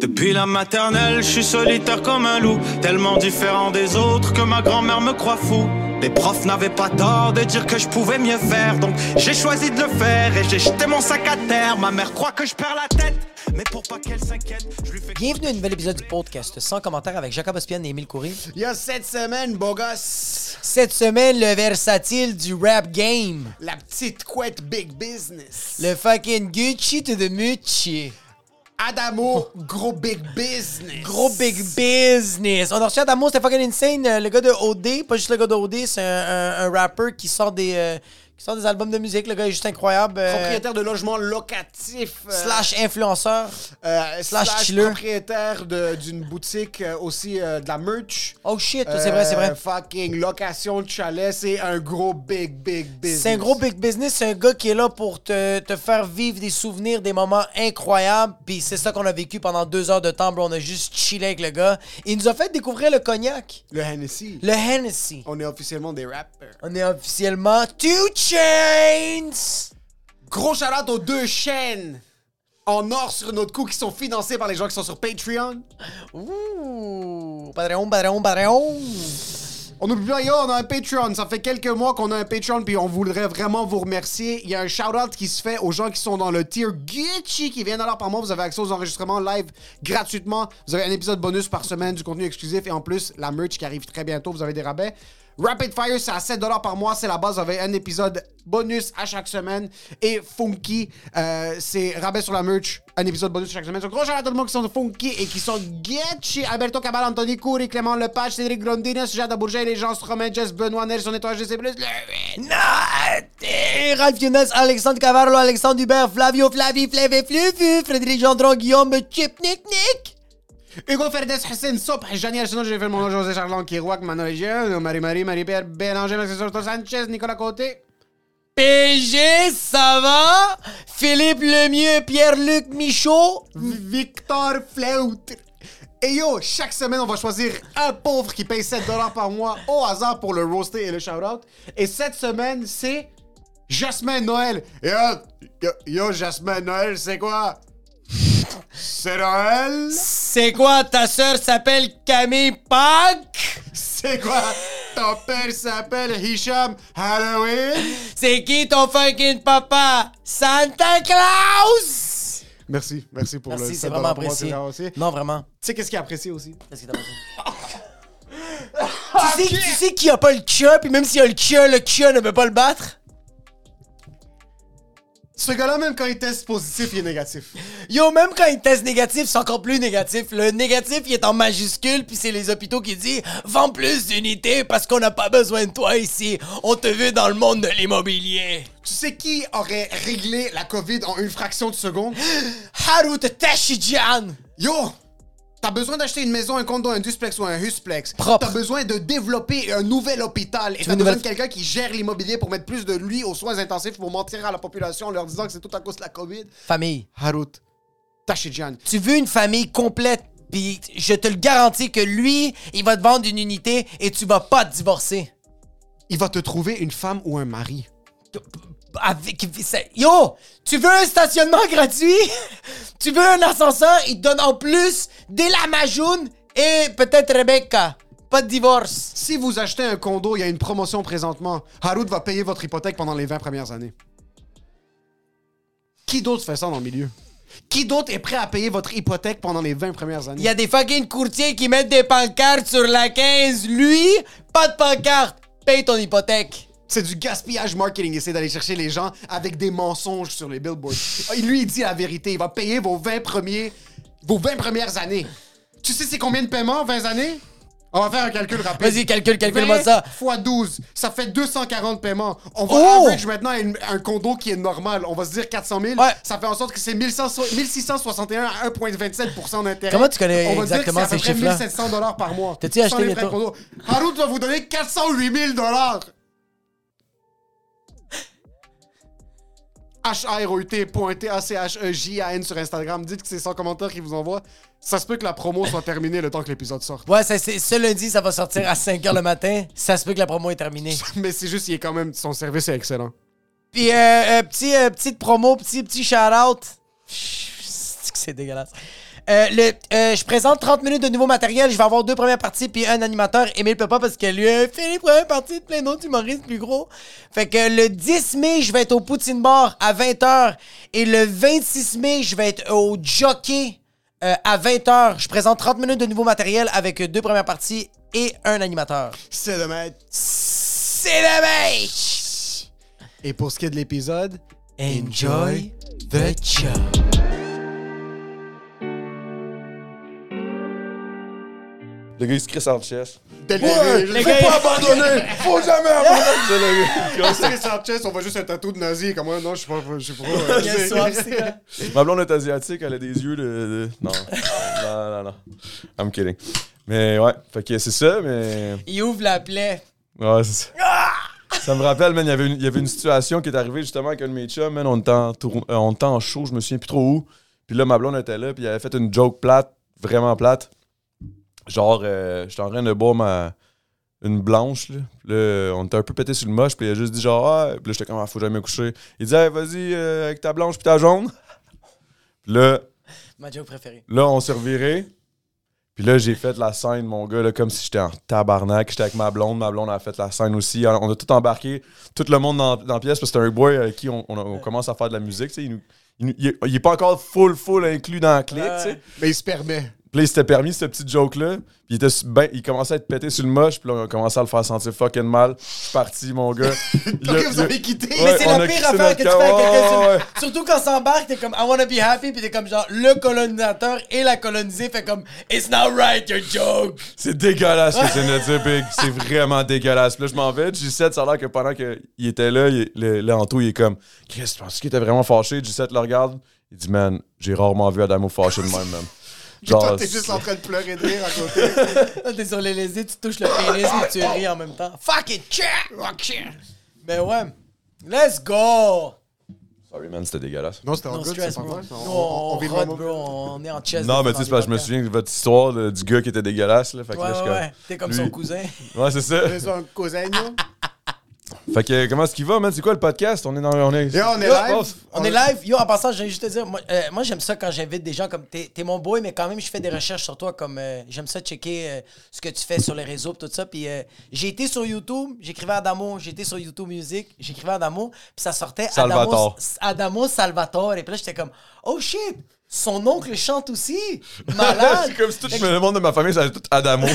Depuis la maternelle, je suis solitaire comme un loup, tellement différent des autres que ma grand-mère me croit fou. Les profs n'avaient pas tort de dire que je pouvais mieux faire, donc j'ai choisi de le faire et j'ai jeté mon sac à terre. Ma mère croit que je perds la tête, mais pour pas qu'elle s'inquiète, je lui fais. Bienvenue à un nouvel épisode du podcast sans commentaire avec Jacob Ospian et Émile Coury. Il y a cette semaine, beau gosse, Cette semaine, le versatile du rap game. la petite couette Big Business. Le fucking Gucci to the Mucci. Adamo, gros Big Business. Euh, Gros big business. On a reçu Adamo, c'était fucking insane. Euh, Le gars de OD, pas juste le gars de OD, c'est un, un, un rapper qui sort des euh, qui sort des albums de musique. Le gars est juste incroyable. euh, Propriétaire de logement locatif. euh, slash influenceur. euh, slash slash, chiller. propriétaire de- d'une boutique euh, aussi euh, de la merch. Oh shit, c'est vrai, c'est vrai. Euh, Fucking location de chalet, c'est un gros big, big business. C'est un gros big business, c'est un gars qui est là pour te, te faire vivre des souvenirs, des moments incroyables. Puis c'est ça qu'on a vécu pendant deux heures de temps. bro. On a juste chillé avec le gars. Il nous a fait découvrir le cognac, Le Hennessy. le Hennessy. On est officiellement des rappers. On est officiellement Two Chains. Gros shout aux deux chaînes en or sur notre cou qui sont financées par les gens qui sont sur Patreon. Ouh, Patreon, Patreon, Patreon. On n'oublie pas, yo, on a un Patreon. Ça fait quelques mois qu'on a un Patreon, puis on voudrait vraiment vous remercier. Il y a un shout-out qui se fait aux gens qui sont dans le tier Gucci qui viennent alors par mois. Vous avez accès aux enregistrements live gratuitement. Vous avez un épisode bonus par semaine, du contenu exclusif et en plus la merch qui arrive très bientôt. Vous avez des rabais. Rapid Fire, c'est à 7 par mois. C'est la base. Vous avez un épisode bonus à chaque semaine. Et Funky, euh, c'est rabais sur la merch. Un épisode bonus chaque semaine. Donc, gros shout à tout le monde qui sont Funky et qui sont Gucci. Alberto Cabal, Anthony Coury, Clément Lepage, Cédric Grondines, Jada Bourget, les gens Romain, Jess, Benoît, Nelson, Étoile, GC+. Le- Nate, Ralph Younes, Alexandre Cavarlo, Alexandre Hubert, Flavio, Flavi, Flavé, Flufu, Frédéric Gendron, Guillaume, Chip, Nick, Nick. Hugo Ferdes, Hussein Sop, Jani Arsenault, j'ai fait mon nom, José Charlon, Kirouac, Manon Légion, Marie-Marie, Marie-Pierre, Bélanger, Maxime Sorto, Sanchez, Nicolas Côté. PG, ça va? Philippe Lemieux, Pierre-Luc Michaud. Victor Flautre. Et yo, chaque semaine, on va choisir un pauvre qui paye 7 par mois au hasard pour le roaster et le shout-out. Et cette semaine, c'est Jasmin Noël. Yo, yo, yo, Jasmin Noël, c'est quoi? C'est Noël? C'est quoi, ta sœur s'appelle Camille Pac? C'est quoi? Ton père s'appelle Hicham Halloween? C'est qui ton fucking papa? Santa Claus! Merci, merci pour le Merci, 7 c'est vraiment par mois, c'est apprécié. vraiment apprécié. Tu Non, vraiment. sais qu'est-ce qui est apprécié aussi? Tu sais, tu sais qu'il n'y a pas le kia, puis même s'il y a le kia, le kia ne peut pas le battre? Ce gars-là, même quand il teste positif, il est négatif. Yo, même quand ils testent négatif, c'est encore plus négatif. Le négatif, il est en majuscule, puis c'est les hôpitaux qui disent « Vends plus d'unités parce qu'on n'a pas besoin de toi ici. On te veut dans le monde de l'immobilier. Tu sais qui aurait réglé la COVID en une fraction de seconde? » Harut Tashijan. Yo! T'as besoin d'acheter une maison, un condo, un duplex ou un husplex. Propre. T'as besoin de développer un nouvel hôpital. Et veux t'as une besoin nouvelle- de quelqu'un qui gère l'immobilier pour mettre plus de lui aux soins intensifs pour mentir à la population en leur disant que c'est tout à cause de la COVID. Famille. Harut, Tashijan. Tu veux une famille complète, puis je te le garantis que lui, il va te vendre une unité et tu vas pas te divorcer. Il va te trouver une femme ou un mari. Avec, c'est- yo, tu veux un stationnement gratuit? tu veux un ascenseur? Il te donne en plus de la majoune et peut-être Rebecca. Pas de divorce. Si vous achetez un condo, il y a une promotion présentement. Harut va payer votre hypothèque pendant les 20 premières années. Qui d'autre fait ça dans le milieu? Qui d'autre est prêt à payer votre hypothèque pendant les 20 premières années? Il y a des fucking courtiers qui mettent des pancartes sur la 15. Lui, pas de pancarte. Paye ton hypothèque. C'est du gaspillage marketing, essayer d'aller chercher les gens avec des mensonges sur les billboards. Ah, Lui, il dit la vérité. Il va payer vos 20 premiers, vos 20 premières années. Tu sais, c'est combien de paiements, 20 années? On va faire un calcul rapide. Vas-y, calcule, calcule-moi ça. x 12, ça fait 240 paiements. On va Oh! average maintenant une- un condo qui est normal. On va se dire 400 000. Ouais. Ça fait en sorte que c'est 1100 1661 à 1,27 d'intérêt. Comment tu connais On va dire que exactement c'est à peu ces près chiffres-là? 1700 dollars par mois. T'as-tu acheté Sans les les frais de taux? condo. Harout va vous donner 408 000 dollars. E H-A-R-O-U-T.T-A-C-H-E-J-A-N sur Instagram. Dites que c'est sans commentaire qui vous envoie. Ça se peut que la promo soit terminée le temps que l'épisode sorte. Ouais, ça, c'est- ce lundi, ça va sortir à 5h le matin. Ça se peut que la promo est terminée. Mais c'est juste, il est quand même. Son service est excellent. Puis, euh, euh, petit, euh, petite promo, petit, petit shout-out. C'est dégueulasse. Euh, le, euh, je présente 30 minutes de nouveau matériel. Je vais avoir deux premières parties puis un animateur, Émile Pepa, parce que lui euh, a fait les premières parties de plein d'autres humoristes plus gros. Fait que le 10 mai, je vais être au Poutine Bar à 20h. Et le 26 mai, je vais être au Jockey euh, à 20h. Je présente 30 minutes de nouveau matériel avec deux premières parties et un animateur. C'est le maître. C'est le mec! Et pour ce qui est de l'épisode, Enjoy the show. Le gars, il se crisse en chest. dès le Ouais, début, faut juste- gars, pas abandonner! Faut jamais abandonner! C'est le gars. Quand c'est sur chest, on va juste un tatou de nazi. Comme, ouais, non, je sais pas, je sais pas. euh, c'est- Ma blonde est asiatique, elle a des yeux de. de- Non. non, non, non. I'm kidding. Mais ouais, fait que c'est ça, mais. Il ouvre la plaie. Ouais, c'est ça. Ça me rappelle, man, il y avait une- il y avait une situation qui est arrivée justement avec un de mes chums, man, on était en, tour- euh, on était en show, je me souviens plus trop où. Puis là, ma blonde était là, puis elle avait fait une joke plate, vraiment plate. Genre, euh, j'étais en train de boire ma... une blanche, là. Puis là, on était un peu pété sur le moche, puis il a juste dit genre, ah, puis là, j'étais comme, ah, faut jamais me coucher. Il disait, Hey, vas-y, euh, avec ta blanche puis ta jaune. Puis là, Ma joke préférée. Là, on s'est reviré. Puis là, j'ai fait la scène, mon gars, là, comme si j'étais en tabarnak. J'étais avec ma blonde. Ma blonde a fait la scène aussi. Alors, on a tout embarqué, tout le monde dans, dans la pièce, parce que c'est un boy avec qui on, on a- on commence à faire de la musique. tu sais. Il, nous- il nous- il est- il est pas encore full, full inclus dans la clique. tu sais. Mais il se permet. Puis là, il s'était permis cette petite joke-là. Puis il, était su- ben- il commençait à être pété sur le moche. Puis là, on a commencé à le faire sentir fucking mal. Je suis parti, mon gars. Il Tant a- que vous il a- avez quitté. Ouais, Mais c'est on la a pire quitté affaire notre que tu fais camp. à quelqu'un. Ouais, ouais, ouais. sur- Surtout quand ça embarque, t'es comme I wanna be happy, puis t'es comme genre le colonisateur et la colonisée fait comme It's not right your joke. C'est dégueulasse ce que tu viens de dire, Big. C'est vraiment dégueulasse. Puis là, je m'en vais. G7, ça a l'air que pendant qu'il était là, il, le, le Anto, il est comme Chris, tu penses qu'il était vraiment fâché? G7 le regarde. Il dit, man, j'ai rarement vu Adamo fâché de même, même. Toi, Genre, t'es juste en train de pleurer de rire à côté. Là, T'es sur les lésés, tu touches le pénis et tu ris en même temps. Fuck it, check! Mais Ben ouais. Let's Oh, go! sorry, man, c'était dégueulasse. Non, c'était en No good, stress, c'est pas bro. vrai. Nous, On- on, on- on vit le rôde, moment. bro, on est en chest. Non, mais tu sais, c'est parce que je me souviens de votre histoire là, du gars qui était dégueulasse. Là, fait que Ouais, là, je suis ouais, comme, ouais. T'es comme lui- son cousin. Ouais, c'est ça. Ils ont un cousin, nous. Fait que comment est-ce qu'il va, man? C'est quoi le podcast? On est dans. On est, Oh, Et on est Yo, live. On est live. Yo, en passant, je vais juste te dire, moi, euh, moi, j'aime ça quand j'invite des gens comme. T'es t'es mon boy, mais quand même, je fais des recherches sur toi. comme euh, J'aime ça checker euh, ce que tu fais sur les réseaux, pis tout ça. Puis euh, j'ai été sur YouTube, j'écrivais Adamo, j'étais sur YouTube Music, j'écrivais Adamo, puis ça sortait Adamo, Salvatore. Adamo Salvatore. Et puis là, j'étais comme, oh shit, son oncle chante aussi. Malade. c'est comme si tout Fait que- le monde de ma famille, ça tout Adamo.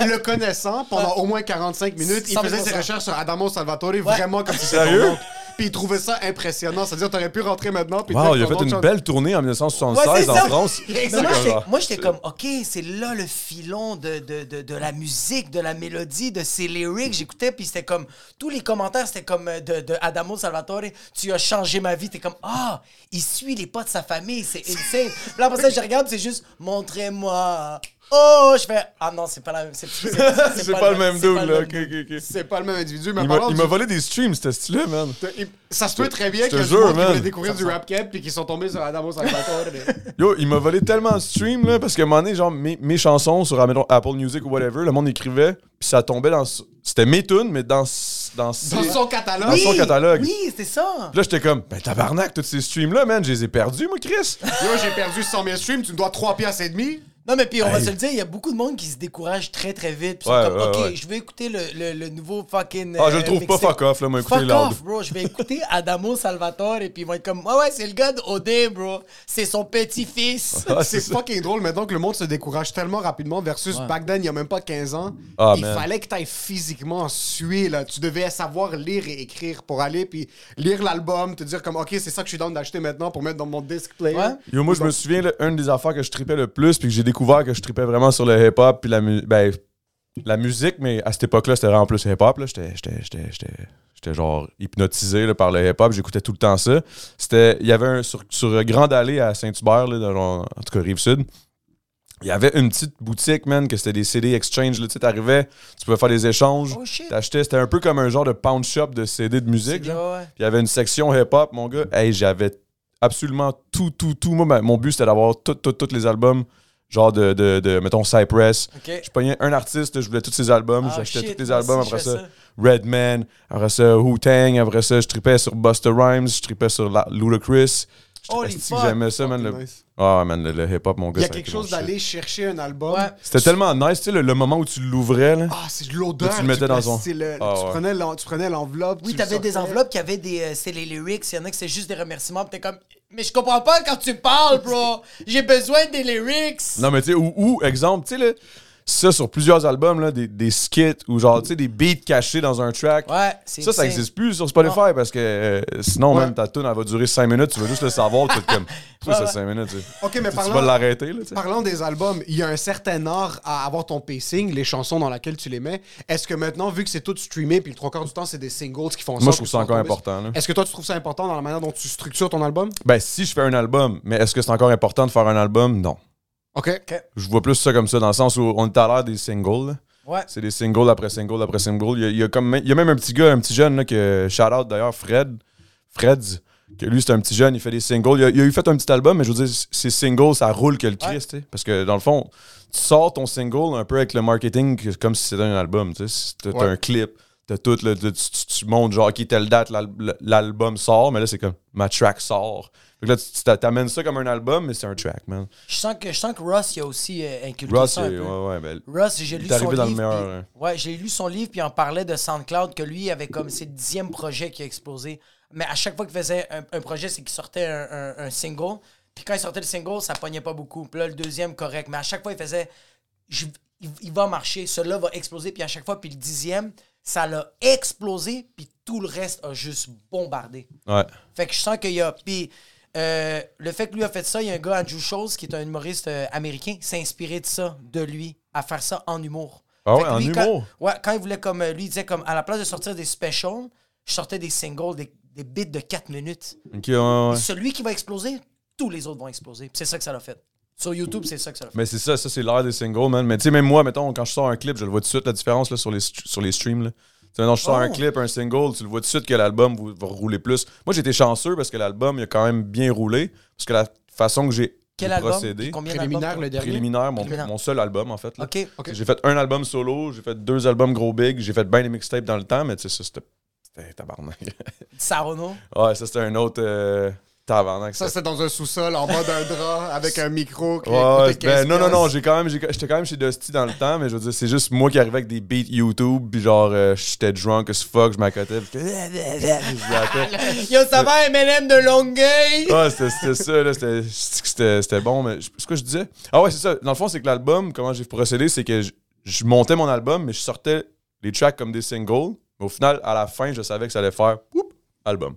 Mais le connaissant, pendant au moins 45 minutes, il 100%. faisait ses recherches sur Adamo Salvatore vraiment comme si c'était Sérieux? son oncle. Puis il trouvait ça impressionnant. C'est-à-dire, t'aurais pu rentrer maintenant. Puis Wow, dire il a que ton fait une oncle- belle tournée en 1976 Ouais, en c'est ça. France. Mais moi, C'est j'étais- comme- moi, j'étais comme, OK, c'est là le filon de, de, de, de la musique, de la mélodie, de ses lyrics. J'écoutais, puis c'était comme, tous les commentaires, c'était comme euh, de, de Adamo Salvatore, tu as changé ma vie. T'es comme, ah, il suit les pas de sa famille, c'est insane. Puis là, après ça, je regarde, c'est juste, montrez-moi. Oh, je fais, ah non, c'est pas la même. C'est c'est- c'est C'est pas le même c'est double, pas là. le ok, même. ok, ok. C'est pas le même individu, mais Il en m'a parlant il du- m'a volé des streams, ce style-là, man. il- Ça se peut très bien Je te qu'il y a du jure, monde qui man. voulait découvrir du rap cap puis qui sont tombés sur Adamo Salvatore. Yo, il m'a volé tellement de streams, là, parce qu'à un moment donné, genre, mes, mes chansons sur admettons, Apple Music ou whatever, le monde écrivait, puis ça tombait dans. ce- C'était mes tunes, mais dans. ce- Dans, ce- Dans son catalogue. Dans son catalogue. Oui, c'est ça. Puis là, j'étais comme, ben tabarnak, tous ces streams-là, man, je les ai perdus, moi, Chris. Yo, j'ai perdu 100 000 streams, tu me dois 3 piastres et demi. Non, mais puis on va Hey. se le dire, il y a beaucoup de monde qui se décourage très très vite. Puis Ouais, sont comme, ouais, ok, ouais. je vais écouter le, le, le nouveau fucking. Ah, je euh, le trouve pas mixtape. fuck off, là, moi, écoutez Fuck l'ordre. off, bro. Je vais écouter Adamo Salvatore et puis ils vont être comme, ouais, ouais, c'est le gars de OD, bro. C'est son petit-fils. Ah, c'est c'est ça. fucking drôle maintenant que le monde se décourage tellement rapidement versus back then, il y a même pas 15 ans. Ah, il man. fallait que t'ailles physiquement suer, là. Tu devais savoir lire et écrire pour aller, puis lire l'album, te dire comme, OK, c'est ça que je suis dans d'acheter maintenant pour mettre dans mon disc player. Ouais. Yo, moi, je me souviens, là, une des affaires que je tripais le plus, puis que j'ai découvert que je tripais vraiment sur le hip-hop, puis la, mu- ben, la musique, mais à cette époque-là, c'était vraiment plus hip-hop. là. J'étais- J'étais j'étais- j'étais- j'étais genre hypnotisé là, par le hip-hop, j'écoutais tout le temps ça. C'était, il y avait un, sur, sur Grande Allée à Saint-Hubert, là, dans- en tout cas Rive-Sud, il y avait une petite boutique, man, que c'était des CD exchange. Là, tu sais, t'arrivais, tu pouvais faire des échanges, Oh, shit. t'achetais, c'était un peu comme un genre de pound shop de CD de musique. genre. Ouais, ouais. Puis il y avait une section hip-hop, mon gars. Hey, j'avais absolument tout, tout, tout. Moi, ma- mon but, c'était d'avoir tous tout, tous les albums, genre de, de, de, mettons, Cypress. Ok. Je pognais un artiste, je voulais tous ses albums, Ah, j'achetais shit, tous les moi albums aussi, après je ça. fais Redman, après ça, Wu-Tang, après ça, je tripais sur Buster Rhymes, je tripais sur la- Ludacris. Je Holy Si fuck. j'aimais ça, man. le- nice. Ah, man, le, le hip-hop, mon Il gars. y a ça quelque été mon chose shit. d'aller chercher un album. Ouais. C'était tellement nice, tu sais, le, le moment où tu l'ouvrais, là. Ah, c'est l'odeur. Puis tu le mettais dans son- c'est le- Ah, tu, ouais. prenais l'en- tu prenais l'enveloppe. Oui, tu t'avais le des sortais. enveloppes qui avaient des. euh, c'est les lyrics, il y en a qui c'est juste des remerciements, pis t'es comme. Mais je comprends pas quand tu parles, bro! J'ai besoin des lyrics! Non, mais tu sais, ou, ou, exemple, tu sais, là, ça sur plusieurs albums, là, des, des skits ou genre, tu sais, des beats cachés dans un track. Ouais, c'est Ça, ça insane. existe plus sur Spotify parce que euh, sinon, Ouais. même ta tune, elle va durer 5 minutes, tu vas juste le savoir, tu vas être comme, pourquoi Ouais, ça 5 minutes, tu sais. Ok, mais Tu- Tu vas parlant- l'arrêter, là, tu sais. Parlant des albums, il y a un certain art à avoir ton pacing, les chansons dans lesquelles tu les mets. Est-ce que maintenant, vu que c'est tout streamé, puis le trois quarts du temps, c'est des singles qui font je trouve ça encore important, là. Est-ce que toi, tu trouves ça important dans la manière dont tu structures ton album? Ben, si je fais un album, mais est-ce que c'est encore important de faire un album? Non. OK. Je vois plus ça comme ça, dans le sens où on est à l'heure des singles, là. Ouais. C'est des singles après single après single. Il y a, il y a comme, il y a même un petit gars, un petit jeune, là, que shout out d'ailleurs, Fred. Fred's. Que lui, c'est un petit jeune, il fait des singles. Il a, il a eu fait un petit album, mais je veux dire, ses singles, ça roule que le Christ. tu sais. Parce que dans le fond, tu sors ton single un peu avec le marketing que- comme si c'était un album. Tu sais. T'as t'as Ouais. un clip, t'as tout, le, tu, tu- tu montres genre, qui telle date l'al- l'album sort, mais là, c'est comme ma track sort. Fait que là, tu- tu t'a- t'amènes ça comme un album, mais c'est un track, man. Je sens que, je sens que Russ, il a aussi euh, inculqué Russ, ça un il- peu. ouais, ouais, ben, Russ, j'ai Il lu est son arrivé livre. dans le meilleur, hein. puis- ouais, j'ai lu son livre, puis il en parlait de SoundCloud, que lui avait comme ses dixième projets qui a explosé. Mais à chaque fois qu'il faisait un, un projet, c'est qu'il sortait un, un- un single. Puis quand il sortait le single, ça pognait pas beaucoup. Puis là, le deuxième, correct. Mais à chaque fois, il faisait. je- il, il va marcher, celui-là va exploser. Puis à chaque fois, puis le dixième, ça l'a explosé, puis tout le reste a juste bombardé. ouais. Fait que je sens qu'il y a. Puis euh, le fait que lui a fait ça, il y a un gars, Andrew Scholes, qui est un humoriste euh, américain, s'est inspiré de ça, de lui, à faire ça en humour. Fait Ah ouais, que en lui, quand- humour? Ouais, quand il voulait, comme euh, lui, il disait, comme à la place de sortir des specials, je sortais des singles, des, des bits de 4 minutes. Ok, ouais, ouais. Celui qui va exploser, tous les autres vont exploser. Puis C'est ça que ça l'a fait. Sur YouTube, c'est ça que ça l'a fait. Mais c'est ça, ça c'est l'ère des singles, man. Mais tu sais, même moi, mettons, quand je sors un clip, je le vois tout de suite la différence là, sur, les st- sur les streams. Là. Tu sais, maintenant, je sors Oh. un clip, un single, tu le vois tout de suite que l'album vous- va rouler plus. Moi, j'étais chanceux parce que l'album, il a quand même bien roulé. Parce que la façon que j'ai Quel j'ai album procédé, Puis Combien Préliminaire, d'albums? le dernier. préliminaire, mon, Préliminaire. mon seul album, en fait. là. Ok. Ok. J'ai fait un album solo, j'ai fait deux albums gros big, j'ai fait bien des mixtapes dans le temps, mais tu sais, ça, c'était- c'était tabarnak. Sarono. ouais, ça, c'était un autre euh, tabarnak. Ça, c'était dans un sous-sol, en bas d'un drap, avec un micro. qui Ouais, coûtait ouais, 15 ben, non, non, non, piastres. j'ai quand même, j'ai- j'étais quand même chez Dusty dans le temps, mais je veux dire, c'est juste moi qui arrivais avec des beats YouTube, puis genre, euh, j'étais drunk as fuck, je m'accotais, puis je rappais. Yo, ça va, MLM de Longueuil. Ah, c'était c'était ça, là, c'était- c'était c'était bon, mais je- c'est quoi je disais? Ah ouais, c'est ça, dans le fond, c'est que l'album, comment j'ai procédé, c'est que je, je montais mon album, mais je sortais les tracks comme des singles, mais au final, à la fin, je savais que ça allait faire, oup, album.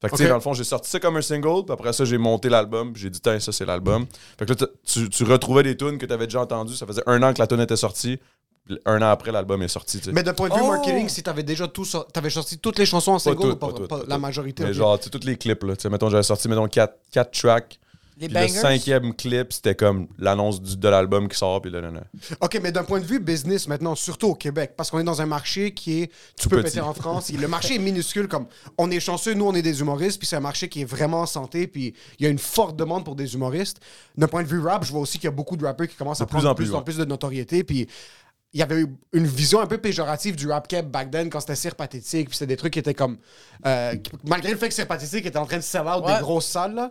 Fait que, tu sais, Ok. dans le fond, j'ai sorti ça comme un single, puis après ça, j'ai monté l'album, puis j'ai dit, tiens, ça, c'est l'album. Fait que là, t- tu, tu retrouvais des tunes que tu avais déjà entendues, ça faisait un an que la tune était sortie, puis un an après, l'album est sorti, tu sais. Mais de point de vue Oh! marketing, si t'avais déjà tout sor- t'avais sorti toutes les chansons en single, toutes, ou pas, pas toutes, pas pas la toutes. majorité. Mais ok. genre, tu sais, tous les clips, là, tu sais, mettons, j'avais sorti, mettons, quatre, quatre tracks, Les puis le bangers. cinquième clip, c'était comme l'annonce du- de l'album qui sort, puis là, là, là. OK, mais d'un point de vue business maintenant, surtout au Québec, parce qu'on est dans un marché qui est, tu peux petit. péter en France, le marché est minuscule, comme on est chanceux, nous on est des humoristes, puis c'est un marché qui est vraiment en santé, puis il y a une forte demande pour des humoristes. D'un point de vue rap, je vois aussi qu'il y a beaucoup de rappeurs qui commencent à De plus prendre en plus, plus en ouais. plus de notoriété, puis il y avait eu une vision un peu péjorative du rap cap back then quand c'était cire pathétique, puis c'était des trucs qui étaient comme. euh, qui- malgré le fait que c'est pathétique était en train de sell out Ouais. des grosses salles, là,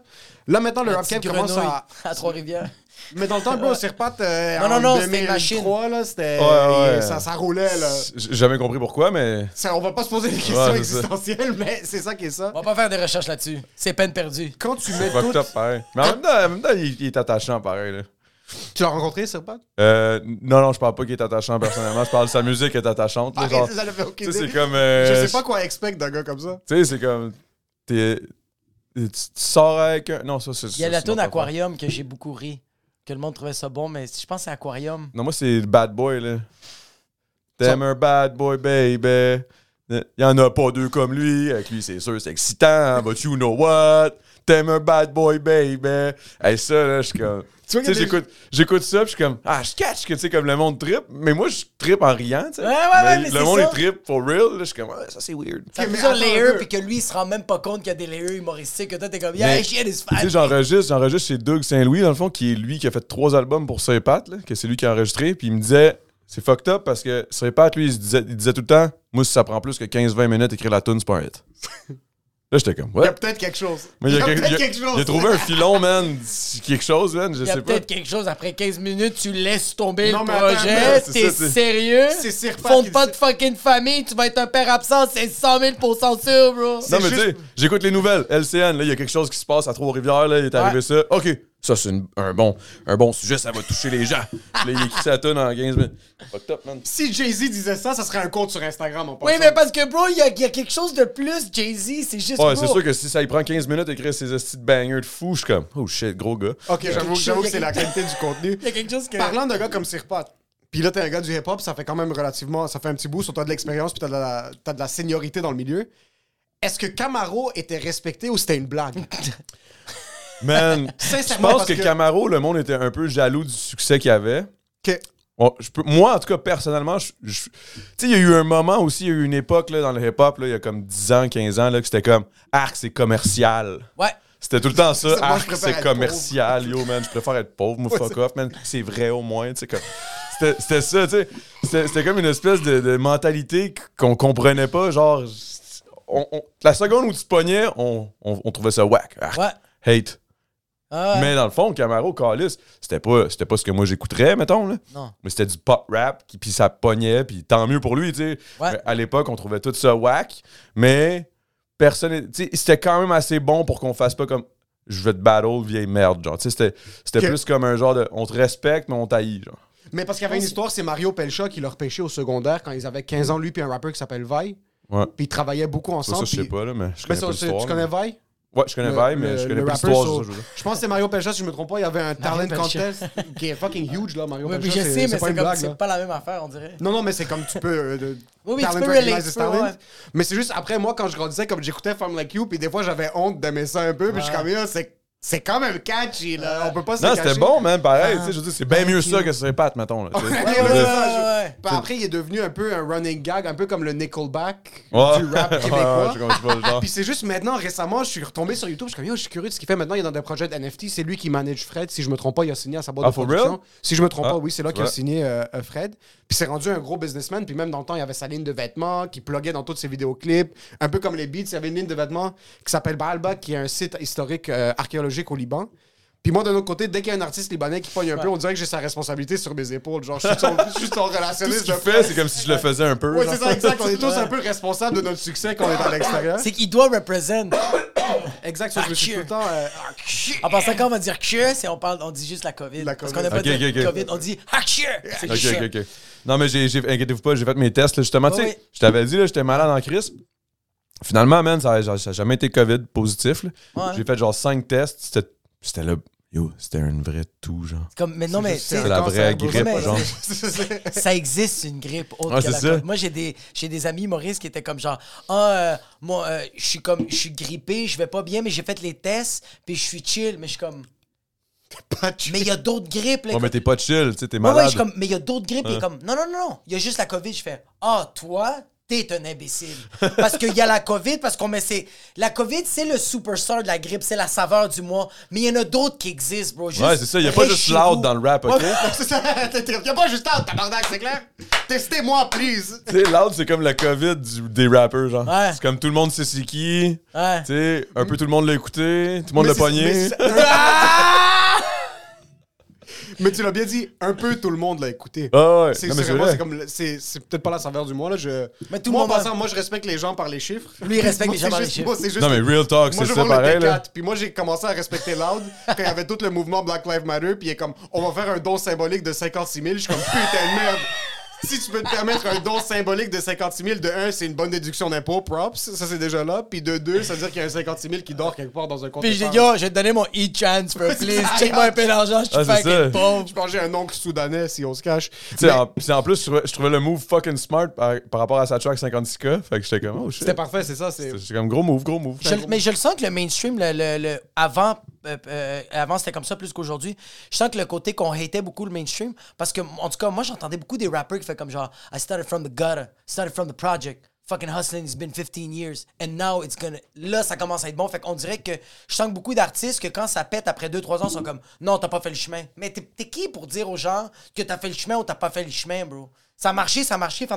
Là, maintenant le, La rap cap petite commence grenouille à. à Trois-Rivières. Mais dans le temps, bro, Sir Pat, euh, Non, en non, non, c'était une 2003, là, c'était. euh, Ouais, ouais. Ça, ça roulait, là. J'ai jamais compris pourquoi, mais. Ça, on va pas se poser des questions Ouais, c'est ça. existentielles, mais c'est ça qui est ça. On va pas faire des recherches là-dessus. C'est peine perdue. Quand tu mets Fucked tout. up, pareil. Mais en même temps, en même temps, il, il est attachant, pareil, là. Tu l'as rencontré, Sir Pat Euh, non, non, je parle pas qu'il est attachant personnellement. Je parle de sa musique est attachante. là, Ah, genre, ça, ça l'avait aucune tu sais, c'est idée. comme. euh, Je sais pas quoi expect d'un gars comme ça. Tu sais, c'est comme. T'es. Tu, tu sors avec un. Non, ça, c'est. Il y a ça, la c'est tune une autre Aquarium que j'ai beaucoup ri. Que le monde trouvait ça bon, mais je pense que c'est Aquarium. affaire. Non, moi, c'est Bad Boy, là. T'aimes un bad boy, baby. Il y en a pas deux comme lui. Avec lui, c'est sûr, c'est excitant. hein, But you know what? T'aimes un bad boy, baby. Hey, ça, là, je suis comme. Tu vois Tu qu'il y a des- sais, j'écoute, j'écoute ça, puis je suis comme, ah, je catch que, tu sais, comme le monde trip, mais moi, je trip en riant, tu sais. Ouais, ouais, ouais, mais Le c'est monde ça. est trip for real, là, je suis comme, ah, ça, c'est weird. Ça Ok, fait mais plusieurs attends un layers, peu. puis que lui, il se rend même pas compte qu'il y a des layers humoristiques. Que toi, t'es comme, Mais- yeah, shit is Tu sais, fat. j'enregistre, j'enregistre chez Doug Saint-Louis, dans le fond, qui est lui qui a fait trois albums pour Sir Pat, là, que c'est lui qui a enregistré, puis il me disait, c'est fucked up parce que Sir Pat, lui, il, se disait, il disait tout le temps, moi, si ça prend plus que 15-20 minutes, écrire la tune, c'est pas un hit. Là, j'étais comme, Il y ouais. a peut-être quelque chose. Mais il y a, quelque- peut-être il y a- quelque chose. il a trouvé un filon, man. C'est Quelque chose, man. Je Il y a sais pas. peut-être quelque chose, après 15 minutes, tu laisses tomber Non, le mais attends, projet, mais c'est t'es ça, c'est- sérieux? C'est Sirpa Fonde qui pas le de fucking famille, tu vas être un père absent, c'est 100 000 sûr, bro! Non, mais juste- tu sais, j'écoute les nouvelles. LCN, là, il y a quelque chose qui se passe à Trois-Rivières, là, il est arrivé ça. OK, ça, c'est une- un, bon, un bon sujet, ça va toucher les gens. là, il écrit ça à tonne en 15 minutes. Fucked up, man. Si Jay-Z disait ça, ça serait un compte sur Instagram, en Oui, passant. mais parce que, bro, il y, a- il y a quelque chose de plus, Jay-Z, c'est juste, Ouais, bro, c'est sûr que si ça y prend 15 minutes d'écrire ces hosties de bangers de fou, je suis comme, oh shit, gros gars. Ok, j'avoue quelque j'avoue chose- que c'est la qualité du contenu. il y a quelque chose que... Parlant d'un gars comme Sirpot, puis là, t'es un gars du hip-hop, ça fait quand même relativement. Ça fait un petit bout, sur toi de l'expérience, puis t'as de, la- t'as de la seniorité dans le milieu. Est-ce que Camaro était respecté ou c'était une blague? Man, je Sincèrement, pense parce que, que- Camaro, le monde était un peu jaloux du succès qu'il avait. que... On- je peux, moi, en tout cas, personnellement, je- je- tu sais, il y a eu un moment aussi, il y a eu une époque là, dans le hip-hop, là, il y a comme 10 ans, 15 ans, là, que c'était comme, arc, c'est commercial. Ouais, C'était tout le temps ça. Ça, moi, je Arc, préfère c'est être commercial, yo, man. Je préfère être pauvre, moi, fuck off, man. C'est vrai au moins, tu sais. comme- C'était c'était ça, tu sais. C'était c'était comme une espèce de, de mentalité qu'on comprenait pas. Genre, on- on- la seconde où tu te pognais, on, on- on trouvait ça whack. Arc, ouais, Hate. ah, Mais dans le fond, Camaro, Calis, c'était pas, c'était pas ce que moi j'écouterais, mettons. Là. Non. Mais c'était du pop rap, qui, puis ça pognait, puis tant mieux pour lui, tu sais. Ouais. Mais À l'époque, on trouvait tout ça whack, mais personne. Tu sais, c'était quand même assez bon pour qu'on fasse pas comme je veux te battle, vieille merde, genre. Tu sais, c'était, c'était Que- plus comme un genre de on te respecte, mais on taillit, genre. Mais parce qu'il y avait une histoire, c'est Mario Pelcha qui l'a repêché au secondaire quand ils avaient 15 ans, lui, puis un rappeur qui s'appelle Vai. Ouais. Puis ils travaillaient beaucoup Ça, ensemble. ça, je sais puis- pas, là, mais je Mais connais ça, pas c'est- tu l'histoire. connais là. Vai? Ouais, je connais Le- Vibe, mais le- je le connais pas rappeur l'histoire. sur- c'est ça que je veux dire. Je pense que c'est Mario Pelcha, si je me trompe pas. Il y avait un talent Pelcha. contest qui est fucking huge, là, Mario Oui, mais Pelcha. je c'est- sais, mais pas c'est une comme, blague, c'est là. pas la même affaire, on dirait. Non, non, mais c'est comme tu peux. euh, de- Oui, oui, talent tu peux recognize relate, the tu peux, talent. ouais. Mais c'est juste après, moi, quand je grandissais, comme j'écoutais Femme Like You, puis des fois, j'avais honte d'aimer ça un peu, puis je suis comme, Yo, c'est. C'est quand même catchy, là. On peut pas se le Non, c'était cacher. bon, man, pareil. Ah. tu sais, je veux dire, c'est bien mieux Thank ça you. que ses pattes, mettons. Là, tu sais. Ouais, Je veux ouais, dire, Ah, ouais. ouais. Puis après, il est devenu un peu un running gag, un peu comme le Nickelback Ouais. du rap Ouais, québécois. ouais, je comprends pas le genre. Puis c'est juste maintenant, récemment, je suis retombé sur YouTube, je suis comme, yo, je suis curieux de ce qu'il fait maintenant. Il est dans des projets de NFT, c'est lui qui manage Fred. Si je me trompe pas, il a signé à sa boîte Ah, de for production. real? Si je me trompe Ah, pas, oui, c'est là qu'il a ouais. signé euh, euh, Fred. Puis c'est rendu un gros businessman. Puis même dans le temps, il avait sa ligne de vêtements qui pluguait dans toutes ses vidéoclips. Un peu comme les Beats, il y avait une ligne de vêtements qui s'appelle Baalba, qui est un site historique euh, archéologique au Liban. Puis moi, d'un autre côté, dès qu'il y a un artiste libanais qui pogne un peu, on dirait que j'ai sa responsabilité sur mes épaules. Genre, je suis son, je suis son Tout ce relationniste. qu'il de fait, c'est comme si je le faisais un peu. Ouais, genre. c'est ça, exact. On est tous un peu responsables de notre succès quand on est à l'extérieur. C'est qu'il doit represent. Exact, ça, je me suis tout Archie. le temps. euh, En passant quand on va dire que, c'est on parle, on dit juste la COVID. La Parce COVID. qu'on n'a pas Ok, dit ok, ok. COVID, on dit hack C'est Ok, que ok, ok. Non, mais j'ai, j'ai- inquiétez-vous pas, j'ai fait mes tests. là, justement, tu sais, Oui. je t'avais dit, là, j'étais malade en crise. Finalement, man, ça n'a jamais été COVID positif. là. Ouais. J'ai fait genre 5 tests. C'était, c'était là. Yo, c'était une vraie toux, genre. Comme, mais non, mais tu sais, C'est la Attends, vraie c'est un grippe, beau- genre. ça existe une grippe autre Ouais, que la c'est ça. COVID. Moi, j'ai des, j'ai des amis humoristes qui étaient comme genre, ah, euh, moi, euh, je suis comme, je suis grippé, je vais pas bien, mais j'ai fait les tests, puis je suis chill, mais je suis comme, pas de- mais il y a d'autres grippes. Là, Ouais, mais t'es pas chill, tu sais, t'es Ouais, ouais, je malade. suis comme, mais il y a d'autres grippes, il est comme, non, non, non, non, il y a juste la COVID. Je fais, ah, toi, t'es un imbécile. Parce qu'il y a la COVID, parce qu'on met ses. La COVID, c'est le superstar de la grippe, c'est la saveur du mois, mais il y en a d'autres qui existent, bro. Juste Ouais, c'est ça, il a pas reste juste chez loud vous. dans le rap, ok? Ouais, C'est ça, t'es- t'es- Y'a pas juste un tabarnak, c'est clair? Testez-moi, please! Tu sais, loud, c'est comme la COVID du- des rappers, genre. Ouais. C'est comme tout le monde sait c'est qui. Ouais. Tu sais, un peu tout le monde l'a écouté, tout le monde l'a Mais c'est- mais pogné. c'est- Mais tu l'as bien dit, un peu tout le monde l'a écouté. Ah ouais, C'est non, mais c'est c'est vraiment- vrai. c'est comme le- c'est- c'est peut-être pas la saveur du mois là. Je... Mais tout le moi, monde en a- passant, moi je respecte les gens par les chiffres. Lui, il respecte Moi, les gens c'est par les juste- chiffres. moi, c'est juste- Non, mais Real Talk, Moi, c'est je ça vais vendre le pareil, là. T4. Puis moi, j'ai commencé à respecter Loud quand il y avait tout le mouvement Black Lives Matter. Puis il est comme, on va faire un don symbolique de 56 000. Je suis comme, putain de merde. Si tu peux te permettre un don symbolique de 56 000, de un, c'est une bonne déduction d'impôt, props. Ça, c'est déjà là. Puis de deux, ça veut dire qu'il y a un 56 000 qui dort quelque part dans un compte. Puis j'ai épargne. dit, yo, je vais te donner mon e-transfer, please. Check-moi un peu d'argent, je Ah, suis c'est ça. fucking oh, pauvre. Je pense que j'ai un oncle soudanais si on se cache. Tu sais, en, puis en plus, je trouvais, je trouvais le move fucking smart par, par rapport à sa track 56K. Fait que j'étais comme, oh shit. C'était parfait, c'est ça. C'est... J'étais comme gros move, gros move. Je- mais je le sens que le mainstream, le, le- le- avant, euh, euh, avant c'était comme ça plus qu'aujourd'hui. Je sens que le côté qu'on hatait beaucoup le mainstream, parce que, en tout cas, moi, j'entendais beaucoup des rappers qui faisaient comme genre, I started from the gutter, started from the project, fucking hustling, it's been 15 years, and now it's gonna. Là, ça commence à être bon. Fait qu'on dirait que je sens que beaucoup d'artistes que quand ça pète après 2-3 ans, sont comme, non, t'as pas fait le chemin. Mais t'es t'es qui pour dire aux gens que t'as fait le chemin ou t'as pas fait le chemin, bro? Ça a marché, ça a marché.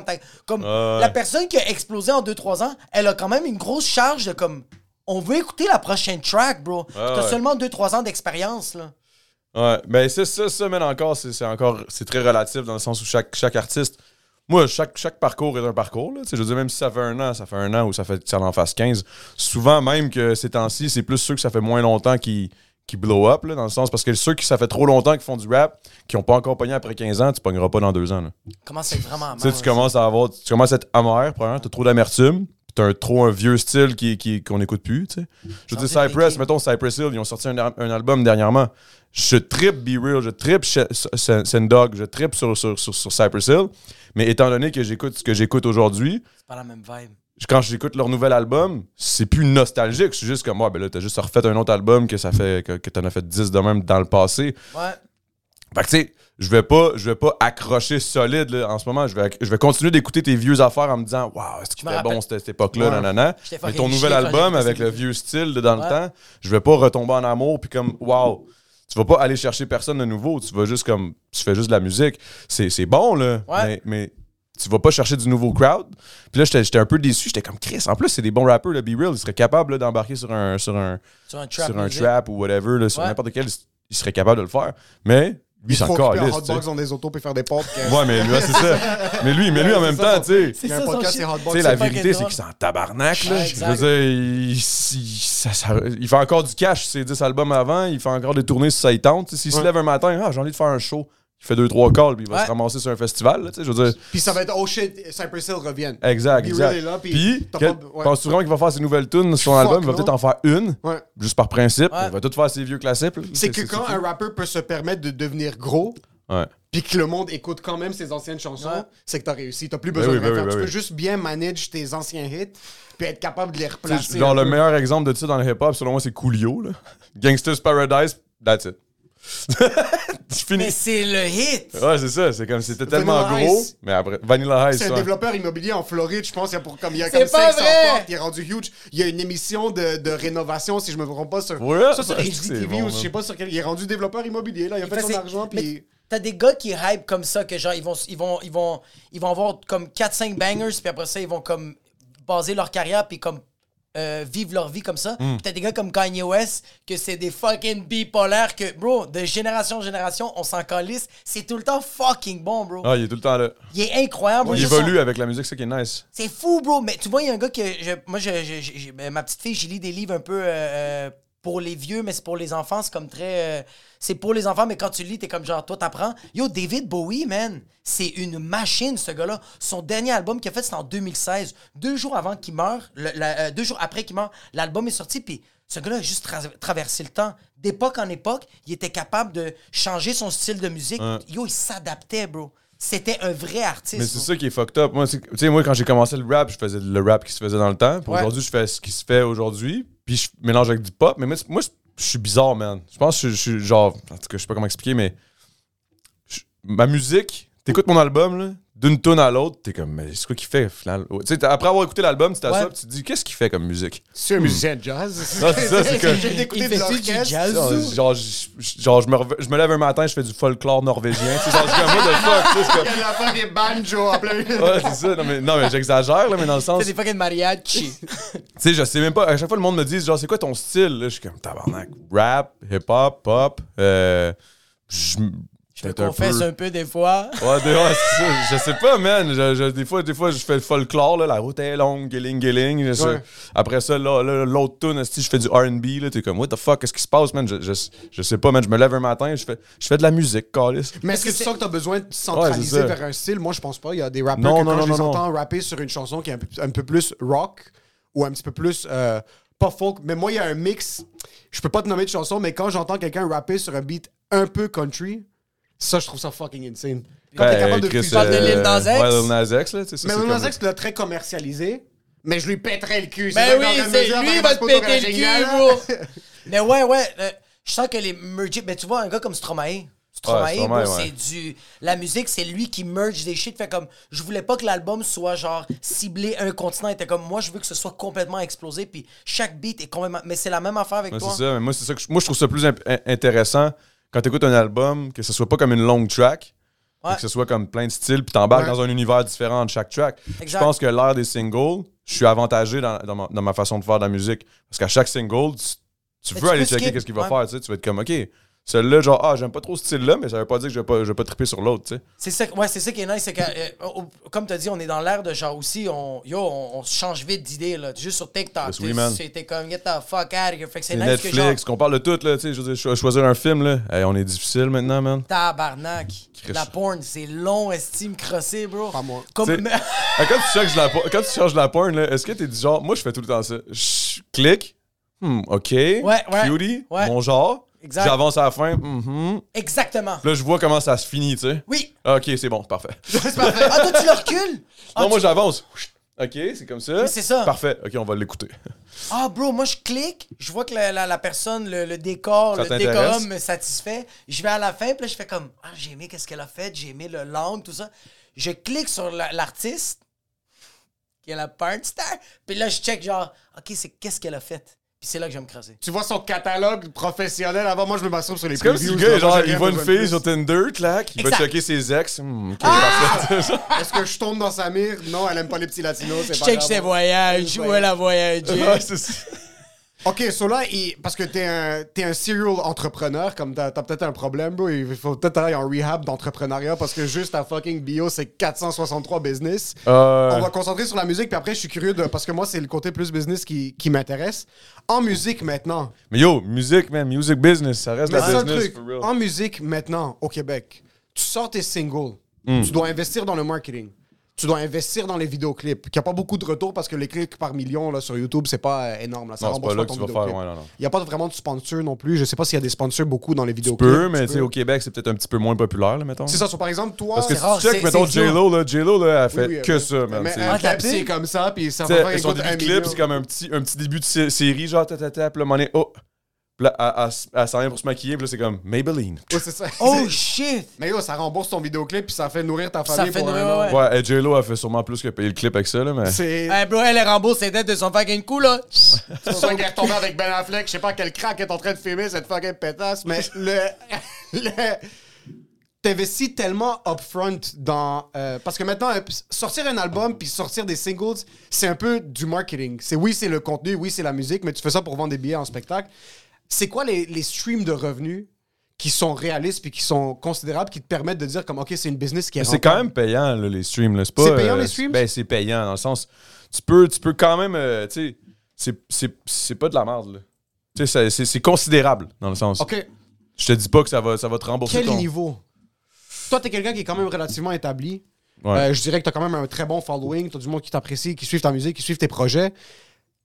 Comme ouais. la personne qui a explosé en 2-3 ans, elle a quand même une grosse charge de comme on veut écouter la prochaine track, bro. T'as Ah ouais. seulement 2-3 ans d'expérience, là. Ouais, ben ça, ça, ça, man, encore, c'est c'est encore, c'est très relatif dans le sens où chaque, chaque artiste, moi, chaque, chaque parcours est un parcours, là. Tu sais, Je veux dire, même si ça fait un an, ça fait un an ou ça fait, ça en fasse 15, souvent même que ces temps-ci, c'est plus ceux que ça fait moins longtemps qui, qui blow up, là, dans le sens, parce que ceux qui, ça fait trop longtemps qu'ils font du rap, qui ont pas encore pogné après 15 ans, tu pogneras pas dans deux ans, là. Comment c'est vraiment amer, Tu sais, ça. tu commences à avoir, tu commences à être amer, premièrement, t'as trop d'amertume, pis t'as un, trop un vieux style qui, qui, qu'on n'écoute plus, tu sais. Je veux J'ai envie dire, de Cypress, l'écrire. mettons, Cypress Hill, ils ont sorti un, ar- un album dernièrement. Je trip Be Real, je trip Sh- Sen- Sendog, je trip sur, sur, sur, sur Cypress Hill, mais étant donné que j'écoute ce que j'écoute aujourd'hui, C'est pas la même vibe. je- quand j'écoute leur nouvel album, c'est plus nostalgique, c'est juste comme, moi, ben là, t'as juste refait un autre album que ça fait, que, que t'en as fait 10 de même dans le passé. Ouais. Fait que tu sais, je vais pas, je vais pas accrocher solide là, en ce moment. Je vais, je vais continuer d'écouter tes vieux affaires en me disant, waouh, est-ce que Je me c'était rappelle. bon cette, cette époque-là, Ouais. nanana. J'étais Mais fucking ton chier nouvel quand album j'écoutais avec ces le vieux style de dans Ouais. le temps, je vais pas retomber en amour puis comme, waouh, tu vas pas aller chercher personne de nouveau. Tu vas juste comme, tu fais juste de la musique. C'est c'est bon là, Ouais. mais, mais tu vas pas chercher du nouveau crowd. Puis là, j'étais j'étais un peu déçu. J'étais comme Chris. En plus, c'est des bons rappeurs, le Be Real. Ils seraient capables là, d'embarquer sur un, sur un, Sur un trap. sur un music. trap ou whatever, là, sur Ouais. n'importe quel, il serait capable de le faire. Mais lui, c'est Faut encore occuper un liste. hotbox dans des autos puis faire des pompes. Ouais, mais lui, ouais, c'est ça. Mais lui, mais lui en Ouais, même c'est ça, temps, tu sais. C'est Il y a ça, un son podcast, shit. c'est Hotbox. Tu sais, la fucking vérité, drôle. c'est qu'il s'en tabarnak. Là. Ouais, je veux exact. dire, il, il- ça- ça- il fait encore du cash sur ses 10 albums avant, il fait encore des tournées sur sa tente. Tu sais, S'il se Ouais. lève un matin, ah, j'ai envie de faire un show, il fait deux, trois calls, puis il va Ouais. se ramasser sur un festival. là, tu sais, je veux dire, Puis ça va être, oh shit, Cypress Hill reviennent. exact. Be exact. Real est là, puis puis, t'as quel- pas- ouais. penses-tu vraiment qu'il va faire ses nouvelles tunes sur son Fuck, album? Il va non. peut-être en faire une, Ouais. juste par principe. Ouais. Il va tout faire ses vieux classiques. là. C'est que quand un rappeur peut se permettre de devenir gros, Ouais. puis que le monde écoute quand même ses anciennes chansons, Ouais. c'est que t'as réussi. T'as plus Ben besoin oui, de ben rien oui, faire. ben tu peux oui. juste bien manager tes anciens hits, puis être capable de les T'sais, replacer. Genre, un le peu. meilleur exemple de ça dans le hip-hop, selon moi, c'est Coolio. Là. Gangster's Paradise, that's it. tu Mais finis. c'est le hit. Ouais, c'est ça. C'est comme c'était tellement Vanilla gros. Ice. Mais après, Vanilla Ice. C'est un ouais. développeur immobilier en Floride, je pense. Il y a, pour, comme, il y a C'est comme pas 500 vrai! portes, il est rendu huge. Il y a une émission de, de rénovation, si je me trompe pas, sur, Ouais, soit sur ça, je trouve que HGTV c'est ou bon, je sais man. pas sur quel. Il est rendu développeur immobilier, là. Il a fait Mais son c'est- argent, mais puis. T'as des gars qui hype comme ça, que genre, ils vont, ils vont, ils vont, ils vont avoir comme 4-5 bangers, puis après ça, ils vont comme baser leur carrière, puis comme euh, vivre leur vie comme ça. Mm. Puis t'as des gars comme Kanye West, que c'est des fucking bipolaires, que, bro, de génération en génération, on s'en calisse. C'est tout le temps fucking bon, bro. Ah, il est tout le temps là. Il est incroyable. bro. Il Juste évolue avec la musique, c'est qui est nice. son- C'est fou, bro. Mais tu vois, il y a un gars que. je- moi, je, je- je- je- ben, ma petite fille, j'y lis des livres un peu euh, pour les vieux, mais c'est pour les enfants. C'est comme très. euh, c'est pour les enfants, mais quand tu lis, t'es comme genre, toi, t'apprends. Yo, David Bowie, man, c'est une machine, ce gars-là. Son dernier album qu'il a fait, c'est en 2016. Deux jours avant qu'il meure, le- la- euh, deux jours après qu'il meure, l'album est sorti, puis. Ce gars-là a juste tra- traversé le temps. D'époque en époque, il était capable de changer son style de musique. Yo, il s'adaptait, bro. C'était un vrai artiste. Mais c'est bro. ça qui est fucked up. Moi, c'est- tu sais, moi, quand j'ai commencé le rap, je faisais le rap qui se faisait dans le temps. Puis Ouais. Aujourd'hui, je fais ce qui se fait aujourd'hui. Puis je mélange avec du pop. Mais moi, c'est- moi, je suis bizarre, man. Je pense que je je suis genre. En tout cas, je sais pas comment expliquer, mais. je- ma musique, t'écoutes mon album, là. D'une tonne à l'autre, t'es comme, mais c'est quoi qu'il fait, finalement? Tu sais, t'as- après avoir écouté l'album, tu t'assois, Ouais. puis tu te dis, qu'est-ce qu'il fait comme musique? C'est un musicien de jazz. Non, c'est ça, c'est que- J'ai d'écouter de fait-tu du l'orchestre. jazz? Genre, genre, je, je- genre, je me, reve- je me lève un matin, je fais du folklore norvégien. tu sais, genre, je suis comme, what the fuck? tu sais, c'est comme- Il a fait des banjos en plein milieu. Ouais, c'est ça. Non, mais, non, mais j'exagère, là, mais dans le sens. C'est des fucking mariachi. Tu sais, je sais même pas. À chaque fois, le monde me dit, genre, c'est quoi ton style? Là, je suis comme tabarnak. Rap, hip-hop, pop. Euh, je Je te confesse un peu des fois. Ouais, des- ouais, c'est ça. je sais pas, man. Je- je- des, fois, des fois, je fais le folklore, là, la route est longue, guilling, guilling. Je sais. Ouais. Après ça, là, là, l'autre tune, esti, je fais du RB, là, t'es comme, what the fuck, qu'est-ce qui se passe, man? Je, je, je sais pas, man. Je me lève un matin, je fais, je fais de la musique, calice. Mais est-ce Parce que que tu c'est- sens que t'as besoin de Ouais, centraliser c'est ça. vers un style? Moi, je pense pas. Il y a des rappeurs que Non, non, quand non, je les non, entends rapper sur une chanson qui est un peu, un peu plus rock ou un petit peu plus... euh, pas folk, mais moi, il y a un mix. Je peux pas te nommer de chanson, mais quand j'entends quelqu'un rapper sur un beat un peu country, ça, je trouve ça fucking insane. Quand t'es Ben, capable de Chris, fuser- de Lil Nas X. Ouais, Lil Nas X, là, tu Mais sais, ça, c'est Lil comme- Nas X l'a très commercialisé, mais je lui pèterais le Ben cul. ça que oui, je suis en train de c'est me dire, lui ben, va te c'est pas péter le original, cul, hein. bro. Mais ouais, ouais. euh, je sens que les merges. Mais tu vois, un gars comme Stromae. Stromae, Ouais, Stromae, bro, ouais. c'est du. La musique, c'est lui qui merge des shit. Fait comme. Je voulais pas que l'album soit genre ciblé un continent. Il était comme. Moi, je veux que ce soit complètement explosé. Puis chaque beat est complètement. Mais c'est la même affaire avec Ouais, toi. c'est ça. Mais moi, c'est ça que je, moi, je trouve ça plus imp- in- intéressant quand tu écoutes un album, que ce soit pas comme une longue track, Ouais. Fait Que ce soit comme plein de styles, puis t'embarques Ouais. dans un univers différent de chaque track. Je Exact. pense que l'ère des singles, je suis avantagé dans, dans ma, dans ma façon de faire de la musique. Parce qu'à chaque single, tu, tu Mais veux tu aller peux checker skip, qu'est-ce qu'il va ouais. faire, tu sais. Tu vas être comme, OK, celui-là, genre, ah, j'aime pas trop ce style-là, mais ça veut pas dire que je vais pas, je vais pas triper sur l'autre, tu sais. C'est ça, ouais, c'est ça qui est nice, c'est que, euh, au- comme tu as dit, on est dans l'ère de genre aussi, on, yo, on, on se change vite d'idée, là. Juste sur TikTok, Yes, oui, man. c'était comme, get the fuck out of here. Fait que c'est nice que genre, Netflix, qu'on parle de tout, là, tu sais. Je veux dire, cho- choisir un film, là, hey, on est difficile maintenant, man. tabarnak, Chris. la porn, c'est long, estime, crossé, bro. Pas moi. Comme, T'sais, Fait que ah, quand, tu changes la, por- quand tu changes la porn, là, est-ce que t'es du genre, moi je fais tout le temps ça. Je clique, hmm, ok, ouais. cutie, Ouais. mon genre, Exact. j'avance à la fin, mhm. exactement. là je vois comment ça se finit, tu sais. Oui, Ok, c'est bon, parfait. c'est parfait. Ah, toi, tu le recules? Ah, non, moi tu- j'avance. Ok, c'est comme ça. Mais c'est ça. Parfait, ok, on va l'écouter. Ah, bro, moi, je clique, je vois que la, la- la personne, le, le décor, Ça le t'intéresse? décorum me satisfait. Je vais à la fin, puis là, je fais comme, ah, j'ai aimé qu'est-ce qu'elle a fait, j'ai aimé le langue, tout ça. Je clique sur la- l'artiste, qui est la porn star, puis là, je check, genre, OK, c'est qu'est-ce qu'elle a fait. Puis c'est là que je vais me crasser. Tu vois son catalogue professionnel avant. Moi, je me masturbe sur les C'est comme si le previews, là. gars, Moi, genre, j'ai il rien voit une besoin de fille plus. sur Tinder, clac, il va Exact. checker ses ex. Hmm, ok, parfait. Est-ce que je tombe dans sa mire? Non, elle aime pas les petits latinos. c'est Je pas check grave. ses voyages, où elle a voyagé. Ouais, c'est ça. Ok, so là, il- parce que t'es un, t'es un serial entrepreneur, comme t'as t'as peut-être un problème, bro. Il faut peut-être aller en rehab d'entrepreneuriat parce que juste ta fucking bio, c'est 463 business. Euh, On va concentrer sur la musique, puis après, je suis curieux de. Parce que moi, c'est le côté plus business qui, qui m'intéresse. En musique maintenant. Mais yo, musique, man, music business, ça reste Mais la c'est ça business. le truc. for real. En musique maintenant, au Québec, tu sors tes singles. Hmm. Tu dois investir dans le marketing. Tu dois investir dans les vidéoclips. Qu'il n'y a pas beaucoup de retours parce que les clics par million là, sur YouTube, c'est pas euh, énorme. Là. Ça Non, c'est rembourse pas là ton que tu vas vidéoclip. faire, ouais, non, non. Il n'y a pas vraiment de sponsors non plus. Je sais pas s'il y a des sponsors beaucoup dans les Tu vidéoclips. peux, mais tu sais, au Québec, c'est peut-être un petit peu moins populaire, là, mettons. C'est ça. so, par exemple, toi. Parce que rare, si tu check, Oh, c'est- mettons, c'est dur. Ah, J-Lo, là, J-Lo, là, elle fait Oui, oui, que mais- ça, man. Mais un C'est- Ouais, t'as cap, c'est pic. comme ça, puis ça Tu va sais, faire son écoute, un début de million. clip, c'est comme un petit, un petit début de sé- série, genre, ta, ta, ta, puis là, moment donné, oh, puis là, elle, elle, elle s'en vient pour se maquiller, puis là, c'est comme Maybelline. Ouais, c'est ça. Oh, shit! Mais yo, ça rembourse ton vidéoclip, puis ça fait nourrir ta Ça famille fait pour nourrir, un an. ouais. Ah, Ouais, et J-Lo, elle fait sûrement plus que payer le clip avec ça, là, mais. C'est. Hey, Eh, bro, elle rembourse ses dettes de son fucking coup, là. C'est pour ça qu'elle est retombée avec Ben Affleck. Je sais pas quel crack est en train de fumer cette fucking pétasse, mais le. le T'investis tellement upfront dans. euh, parce que maintenant, euh, sortir un album puis sortir des singles, c'est un peu du marketing. C'est oui, c'est le contenu, oui, c'est la musique, mais tu fais ça pour vendre des billets en spectacle. C'est quoi les, les streams de revenus qui sont réalistes puis qui sont considérables, qui te permettent de dire comme, OK, c'est une business qui est. C'est quand même payant, là, les streams. là. C'est pas, C'est payant, les c'est- streams? Ben, c'est payant, dans le sens. Tu peux, tu peux quand même. euh, tu sais, c'est- c'est- c'est pas de la merde, là. Tu sais, ça- c'est- c'est considérable, dans le sens. OK, Je te dis pas que ça va, ça va te rembourser quel ton- niveau Toi, t'es quelqu'un qui est quand même relativement établi. Ouais. Euh, je dirais que tu as quand même un très bon following, tu as du monde qui t'apprécie, qui suivent ta musique, qui suivent tes projets.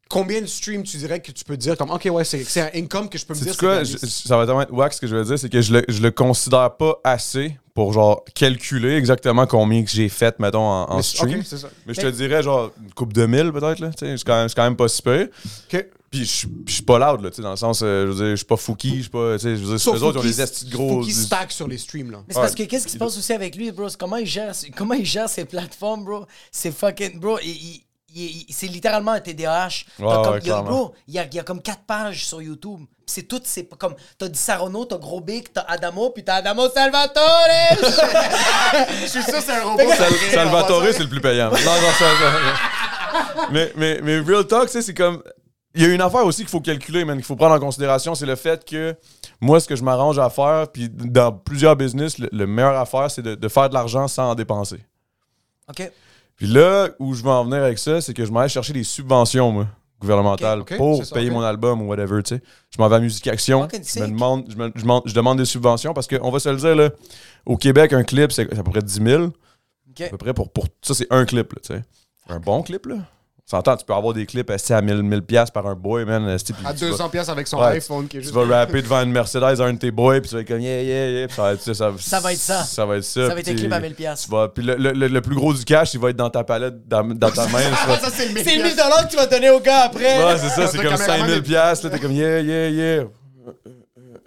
Combien de streams tu dirais que tu peux dire comme OK, ouais, c'est c'est un income que je peux me C'est dire du quoi, c'est je- réaliste. ça va tellement être wax ce que je veux dire, c'est que je le, je le considère pas assez pour genre calculer exactement combien que j'ai fait, mettons, en, en Mais- stream. OK, c'est ça. Mais je te dirais genre une coupe de mille peut-être, là. Tu sais, C'est quand, même- c'est quand même pas super. OK. Puis je suis- puis je suis pas loud, là, tu sais, dans le sens, euh, je veux dire, je suis pas fouki, je suis pas. Tu sais, je veux dire, Sauf eux autres, ils ont faut des qu'il- estis de gros. Faut qu'il des- stack sur les streams, là. Mais c'est Ouais. parce que qu'est-ce qui se passe aussi avec lui, bro? C'est Comment il gère, comment il gère ses plateformes, bro? C'est fucking, bro, il- il- il- il- c'est littéralement un TDAH. T'as Ouais, comme- ouais, il y a, clairement. bro, il y a, il y a comme quatre pages sur YouTube. C'est tout, c'est pas comme. T'as Di Sarono, t'as Gros Big, t'as Adamo, puis t'as Adamo Salvatore! Je suis sûr, c'est un robot. Sal- Salvatore, c'est le plus payant. Non, non, ça, ça- mais, mais, mais Real Talk, tu sais, c'est comme. Il y a une affaire aussi qu'il faut calculer, man, qu'il faut prendre en considération, c'est le fait que moi, ce que je m'arrange à faire, puis dans plusieurs business, le, le meilleur à faire, c'est de, de faire de l'argent sans en dépenser. ok. Puis là, où je vais en venir avec ça, c'est que je m'en vais chercher des subventions, moi, gouvernementales, Ok, ok, pour c'est ça, payer ok. mon album ou whatever, tu sais. Je m'en vais à Musique Action, Fucking je, me sick. demande, je, me- je m'en- je demande des subventions parce qu'on va se le dire, là, au Québec, un clip, c'est c'est à peu près 10 000 à peu près pour, pour ça c'est un clip là, tu sais. Un bon clip là. On s'entend, tu peux avoir des clips esti, à 1000 1000 pièces par un boy man, esti, puis À tu vas, 200 pièces avec son Ouais, iPhone qui est tu juste. vas rapper devant une Mercedes à un de tes boys puis tu vas être comme yeah yeah yeah, puis ça va être ça ça, Ça va être ça. Ça va être ça. Ça va être puis un clip à tu- 1000 piastres. tu vas- puis le, le- le- le plus gros du cash, il va être dans ta palette, dans, dans ta main. tu Ah, vas- Ça, c'est le C'est meilleur. 1000 que tu vas donner au gars après! Ouais, c'est ça, c'est Le comme caméraman, 5000 il- pièces là, t'es comme yeah yeah yeah. Euh, euh,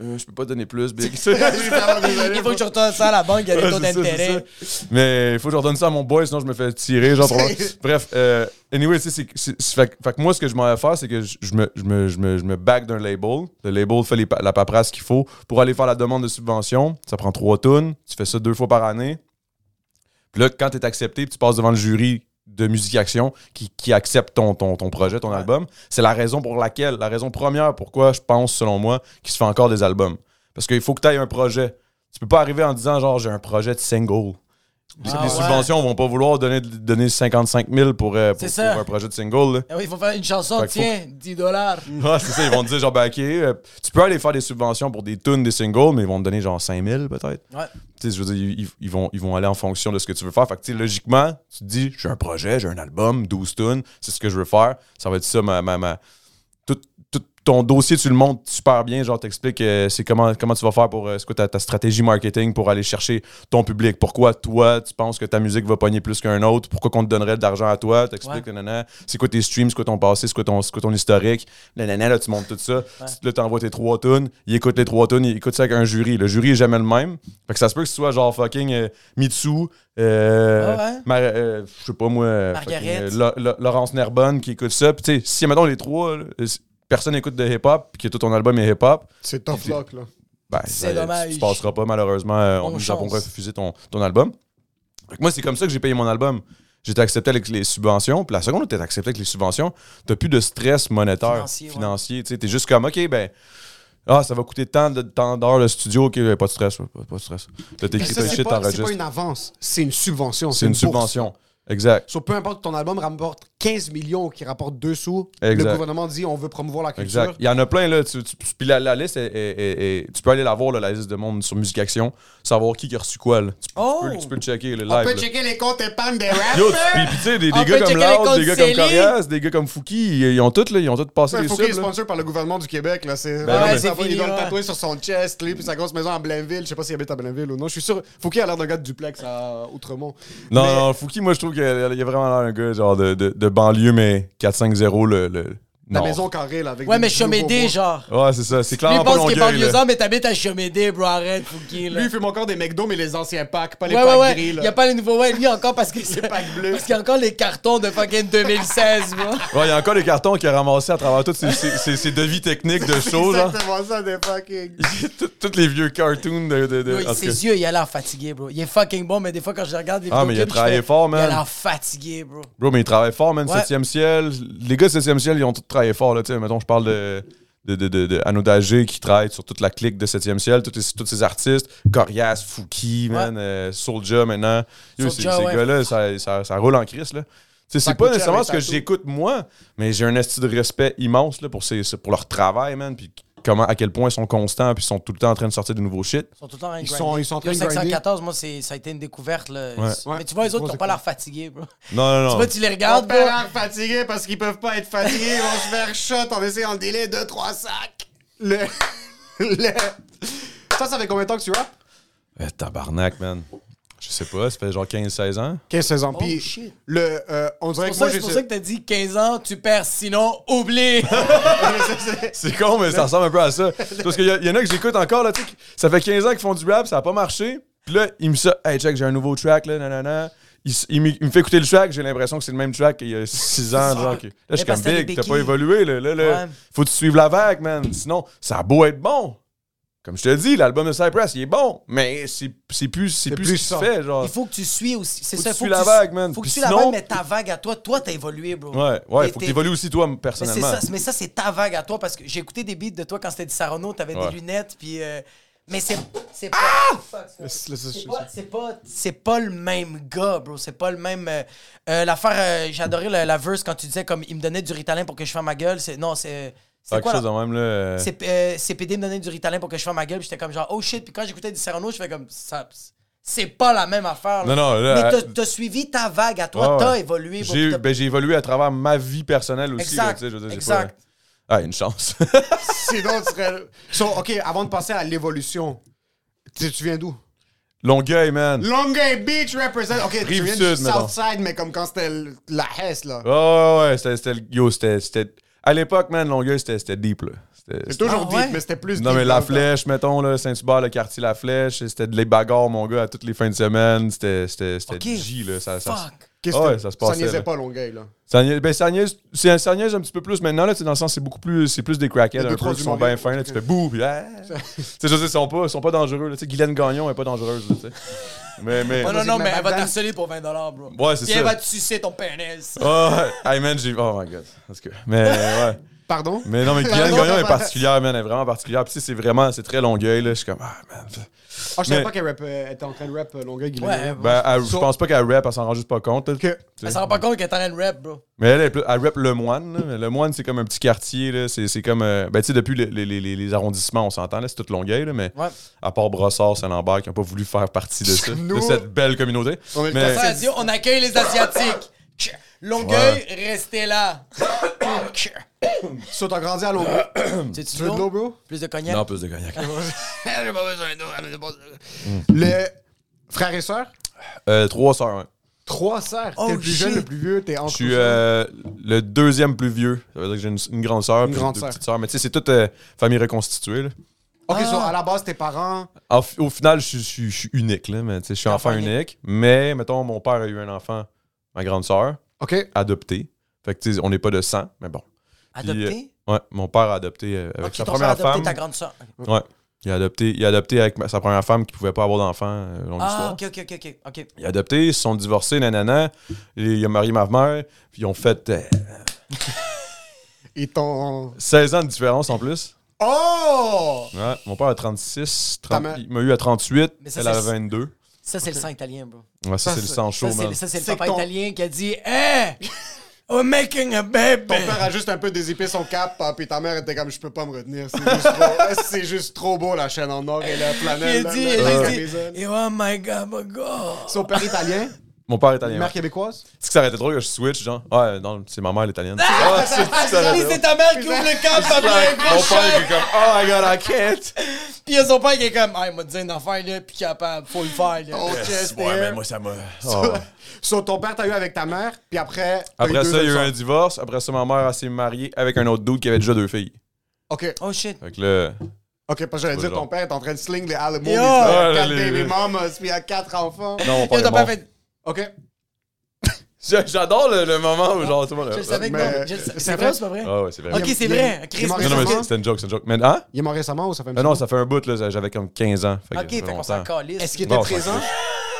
euh, je peux pas donner plus, big. il faut que tu retournes ça à la banque, il y a des Ouais, taux c'est ça, d'intérêt. c'est ça. Mais il faut que je redonne ça à mon boy, sinon je me fais tirer. Genre, pour- Bref, euh, anyway, tu sais, c'est- c'est- c'est- fait, que- fait que moi, ce que je m'en vais faire, c'est que je je me, je, me, je, me, je me back d'un label. Le label fait les pa- la paperasse qu'il faut pour aller faire la demande de subvention. Ça prend trois tonnes. Tu fais ça deux fois par année. Puis là, quand t'es accepté, puis tu passes devant le jury de musique action qui, qui accepte ton, ton, ton projet, ton album, c'est la raison pour laquelle, la raison première pourquoi je pense, selon moi, qu'il se fait encore des albums. Parce qu'il faut que tu aies un projet. Tu peux pas arriver en disant, genre, j'ai un projet de single. Les, Ah ouais. les subventions vont pas vouloir donner, donner 55 000 pour, euh, pour- C'est ça. pour un projet de single. là. Ah oui, il faut faire une chanson, Fait que faut- tiens, 10 dollars. Ouais, c'est ça, ils vont te dire genre, ben, ok, euh, tu peux aller faire des subventions pour des tunes, des singles, mais ils vont te donner genre 5000 peut-être. Ouais. Tu sais, je veux dire, ils, ils vont, ils vont aller en fonction de ce que tu veux faire. Fait que, tu sais, logiquement, tu te dis, j'ai un projet, j'ai un album, 12 tunes, c'est ce que je veux faire. Ça va être ça, ma. ma, ma- Tout, tout ton dossier, tu le montes super bien. Genre, t'expliques euh, c'est comment, comment tu vas faire pour. euh, c'est quoi ta, ta stratégie marketing pour aller chercher ton public? Pourquoi toi, tu penses que ta musique va pogner plus qu'un autre? Pourquoi qu'on te donnerait de l'argent à toi? T'expliques, nanana. C'est quoi tes streams? C'est quoi ton passé? C'est quoi ton, c'est quoi ton historique? Nanana, là, tu montes tout ça. Tu- Là, t'envoies tes trois tunes. Ils écoutent les trois tunes. Ils écoutent ça avec un jury. Le jury est jamais le même. Fait que ça se peut que ce soit genre fucking euh, Mitsu, euh, Ah ouais? Mar- euh, je sais pas moi, euh, Margaret. fucking, euh, Lo- Lo- Laurence Nerbonne qui écoute ça. Puis tu sais, si mettons les trois, là, euh, si personne n'écoute de hip-hop, puis que tout ton album est hip-hop, C'est tough luck, là. ben, C'est ça, dommage. Tu, tu passeras pas, malheureusement. euh, on Bonne nous avons chance. refusé ton, ton album. Fait que moi, c'est comme ça que j'ai payé mon album. J'étais accepté avec les subventions. Puis la seconde où t'es accepté avec les subventions, t'as plus de stress monétaire, Financier, financier. ouais. tu sais, t'es juste comme, OK, ben. Ah, ça va coûter tant de tant d'heures le studio, ok, ouais, pas de stress, ouais, pas, pas de stress. Là, Mais t'écris ça, ton c'est shit, pas, c'est t'enregistres. pas une avance, c'est une subvention. C'est une bourse. subvention. Exact. So, peu importe que ton album rapporte 15 millions ou qu'il rapporte 2 sous, le Exact. gouvernement dit on veut promouvoir la culture. Exact. Il y en a plein, là. Tu, tu- puis la, la liste, est- est- est- est- tu peux aller la voir, là, la liste de monde sur Musique Action, savoir qui qui a reçu quoi. là. Tu, tu Oh! peux, tu peux le checker, le live. On peut là. checker les comptes épargne des rappers. Yo, tu- puis, puis tu sais, des, des On peut gars comme checker les Loud, comptes des gars comme scellés. Corias, des gars comme Fouki, ils, ils ont tous, là, ils ont tous passé Ouais, des faut qu'il est subs. là. sponsor par le gouvernement du Québec. Là. C'est... Ben non, mais- ça va, c'est il doit le fini, tatouer sur son chest, lui, puis sa grosse maison à Blainville. Je sais pas s'il habite à Blainville ou non. Je suis sûr. Faut qu'il a l'air d'un gars de duplex à Outremont. Non, Mais- non, Fouki, moi, je trouve qu'il a il a vraiment l'air un gars genre de, de, de banlieue, mais 4-5-0, le. le... La nord. maison carrée, là, avec Ouais, des mais nouveaux bois. Chomédé, genre. Ouais, c'est ça. C'est Lui, clairement il pas pense qu'il est longueur. banlieusard, mais t'habites à Chomédé, bro. Arrête, Fouki, là. Lui, il fume encore des McDo, mais les anciens packs, pas les Ouais, ouais, packs ouais. gris. Là. Il a pas les nouveaux. Ouais, lui encore parce que c'est packs bleus. Parce qu'il y a encore les cartons de fucking 2016, bro. Ouais, il y a encore des cartons qu'il a ramassés à travers tous ces, ces, ces- ces devis techniques de show, C'est là. exactement ça, des fucking. Tous les vieux cartoons de. de, de- Yo, en tout cas. ses yeux, il a l'air fatigué, bro. Il est fucking bon, mais des fois, quand je regarde les Ah, mais il a vidéoclips, je travaillé fais, fort, man. Il a l'air fatigué, bro. Bro, mais ils travaillent fort, man. Ouais. 7e ciel. Les gars de 7e ciel, ils ont tous travaillé fort, là. Tu sais, mettons, je parle de. De, de, de, de Anno Dagé qui travaille sur toute la clique de 7e ciel, tous, les- tous ces artistes, Corias, Fouki, man, euh, Soulja maintenant. Yo, Soulja, ces- ces ouais. gars-là, ça, ça, ça roule en crise. là. Tu sais, C'est Paco pas Cher nécessairement avec ce que Tattoo. j'écoute moi, mais j'ai un esti de respect immense là, pour, ces, ce- pour leur travail, man, puis comment, à quel point ils sont constants, puis ils sont tout le temps en train de sortir de nouveaux shit. Ils sont tout le temps en train de Ils grinder. sont- ils sont en train Yo, de grinder. 514, moi, c'est- ça a été une découverte, là. Ouais. Ah. Ils- Ouais. Mais tu vois, les autres, Gros ils ont pas l'air fatigués, bro. Non, non, Tu non. vois, tu les Ils ont regardes, pas bro. l'air fatigués parce qu'ils peuvent pas être fatigués. Ils vont se faire shot en essayant de délai 2-3 sacs. Le... le. Ça, ça fait combien de temps que tu rap? Eh, tabarnak, man. Je sais pas, ça fait genre 15-16 ans. 15 ans. Puis, Puis, le, euh, on dirait Pour que ça, moi, C'est pour ça que t'as dit 15 ans, tu perds, sinon, oublie. C'est con, mais ça ressemble un peu à ça. Parce qu'il y, a- y en a que j'écoute encore, là, tu sais, qui- ça fait 15 ans qu'ils font du rap, ça a pas marché. Puis là, ils me sortent, hey, check, j'ai un nouveau track, là, nanana. Il, s- il, m'y- il me fait écouter le track, j'ai l'impression que c'est le même track qu'il y a 6 ans. Genre, que- là, je suis parce comme que t'as des big, t'as pas béquilles. évolué, là. là, là. Ouais. Faut que tu suives la vague, man. Sinon, ça a beau être bon. Comme je te dis, l'album de Cypress, il est bon, mais c'est c'est plus, c'est plus, plus ce ça. qu'il fait, genre. Il faut que tu suis aussi. C'est Ah. Faut ça, que tu faut que suis la tu- vague, man. Faut que Puis tu la sinon- vague, mais ta vague à toi, toi, t'as évolué, bro. Ouais, ouais, T'es- faut que t'es- t'évolues aussi, toi, Mais c'est personnellement. ça, mais ça, c'est ta vague à toi parce que j'ai écouté des beats de toi quand c'était du Sarano, t'avais Ouais. Ah! des lunettes, puis. euh, mais c'est. C'est pas. Fuck, c'est- Laisse- laisse- c'est pas- C'est pas, c'est pas le même gars, bro. C'est pas le même. euh, euh, L'affaire, euh, j'ai adoré la, la verse quand tu disais comme il me donnait du ritalin pour que je fasse ma gueule. C'est- Non, c'est. Fait C'est que quoi ça, la- de même, là. euh, c'est- euh, CPD me donnait du ritalin pour que je fasse ma gueule. puis J'étais comme genre, oh shit. Puis quand j'écoutais du Serrano, je fais comme, ça, c'est pas la même affaire. là. Non, non, là, Mais à- t'as- t'as suivi ta vague à toi, Ouais, t'as ouais. évolué. bro, J'ai t'as- ben, j'ai évolué à travers ma vie personnelle aussi. là, exact. tu sais, je veux dire, j'ai exact. pas- Ah, une chance. Sinon, tu serais. So, ok, avant de passer à l'évolution, tu, tu viens d'où? Longueuil, man. Longueuil Beach represent. Ok, tu Rive viens sud, du mettons. Southside, mais comme quand c'était l- la Hesse, là. Ouais, ouais, ouais. C'était, c'était le- yo, c'était, c'était- À l'époque, man, Longueuil, c'était, c'était deep, là. C'était- C'est c'était- toujours Ah dit, ouais? mais c'était plus. Non, deep mais la dans le temps. flèche, mettons, là, Saint-Hubert, le quartier La Flèche, c'était de les bagarres, mon gars, à toutes les fins de semaine. C'était, c'était, c'était Ok, G, là. Ça, ça- fuck. Qu'est-ce Ah que ouais, t'as- ça se Ça passait, niaisait là. pas Longueuil, là. Ça niaise, ben, ça niaise, c'est- ça niaise un petit peu plus maintenant, là, tu sais, dans le sens, c'est beaucoup plus, c'est plus des Les crackheads deux, un trois peu, qui sont bien humoristes. fins, là, tu fais bouh, puis ah. Tu sais, je veux dire, ils sont pas, ils sont pas dangereux, là, tu sais, Guylaine Gagnon est pas dangereuse, là, tu sais. Mais, mais. Oh non, non, Vas-y, mais elle va madame. t'harceler pour 20 bro. Ouais, c'est Puis elle ça. va te sucer ton pénis. Oh, hey, man, j'ai. Oh my god. Parce que. Mais, ouais. Pardon? Mais non, mais La Guylaine nôtre, Gagnon elle est va- particulière, man, elle est vraiment particulière. Puis, tu sais, c'est vraiment, c'est très longueuil, là, je suis comme, ah, man. Ah, je savais Mais- pas qu'elle rap- euh, était en train de rap euh, Longueuil, Guylaine. Ouais, Gagnon. Ben, elle- je So- pense pas qu'elle rap, elle s'en rend juste pas compte, là. Ok. Tu sais. Elle s'en rend pas compte qu'elle est en train de rap, bro. Mais elle, elle, pl- elle rep Le Moine. là. Le Moine, c'est comme un petit quartier. là. C'est c'est comme. euh, ben, tu sais, depuis le- les, les- les- les arrondissements, on s'entend, là, c'est toute Longueuil, là, mais Ouais. à part Brossard, Saint-Lambert, qui n'ont pas voulu faire partie de, ça, Nous- de cette belle communauté. On est le Mais, Ça, elle dit, on accueille les Asiatiques. Tch. Longueuil, restez là. Tch. Ça, t'as grandi à Longueuil. C'est-tu tu veux de l'eau, bro? Plus de cognac? non, plus de cognac. Le frère et sœur? Euh, trois sœurs. ouais. Trois sœurs. Oh, t'es le plus jeune, shit. le plus vieux, t'es entre Je suis euh, le deuxième plus vieux. Ça veut dire que j'ai une, une grande sœur puis grande deux sœur. petites sœurs. Mais tu sais, c'est toute euh, famille reconstituée. là. Ok, Ah. so, à la base, tes parents. En fi- au final, je suis- je suis je suis unique. Là, mais, tu sais, je suis enfant Enfant unique. unique. Mais, mettons, mon père a eu un enfant, ma grande sœur. Ok. adopté. Fait que, tu sais, on n'est pas de sang, mais bon. Adopté? Ouais, mon père a adopté euh, avec Ok, sa ton frère a première adopté femme. ta grande soeur. Ouais. Il a adopté, il a adopté avec ma- sa première femme qui pouvait pas avoir d'enfant, euh, longue Ah, histoire. ok, ok, ok, ok. ok. Il a adopté, ils se sont divorcés, nanana. Et il a marié ma mère, puis ils ont fait euh, Et ton. 16 ans de différence en plus. Oh! Ouais, mon père a 36, Ta 30 mère- il m'a eu à 38, Mais ça, elle a c'est- 22. Ça, c'est le sang italien, bro. Ouais, ça, Ça, c'est le c'est- sang Ça, chaud, man. c'est ça, c'est le C'est papa ton- italien qui a dit Hey, we're making a baby. Ton père a juste un peu dézippé son cap, ah, puis ta mère était comme je peux pas me retenir. C'est juste, trop- c'est juste trop beau la chaîne en or et la Il planète. a là, dit, là, il la a maison. dit, You are my God, my God. Son père italien, Mon père est italien. mère ouais. québécoise. C'est que ça aurait été drôle que je switch, genre. Ah, Ouais, non, c'est ma mère l'italienne. Ouais, c'est- ça aurait Puis été drôle. Ah, c'est ta mère qui ouvre le camp, papa, Mon père il est comme, oh my god, I can't. Ah, Puis il y a son père qui est comme, ah, il m'a dit une affaire, là, puis capable, faut le faire, là. Oh, chest Ouais, mais hair. moi, ça m'a. So, so, ton père t'a eu avec ta mère, puis après. t'as Après deux ça, il y a eu un adolescents. divorce. Après ça, ma mère elle s'est mariée avec un autre dude qui avait déjà deux filles. Ok, Oh shit. Fait que là. ok, parce que j'allais dire, Bonjour. ton père est en train de sling les Alamo. Yo! il a Ouais, quatre les- baby les- mamas, puis il a quatre enfants. Non, mon Yo, père. ton est père mort. fait. Ok. J'a- J'adore le, le moment où, genre, tout le monde. Je le savais que Mais- non. je le sa- c'est C'est vrai? vrai ou c'est pas vrai? Ah ouais, c'est Euh, vrai. Ok, c'est vrai. Chris, il- Non, non, mais ok, c'est- c'était une joke, c'est une joke. Mais, hein? Il est mort récemment ou ça fait un Ah petit non, bout? ça fait un bout, là. J'avais comme 15 ans. Fait que Ok, ça fait fait qu'on s'en longtemps. calisse. Est-ce qu'il était Non, ça présent?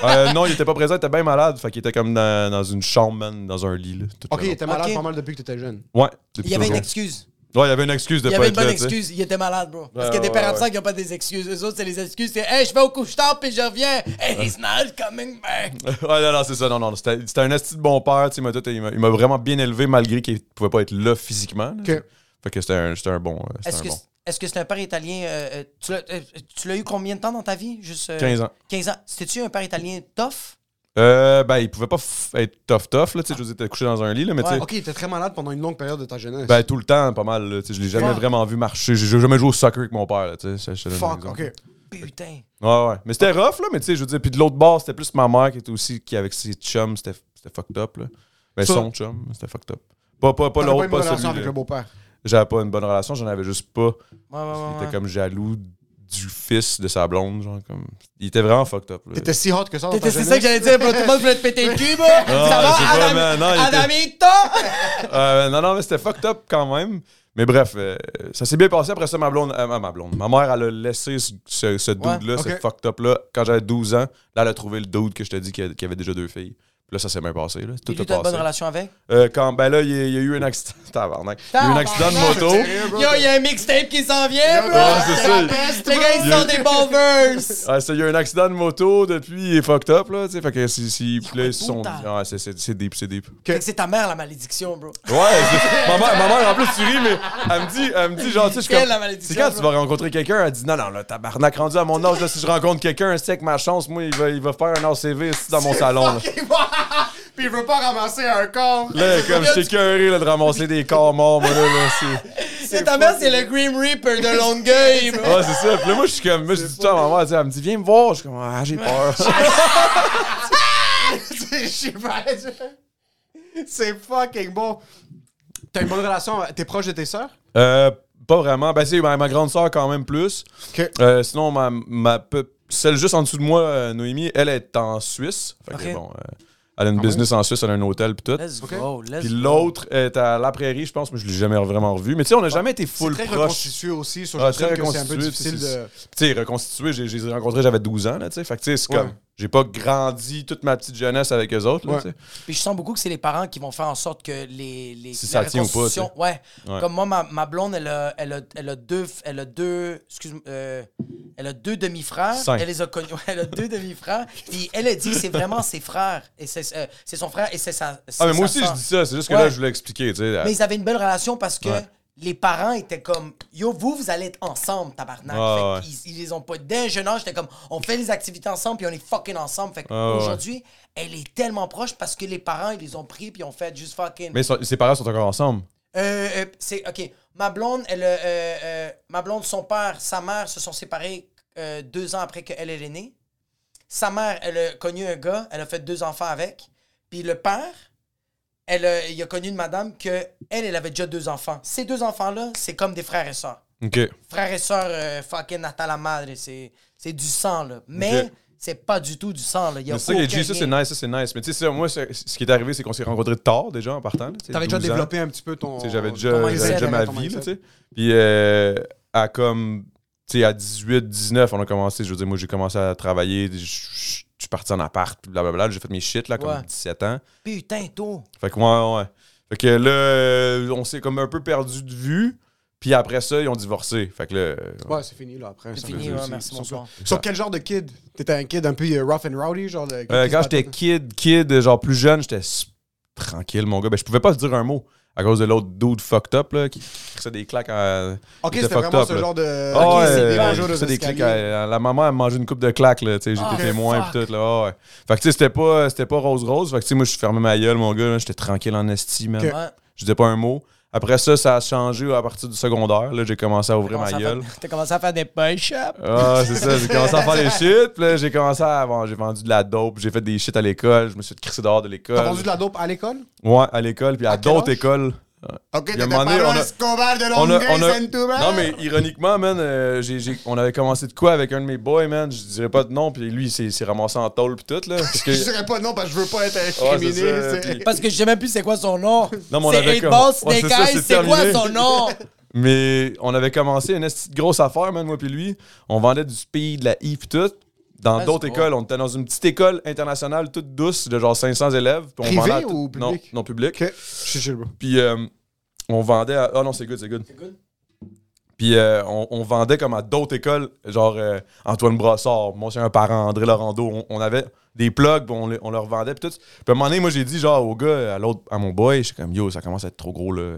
Euh, non, il était pas présent, il était bien malade. Fait qu'il était comme dans, dans une chambre, man, dans un lit, là. tout le Ok, il long. était malade Ok. pas mal depuis que t'étais jeune. Ouais, Il depuis y avait une toujours. excuse. Ouais, il y avait une excuse de Il y pas avait une être bonne là, tu sais. excuse, il était malade, bro. Parce Ouais, qu'il y a des ouais, parents ouais. absents qui n'ont pas des excuses. Eux autres, c'est les excuses. C'est, hey, je vais au couche-tard puis je reviens. Hey, he's not coming back. Ouais, non, non, c'est ça. Non, non. C'était c'était un esti de bon père. tu sais, Il m'a tout- il m'a il m'a vraiment bien élevé malgré qu'il pouvait pas être là physiquement. là. Ok. Fait que c'était un, c'était un bon. euh, c'était Est-ce un que, bon. est-ce que c'est un père italien? euh, euh, tu, l'as, euh, tu l'as eu combien de temps dans ta vie? Juste, euh, 15 ans. 15 ans. C'était-tu un père italien tough? Euh, ben, il pouvait pas f- être tough, tough. Là, tu sais, je veux dire, t'es couché dans un lit, là, mais tu sais, Ok, il était très malade pendant une longue période de ta jeunesse. ben, tout le temps, pas mal. là, tu sais, je l'ai jamais Fuck. vraiment vu marcher. J'ai j'ai jamais joué au soccer avec mon père. Là, tu sais, ça, je te donne un Fuck, exemple. ok. Putain. Ouais, ouais. Mais c'était rough, là, mais tu sais, je veux dire. Puis de l'autre bord, c'était plus ma mère qui était aussi, qui avec ses chums, c'était c'était fucked up, là. Ben, Ça- son chum, c'était fucked up. Pas, pas, pas T'avais l'autre, une pas, bonne relation celui avec le beau-père. J'avais pas une bonne relation, j'en avais juste pas. Ouais, ouais, ouais, Il était ouais. comme jaloux du fils de sa blonde, genre comme. Il était vraiment fucked up. là. T'étais si hot que ça dans ta T'étais- c'est ça que jeunesse? j'allais dire, bro. Tout le monde voulait te péter le cul, bro. ça va, je sais pas, Adam- man. Non, il était- Adamito? Euh, non, non, mais c'était fucked up quand même. Mais bref, euh, ça s'est bien passé. Après ça, ma blonde, euh, ma blonde, ma mère, elle a laissé ce, ce, ce dude-là, Ouais, ce ok. fucked up-là. Quand j'avais 12 ans, là, elle a trouvé le dude que je te dis qui, a- qui avait déjà deux filles. Puis là, ça s'est bien passé. Là. Tout Puis lui, a t'as une bonne passé. relation avec? Euh, quand, ben là, il y a, il y a eu un accident. Tabarnak. Il y a eu un accident de moto. Sérieux, bro? Yo, il y a un mixtape qui s'en vient, bro. Ouais, c'est ça. Les gars, ils sont des bons verses. Ouais, ça, il y a eu un accident de moto depuis, il est fucked up, là, tu sais, fait que si, si, puis là, ils se sont... putain. Ouais, c'est- c'est c'est deep, c'est deep. Fait que c'est ta mère, la malédiction, bro. Ouais, c'est- ma, mère, ma mère, en plus, tu ris, mais elle me dit, elle me dit genre, tu sais, je suis Quelle comme- la malédiction, C'est quand tu bro. vas rencontrer quelqu'un, elle dit, non, non, là, tabarnak, rendu à mon âge, là, si je rencontre quelqu'un, c'est que ma chance, moi, il va, il va faire un ACV ici dans mon salon, là. Puis il veut pas ramasser un corps. Là, comme je t'ai écœuré, là, de ramasser des corps morts, moi, là, là, c'est... C'est ta mère, c'est le Grim Reaper de Longueuil, bro. Ouais, c'est ça. Puis là, moi, je suis comme, moi, je dis tout le temps à ma mère, tu sais, elle me dit, viens me voir, je suis comme, ah, j'ai peur. Je sais pas. C'est fucking bon. T'as une bonne relation, t'es proche de tes sœurs? Euh, pas vraiment. Ben, c'est ma, ma grande sœur quand même plus. Ok. Euh, sinon, ma, ma pe- celle juste en dessous de moi, euh, Noémie, elle est en Suisse. Fait que Ok. bon, euh, Elle a une business en Suisse, elle a un hôtel, puis tout. Let's Ok. go, let's Puis go. l'autre est à la prairie, je pense, mais je l'ai jamais vraiment revu. Mais tu sais, on n'a jamais été C'est full très proche. reconstitué aussi. sur Ah, je très sais que c'est un peu reconstitué, difficile puis c'est- de. Tu sais, reconstitué, j'ai- je les ai rencontrés, j'avais 12 ans, là, tu sais. Fait que tu sais, c'est Ouais. comme. J'ai pas grandi toute ma petite jeunesse avec eux autres, là, Ouais. tu sais. Puis je sens beaucoup que c'est les parents qui vont faire en sorte que les. les Si la ça tient ou pas, reconstitution- ouais. Ouais. Comme moi, ma, ma blonde, elle a, elle, a, elle a deux. f- Elle a deux. Excuse-moi. euh, elle a deux demi-frères. Cinq. Elle les a connus. ouais, Elle a deux demi-frères. Puis elle a dit que c'est vraiment ses frères. Et c'est euh, c'est son frère et c'est sa. c'est Ah, mais sa moi aussi, sœur. je dis ça, c'est juste que Ouais. là, je voulais expliquer, tu sais. Mais ils avaient une belle relation parce que Ouais. les parents étaient comme Yo, vous, vous allez être ensemble, tabarnak. Ouais, Fait qu'ils- ils, les ont pas. Dès un jeune âge, c'était comme On fait les activités ensemble, puis on est fucking ensemble. Fait ouais. qu'aujourd'hui, elle est tellement proche parce que les parents, ils les ont pris, puis ils ont fait juste fucking. Mais so- ses parents sont encore ensemble. Euh, euh, c'est ok. Ma blonde, elle, euh, euh, ma blonde, son père, sa mère se sont séparés euh, deux ans après qu'elle elle est née. Sa mère, elle a connu un gars, elle a fait deux enfants avec. Puis le père, elle, a- il a connu une madame que elle, elle avait déjà deux enfants. Ces deux enfants là, c'est comme des frères et sœurs. OK. Frères et sœurs, euh, fucking à la madre, c'est c'est du sang là. Mais Ok. c'est pas du tout du sang là. Il Y a Mais c'est ça aucun que j'ai dit, ça c'est lien. nice, ça c'est nice. Mais tu sais, ça, moi, c'est- ce qui est arrivé, c'est qu'on s'est rencontrés tard déjà en partant. là, tu sais, T'avais déjà 12 ans. développé un petit peu ton. Tu sais, J'avais Ton déjà, mindset, j'avais déjà là, ma ton vie, là, tu mindset. sais. Puis euh, à comme, tu sais, à 18, 19, on a commencé, je veux dire, moi j'ai commencé à travailler, je- je je suis parti en appart, puis blablabla, j'ai fait mes shit, là, comme Ouais. 17 ans. Putain tôt. Fait que, ouais, ouais. Fait que là, euh, on s'est comme un peu perdu de vue, puis après ça, ils ont divorcé. Fait que là, euh, Ouais, c'est fini là après. C'est ça fini. veut dire ouais, aussi, hein, merci ils sont bonsoir. sur- Sur quel genre de kid T'étais un kid un peu euh, rough and rowdy, genre de. Euh, quand j'étais kid, kid, euh, genre plus jeune, j'étais s- tranquille, mon gars. Ben, je pouvais pas se dire un mot à cause de l'autre dude fucked up là, qui crissait des claques à. Ok, j'étais c'était fucked vraiment up, ce là. genre de. Ah Ok, ouais, c'est des euh, bonjours il de crissait des claques escalier. à- à La maman, elle mangeait une coupe de claques, là. tu sais, Ah, J'étais témoin, fuck. pis tout, là. ah ouais. Fait que, tu sais, c'était pas, c'était pas rose-rose. Fait que, tu sais, moi, je fermais ma gueule, mon gars. là, J'étais tranquille en estime. Ok. Ouais. Je disais pas un mot. Après ça, ça a changé à partir du secondaire. Là, j'ai commencé à T'as ouvrir ma commencé à gueule. faire- T'as commencé à faire des push Ah, c'est ça, j'ai commencé à faire des shit. Puis là, j'ai commencé à. bon, j'ai vendu de la dope, j'ai fait des shit à l'école, je me suis fait crisser dehors de l'école. T'as vendu de la dope à l'école Ouais, à l'école, puis à, À quel d'autres âge? écoles. Ok, Il y a un moment donné, on a- Escobar de On a- Longueuil, on a- Saint-Hubert. Non, mais ironiquement, man, euh, j'ai- j'ai- on avait commencé de quoi avec un de mes boys, man? Je dirais pas de nom, puis lui, il s'est- il s'est ramassé en tôle, puis tout, là. Parce que... Je dirais pas non parce que je veux pas être Ouais, incriminé. c'est ça, c'est- puis- Parce que je sais même plus c'est quoi son nom. Non, mais on c'est avait Eight comme- Ball Ouais, Snake c'est ça, c'est Eyes, c'est quoi terminé. son nom? Mais on avait commencé une esti de grosse affaire, man, moi, puis lui. On vendait du speed, de la I, puis tout. Dans Ah, Let's d'autres go. écoles, on était dans une petite école internationale toute douce de genre 500 élèves. puis on Privée vendait à ou tout- Non, publique? non public. Ok, je suis chill, bro. Puis euh, on vendait à. Ah non, c'est good, c'est good. Puis euh, on, on vendait comme à d'autres écoles, genre euh, Antoine Brossard, Monsieur Parent, André Laurando. On, on avait des plugs, puis on, les- on leur vendait. Puis tout. Puis à un moment donné, moi, j'ai dit, genre, au gars, à l'autre, à mon boy, j'étais comme, yo, ça commence à être trop gros, là.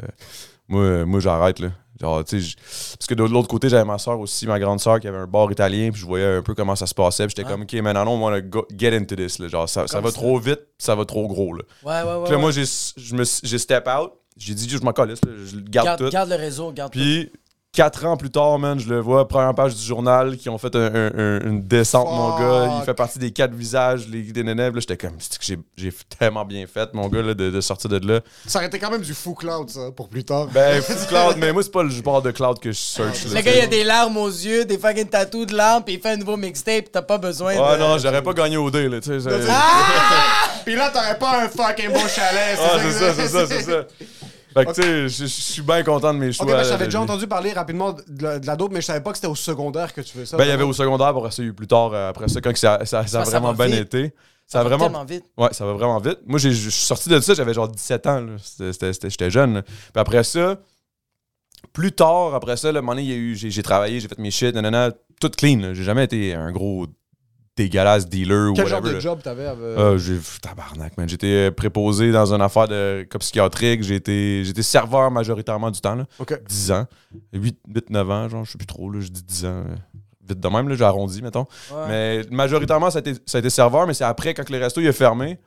Moi, euh, moi j'arrête, là. Genre, tu sais, j- parce que de l'autre côté, j'avais ma soeur aussi, ma grande soeur, qui avait un bar italien, puis je voyais un peu comment ça se passait. Puis j'étais comme, OK, maintenant, on va get into this, là. Genre, ça, ça Comme va ça. trop vite, ça va trop gros, là. Ouais, ouais, ouais. Puis là, ouais. moi, j'ai, je me, suis- j'ai step out. J'ai dit, je m'en calisse, là, je le garde, garde, tout. garde le réseau, garde tout. Puis, quatre ans plus tard, man, je le vois, première page du journal, qui ont fait un- un- un- une descente, mon Fuck. gars. Il fait partie des quatre visages, les des nénèves. Là, j'étais comme, c'est que j'ai, j'ai tellement bien fait, mon gars, là, de, de sortir de là. Ça aurait été quand même du fou cloud, ça, pour plus tard. Ben, fou de cloud, mais moi, c'est pas le genre de cloud que je search. Le là, gars, tu il sais. a des larmes aux yeux, des fucking tatous de larmes, puis il fait un nouveau mixtape, t'as pas besoin Ah de. non, j'aurais pas gagné au dé, là, tu sais. c'est- Ah, Pis là, t'aurais pas un fucking beau chalet. Ah, c'est ça, c'est ça, c'est ça. Fait que, tu sais, je je suis bien content de mes choix. Ok, ben, là, j'avais de- déjà entendu parler rapidement de la, de la dope, mais je savais pas que c'était au secondaire que tu fais ça. Ben, il y avait au secondaire pour essayer plus tard euh, après ça, quand que ça, ça, ça a Ça, ça vraiment va bien vite. été. Ça a va vraiment. tellement vite. Ouais, ça va vraiment vite. Moi, j'ai- je suis sorti de ça, j'avais genre 17 ans. là. C'était- c'était- c'était- J'étais jeune. là. Puis après ça, plus tard, après ça, le moment donné, il y a eu- j'ai j'ai travaillé, j'ai fait mes shit, nanana, tout clean. là. J'ai jamais été un gros dégueulasse dealer ou Quel whatever. genre de là. job t'avais avec... Euh, j'ai pff, tabarnak, man. J'étais euh, préposé dans une affaire de cas psychiatrique. J'ai été, j'étais serveur majoritairement du temps, là. Ok. 10 ans. 8, 8, 9 ans, genre, je sais plus trop, là. Je dis 10 ans. euh, Vite de même, là, j'ai arrondi, mettons. Ouais. Mais majoritairement, ça a, été, ça a été serveur, mais c'est après, quand le resto il a fermé,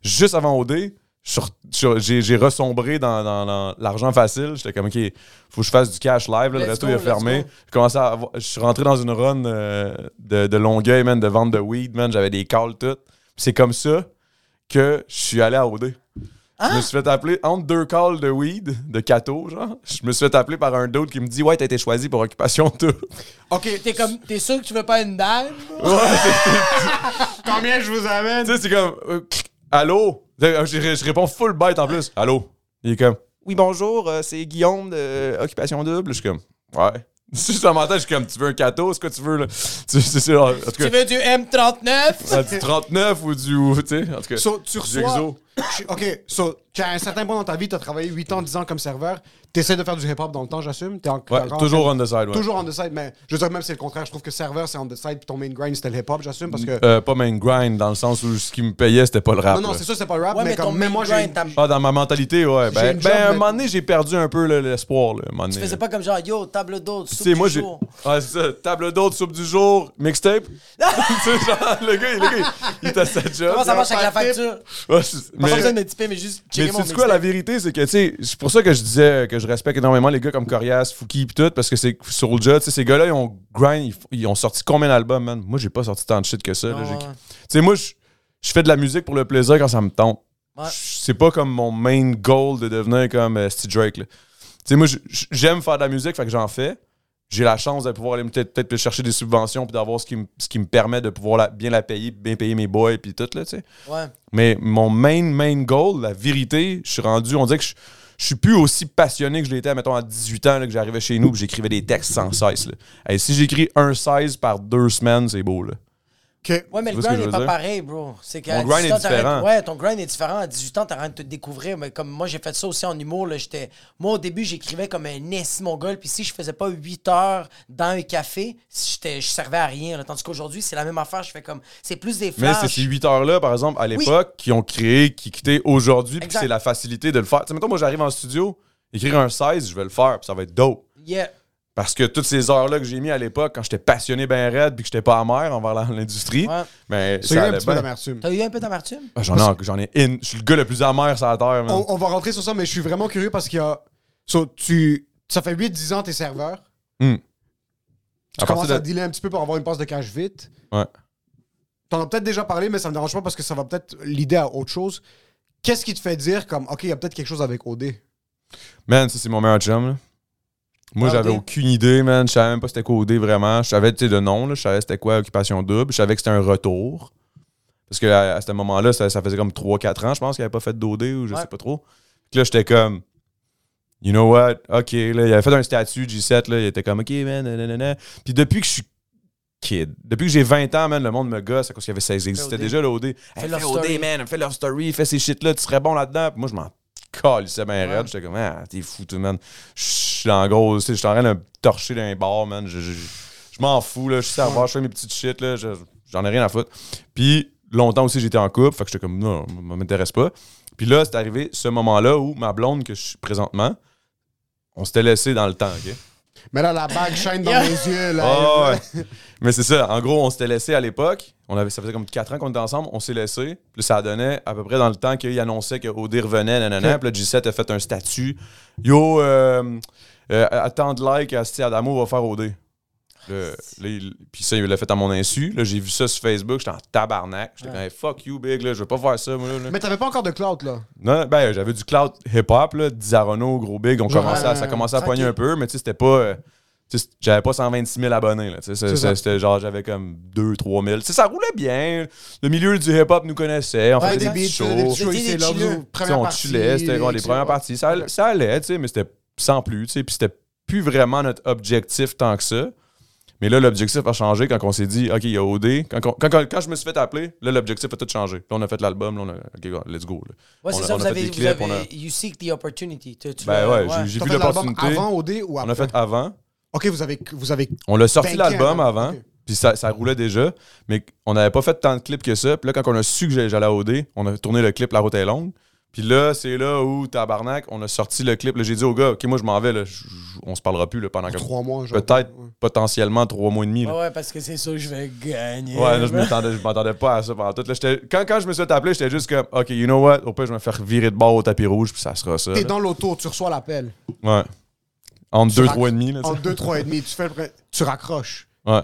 juste avant OD, je suis re- je suis- j'ai j'ai ressombré dans, dans- dans l'argent facile. J'étais comme, OK, faut que je fasse du cash live. là, le Let's resto go, il a let's fermé. go. J'ai commencé à avoir- je suis rentré dans une run euh, de, de longueuil, man, de vente de weed, man. J'avais des calls, tout. Puis C'est comme ça que je suis allé à OD. Je Hein? me suis fait appeler entre deux calls de weed, de cato, genre. Je me suis fait appeler par un d'autre qui me dit Ouais, t'as été choisi pour occupation tout. Ok, T'es comme, t'es sûr que tu veux pas une dame? combien je vous amène? Tu sais, c'est comme. euh, Allô? Je, je- je réponds full bite en plus. Allô? Il est comme. Oui, bonjour, euh, c'est Guillaume de euh, Occupation Double. Je suis comme. Ouais. Si je m'entends, je suis comme, tu veux un cateau? C'est quoi tu veux, là? Tu, c'est ça, en tout Tu cas, veux du M39? euh, du 39 ou du. ou, Tu sais, en tout cas. So, tu du reçois... exo. Je- OK, so, tu as un certain point dans ta vie, tu as travaillé 8 ans, 10 ans comme serveur, tu essaies de faire du hip-hop dans le temps, j'assume. T'es en- Ouais, encore- toujours on the side, ouais. Toujours on the side, mais je veux dire, même c'est le contraire. Je trouve que serveur, c'est on the side, puis ton main grind, c'était le hip-hop, j'assume, parce que. Euh, pas main grind, dans le sens où ce qui me payait, c'était pas le rap. non, non, là. c'est sûr, c'est pas le rap, Ouais, mais, mais ton comme. Mais main moi, j'ai. grind, t'as- Ah, dans ma mentalité, ouais. Ben, une ben, job, un mais- moment donné, j'ai perdu un peu là, l'espoir, là, un moment Tu donné. faisais pas comme genre, yo, table d'hôte, Tu soupe sais, du moi, j'ai. jour. Ouais, c'est ça. Table d'hôte, soupe du jour, mixtape. tu sais, genre, le gars, le gars, il- il est à sa job. Ah! Comment ça marche avec la Parfait. facture? Ouais, c'est- Pas mais- besoin de me typer, mais juste Mais checker tu mon sais quoi, la vérité, c'est que, tu sais, c'est pour ça que je disais que je respecte énormément les gars comme Corias, Fouki, pis tout, parce que c'est Soulja, tu sais, ces gars-là, ils ont grind, ils, f- ils ont sorti combien d'albums, man? Moi, j'ai pas sorti tant de shit que ça. là. Non, J'ai- ouais. Tu sais, moi, je je fais de la musique pour le plaisir quand ça me tente. Ouais. Je- C'est pas comme mon main goal de devenir comme euh, Steve Drake, là. Tu sais, moi, je- je- j'aime faire de la musique, fait que j'en fais. J'ai la chance de pouvoir aller peut-être peut-être chercher des subventions puis d'avoir ce qui me ce qui me permet de pouvoir la- bien la payer, bien payer mes boys puis tout, là, tu sais. Ouais. Mais mon main, main goal, la vérité, je suis rendu, on dirait que je, je suis plus aussi passionné que je l'étais, mettons, à 18 ans, là, que j'arrivais chez nous et j'écrivais des textes sans cesse. là. Hey, si j'écris un 16 par deux semaines, c'est beau. Là. OK. Ouais, mais le Tu vois ce grind que je n'est veux pas dire? pareil, bro. C'est que Mon à grind 18 ans, est t'arrêtes- différent. Ouais, ton grind est différent. À 18 ans, t'es en train de te découvrir. Mais comme moi, j'ai fait ça aussi en humour. Là, j'étais... Moi, au début, j'écrivais comme un esti mongol. Puis si je faisais pas 8 heures dans un café, j'étais... je servais à rien. là. Tandis qu'aujourd'hui, c'est la même affaire. Je fais comme. C'est plus des Mais flashs. c'est ces 8 heures-là, par exemple, à l'époque, qui ont créé, qui quitté aujourd'hui, puis Exact. c'est la facilité de le faire. Tu sais, mettons, moi, j'arrive en studio, écrire un 16, je vais le faire, puis ça va être dope. Yeah. Parce que toutes ces heures-là que j'ai mis à l'époque, quand j'étais passionné ben raide, puis que j'étais pas amer envers la- l'industrie, Ouais. mais C'est ça un allait petit peu bien. d'amertume. T'as eu un peu d'amertume? Ah, J'en ai, en- j'en ai in. Je suis le gars le plus amer sur la terre, man. On, on va rentrer sur ça, mais je suis vraiment curieux parce qu'il y a. Oh, So, tu, ça fait 8-10 ans tes serveurs. Hmm. Tu À partir commences de- à dealer un petit peu pour avoir une passe de cash vite. Ouais. T'en as peut-être déjà parlé, mais ça me dérange pas parce que ça va peut-être l'idée à autre chose. Qu'est-ce qui te fait dire comme OK, il y a peut-être quelque chose avec OD? Man, ça, c'est mon meilleur chum. là. Moi, Ah, j'avais ok. aucune idée, man. Je savais même pas c'était quoi OD vraiment. Je savais, tu sais, de nom, là. Je savais c'était quoi Occupation Double. Je savais que c'était un retour. Parce que à, à ce moment-là, ça, ça faisait comme 3-4 ans, je pense, qu'il avait pas fait d'OD ou je Ouais. sais pas trop. Puis là, j'étais comme, you know what, ok, là, il avait fait un statut G7, là. Il était comme, ok, man, nanana. Puis depuis que je suis kid, depuis que j'ai 20 ans, man, le monde me gosse à cause qu'il y avait ça existait OD. déjà, l'OD. Hey, fais leur OD, story. man, fais leur story, fais ces shit-là, tu serais bon là-dedans. Puis moi, je m'en calissais bien raide. J'étais comme, ah, t'es fou, tout, man. Je suis en gros, tu sais, je suis en train de me torcher d'un bar, man. Je, je- je- je m'en fous, là. Je suis savoir, je fais mes petites shit, là. Je- J'en ai rien à foutre. Puis longtemps aussi, j'étais en couple. Fait que j'étais comme, non, ça m'intéresse pas. Puis là, c'est arrivé ce moment-là où ma blonde que je suis présentement, on s'était laissé dans le temps, OK? Mais là, la bague chaîne dans Yeah. les yeux. Là, Ah ouais. Mais c'est ça. En gros, on s'était laissé à l'époque. On avait, ça faisait comme 4 ans qu'on était ensemble. On s'est laissé. Puis ça donnait à peu près dans le temps qu'il annonçait que OD revenait. Nanana. Puis là, G7 a fait un statut. Yo, euh, euh, attends de like, Asti Adamo va faire OD. Le- là, il- puis ça, il l'a fait à mon insu. Là, j'ai vu ça sur Facebook. J'étais en tabarnak. J'étais comme, Hey, fuck you, big. Là, je veux pas faire ça. Moi, là, là. Mais t'avais pas encore de clout, là. Non, ben, j'avais du cloud hip-hop, là, Dizarono, Gros Big, on Genre, commençait à- ça euh, commençait à tranquille. poigner un peu, mais tu sais, c'était pas. euh, tu sais, J'avais pas 126 000 abonnés. Là, tu sais, c'est- ça. c'est- c'était genre, j'avais comme 2-3 000. Tu sais, ça roulait bien. Le milieu du hip-hop nous connaissait. On Ouais, faisait des des, beats, petits shows. euh, des petits Tu shows C'était ici, des là, chilleux. vous, sais, première on partie. chillait. C'était genre les etc. premières parties. Ça, Ouais. ça allait, tu sais, mais c'était sans plus. tu sais, Puis c'était plus vraiment notre objectif tant que ça. Mais là, l'objectif a changé quand on s'est dit, OK, il y a OD. Quand, on- quand, quand, quand je me suis fait appeler, là, l'objectif a tout changé. Là, on a fait l'album. Là, on a, OK, let's go. là. Ouais, On c'est a- ça. on a Vous fait avez. des vous clips, avez- on a- You seek the opportunity. Tu- tu Ben l'as- ouais, j'ai- j'ai T'as vu fait l'album l'opportunité. avant OD ou On après? a fait avant. OK, vous avez... Vous avez... On l'a sorti Banqué l'album avant. avant, Ok. puis ça, ça roulait déjà, mais on n'avait pas fait tant de clips que ça. Puis là, quand on a su que j'allais j'allais à OD, on a tourné le clip La route est longue. Puis là, c'est là où, tabarnak, on a sorti le clip. Là, J'ai dit au gars, OK, moi, je m'en vais, là, je- je- on se parlera plus là, pendant comme- Trois mois, genre. peut-être Ouais. potentiellement trois mois et demi. là. Ouais, ouais, parce que c'est sûr que je vais gagner. Ouais, là, je m'attendais- je m'attendais pas à ça pendant tout. Là, j'étais- quand, quand je me suis fait appeler, j'étais juste comme, OK, you know what, au pire, je vais me faire virer de bord au tapis rouge, puis ça sera ça. T'es là. dans l'auto, tu reçois l'appel. Ouais. Entre deux, rac- trois et demi. là, tu En sais. 2, 3 et demi, tu fais le pré- Tu raccroches. Ouais.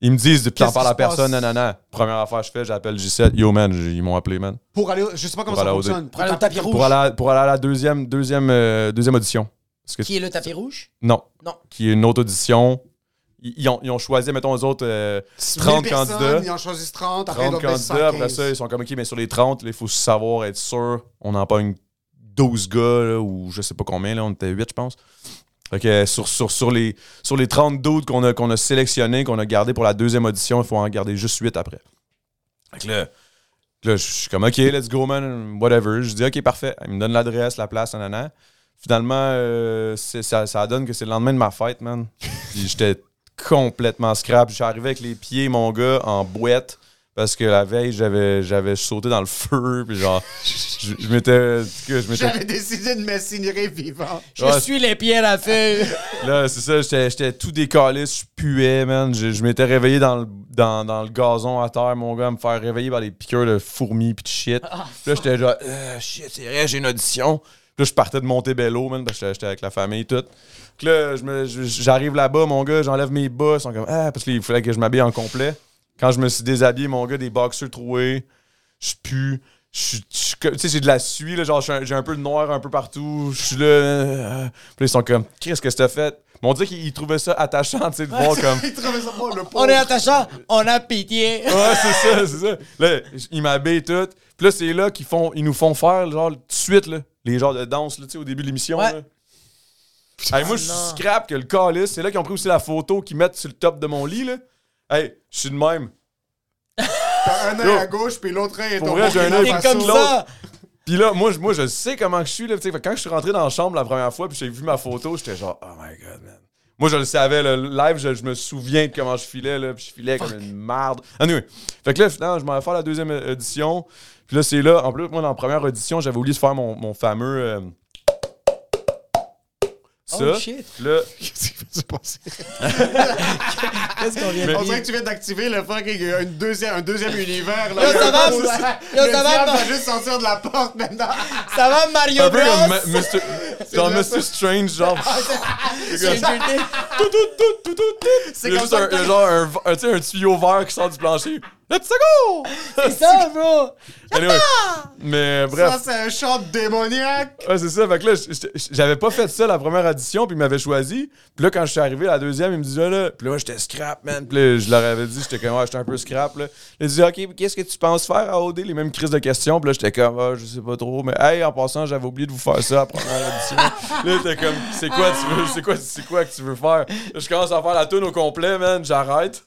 Ils me disent, puis Qu'est-ce t'en parles à qui se personne, passe? nanana. Première affaire que je fais, j'appelle J7. Yo, man, j- ils m'ont appelé, man. Pour aller... au- Je sais pas comment Pour ça aller au fonctionne. Pour aller au tapis rouge. Pour aller à, pour aller à la deuxième, deuxième, euh, deuxième audition. Parce que, Qui est le tapis rouge? Non, Non. qui est une autre audition. ils, ils ont, ils ont choisi, mettons, eux autres, euh, 30 30 personnes, candidats. Ils en choisissent 30, après 30 ils doivent candidats, après ça, ils sont comme, OK, mais sur les 30, là, il faut savoir, être sûr, on en pogne 12 gars, là, ou je sais pas combien, là, on était 8, je pense. Fait que euh, sur, sur, sur, les, sur les 30 doutes qu'on a, qu'on a sélectionnés, qu'on a gardés pour la deuxième audition, il faut en garder juste 8 après. Fait que là, là, je suis comme, OK, let's go, man, whatever. Je dis, OK, parfait. Il me donne l'adresse, la place, nanana. Finalement, euh, c'est- ça, ça donne que c'est le lendemain de ma fête, man. Puis j'étais complètement scrap. J'arrivais avec les pieds, mon gars, en boîte. Parce que la veille, j'avais, j'avais sauté dans le feu. Puis genre, je, je m'étais. en tout cas, je m'étais- J'avais décidé de m'assigner vivant. Je Ouais. suis les pierres à feu. Là, c'est ça, j'étais- j'étais tout décalé, je puais, man. Je, je m'étais réveillé dans le, dans, dans le gazon à terre, mon gars, à me faire réveiller par les piqûres de fourmis pis de shit. Puis là, j'étais genre, Euh, shit, c'est vrai, j'ai une audition. Puis là, je partais de Montebello, man, parce que j'étais- j'étais avec la famille, tout. Puis là, je me- je- j'arrive là-bas, mon gars, j'enlève mes bas, ils sont comme, ah, parce qu'il fallait que je m'habille en complet. Quand je me suis déshabillé, mon gars, des boxers troués, je pue. Je suis- je suis comme- Tu sais, j'ai de la suie, là, genre, j'ai un- j'ai un peu de noir un peu partout. Je suis là. euh, euh. Puis là, ils sont comme, qu'est-ce que t'as fait? Mais on dirait qu'ils ils trouvaient ça attachant, tu sais, de voir comme. Ils trouvaient ça pas le pauvre. On est attachant, on a pitié. Ouais, c'est ça, c'est ça. Là, j- ils m'habillent tout. Puis là, c'est là qu'ils font, ils nous font faire, genre, tout de suite, là, les genres de danse, là, tu sais, au début de l'émission. Ouais. là. Hey, moi, je suis scrap que le calice. C'est là qu'ils ont pris aussi la photo qu'ils mettent sur le top de mon lit, là. Hey, je suis de même. T'as un Yo. œil à gauche, puis l'autre œil est Pour au vrai, j'ai un Burkina œil T'es Faso. comme ça. Puis là, moi, je- moi, je sais comment que je suis. Là, Tu sais, fait que quand je suis rentré dans la chambre la première fois, puis j'ai vu ma photo, j'étais genre, oh my god, man. Moi, je le savais, le live, je, je me souviens de comment je filais, là, puis je filais comme une marde. Anyway, fait que là, finalement, je m'en vais faire la deuxième audition. Puis là, c'est là, en plus, moi, dans la première audition, j'avais oublié de faire mon, mon fameux. euh, ça. Oh shit. Puis là, Qu'est-ce qui va se passer? Qu'est-ce qu'on vient de Mais- On dire? dirait que tu viens d'activer le fucking une deuxième, un deuxième univers. Là, Yo, ça va, Le ça- diable- yo, le ça va, diable ma- va juste sortir de la porte maintenant. Ça va, un Mario peu comme Bros? Ma- Mr. genre vrai, Mr. Strange, genre. Ah, Stranger Things. C'est juste un, un genre, un, un- tu sais, un tuyau vert qui sort du plancher. Let's go! C'est ça, bro. Anyway, mais Ça, bref, c'est un chant démoniaque. Ouais, c'est ça. Fait que là, j- j- j'avais pas fait ça la première audition, puis ils m'avaient choisi. Puis là, quand je suis arrivé à la deuxième, ils me disaient là, puis là, j'étais scrap, man. Puis là, je leur avais dit, j'étais comme, ouais, j'étais un peu scrap, là. Ils disaient, OK, qu'est-ce que tu penses faire à OD? Les mêmes crises de questions. Puis là, j'étais comme, ah, je sais pas trop, mais hey, en passant, j'avais oublié de vous faire ça à la première audition. là, j'étais comme, c'est quoi, tu veux, c'est quoi, c'est quoi que tu veux faire? Là, je commence à faire la tune au complet, man. J'arrête.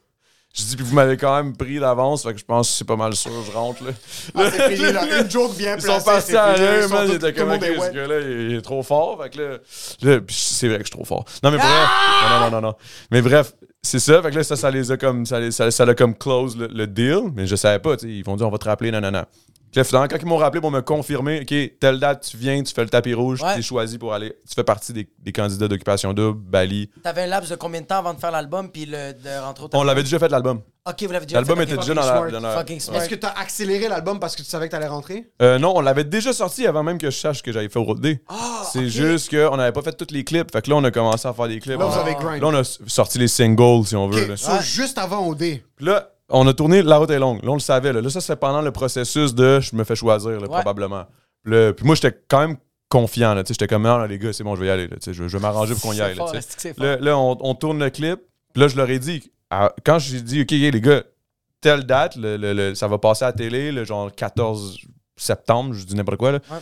Je dis, puis vous m'avez quand même pris d'avance, fait que je pense que c'est pas mal sûr, je rentre, là. Ah, c'est fini, là. Une joke bien Ils placée. sont passés c'est à fini. rien, Ils sont man. tous- Ils étaient tout le comme, monde ok, est ce wet. gars-là, il est trop fort. Fait que là, là, pis c'est vrai que je suis trop fort. Non, mais bref. Ah! Non, non, non, non. Mais bref, c'est ça. Fait que là, ça, ça les a comme, ça les- ça, ça l'a comme close le, le deal. Mais je savais pas, tu sais. Ils vont dire, on va te rappeler, non, non, non. Fait que là, finalement, quand ils m'ont rappelé pour me confirmer, ok, telle date, tu viens, tu fais le tapis rouge, Ouais. tu es choisi pour aller. Tu fais partie des, des candidats d'occupation double, Bali. T'avais un laps de combien de temps avant de faire l'album puis le, de rentrer au On l'avait déjà fait, l'album. Ok, vous l'avez déjà L'album fait, était ok. déjà dans la. smart. dans la- Fucking smart. Est-ce que t'as accéléré l'album parce que tu savais que t'allais rentrer? Euh, non, on l'avait déjà sorti avant même que je sache que j'avais fait au Road Day. Ah, Ah, c'est juste qu'on n'avait pas fait tous les clips. Fait que là, on a commencé à faire des clips. Là, On vous a- avez grind. Là, on a s- sorti les singles, si on veut. Ok, là. so, juste avant OD. Puis là, on a tourné La route est longue. Là, on le savait. Là, Là, ça, c'est pendant le processus de je me fais choisir, là, probablement. Le- Puis moi, j'étais quand même confiant. là. Tu sais, J'étais comme, non, là, les gars, c'est bon, je vais y aller. là. Tu sais, Je, je vais m'arranger pour qu'on y C'est aille. là, fort, tu sais. est-ce que c'est fort? Là, là, on, on tourne le clip. Puis là, je leur ai dit, à- quand j'ai dit, OK, les gars, telle date, le- le- le- ça va passer à la télé, le genre 14 septembre, je dis n'importe quoi, là, Ouais.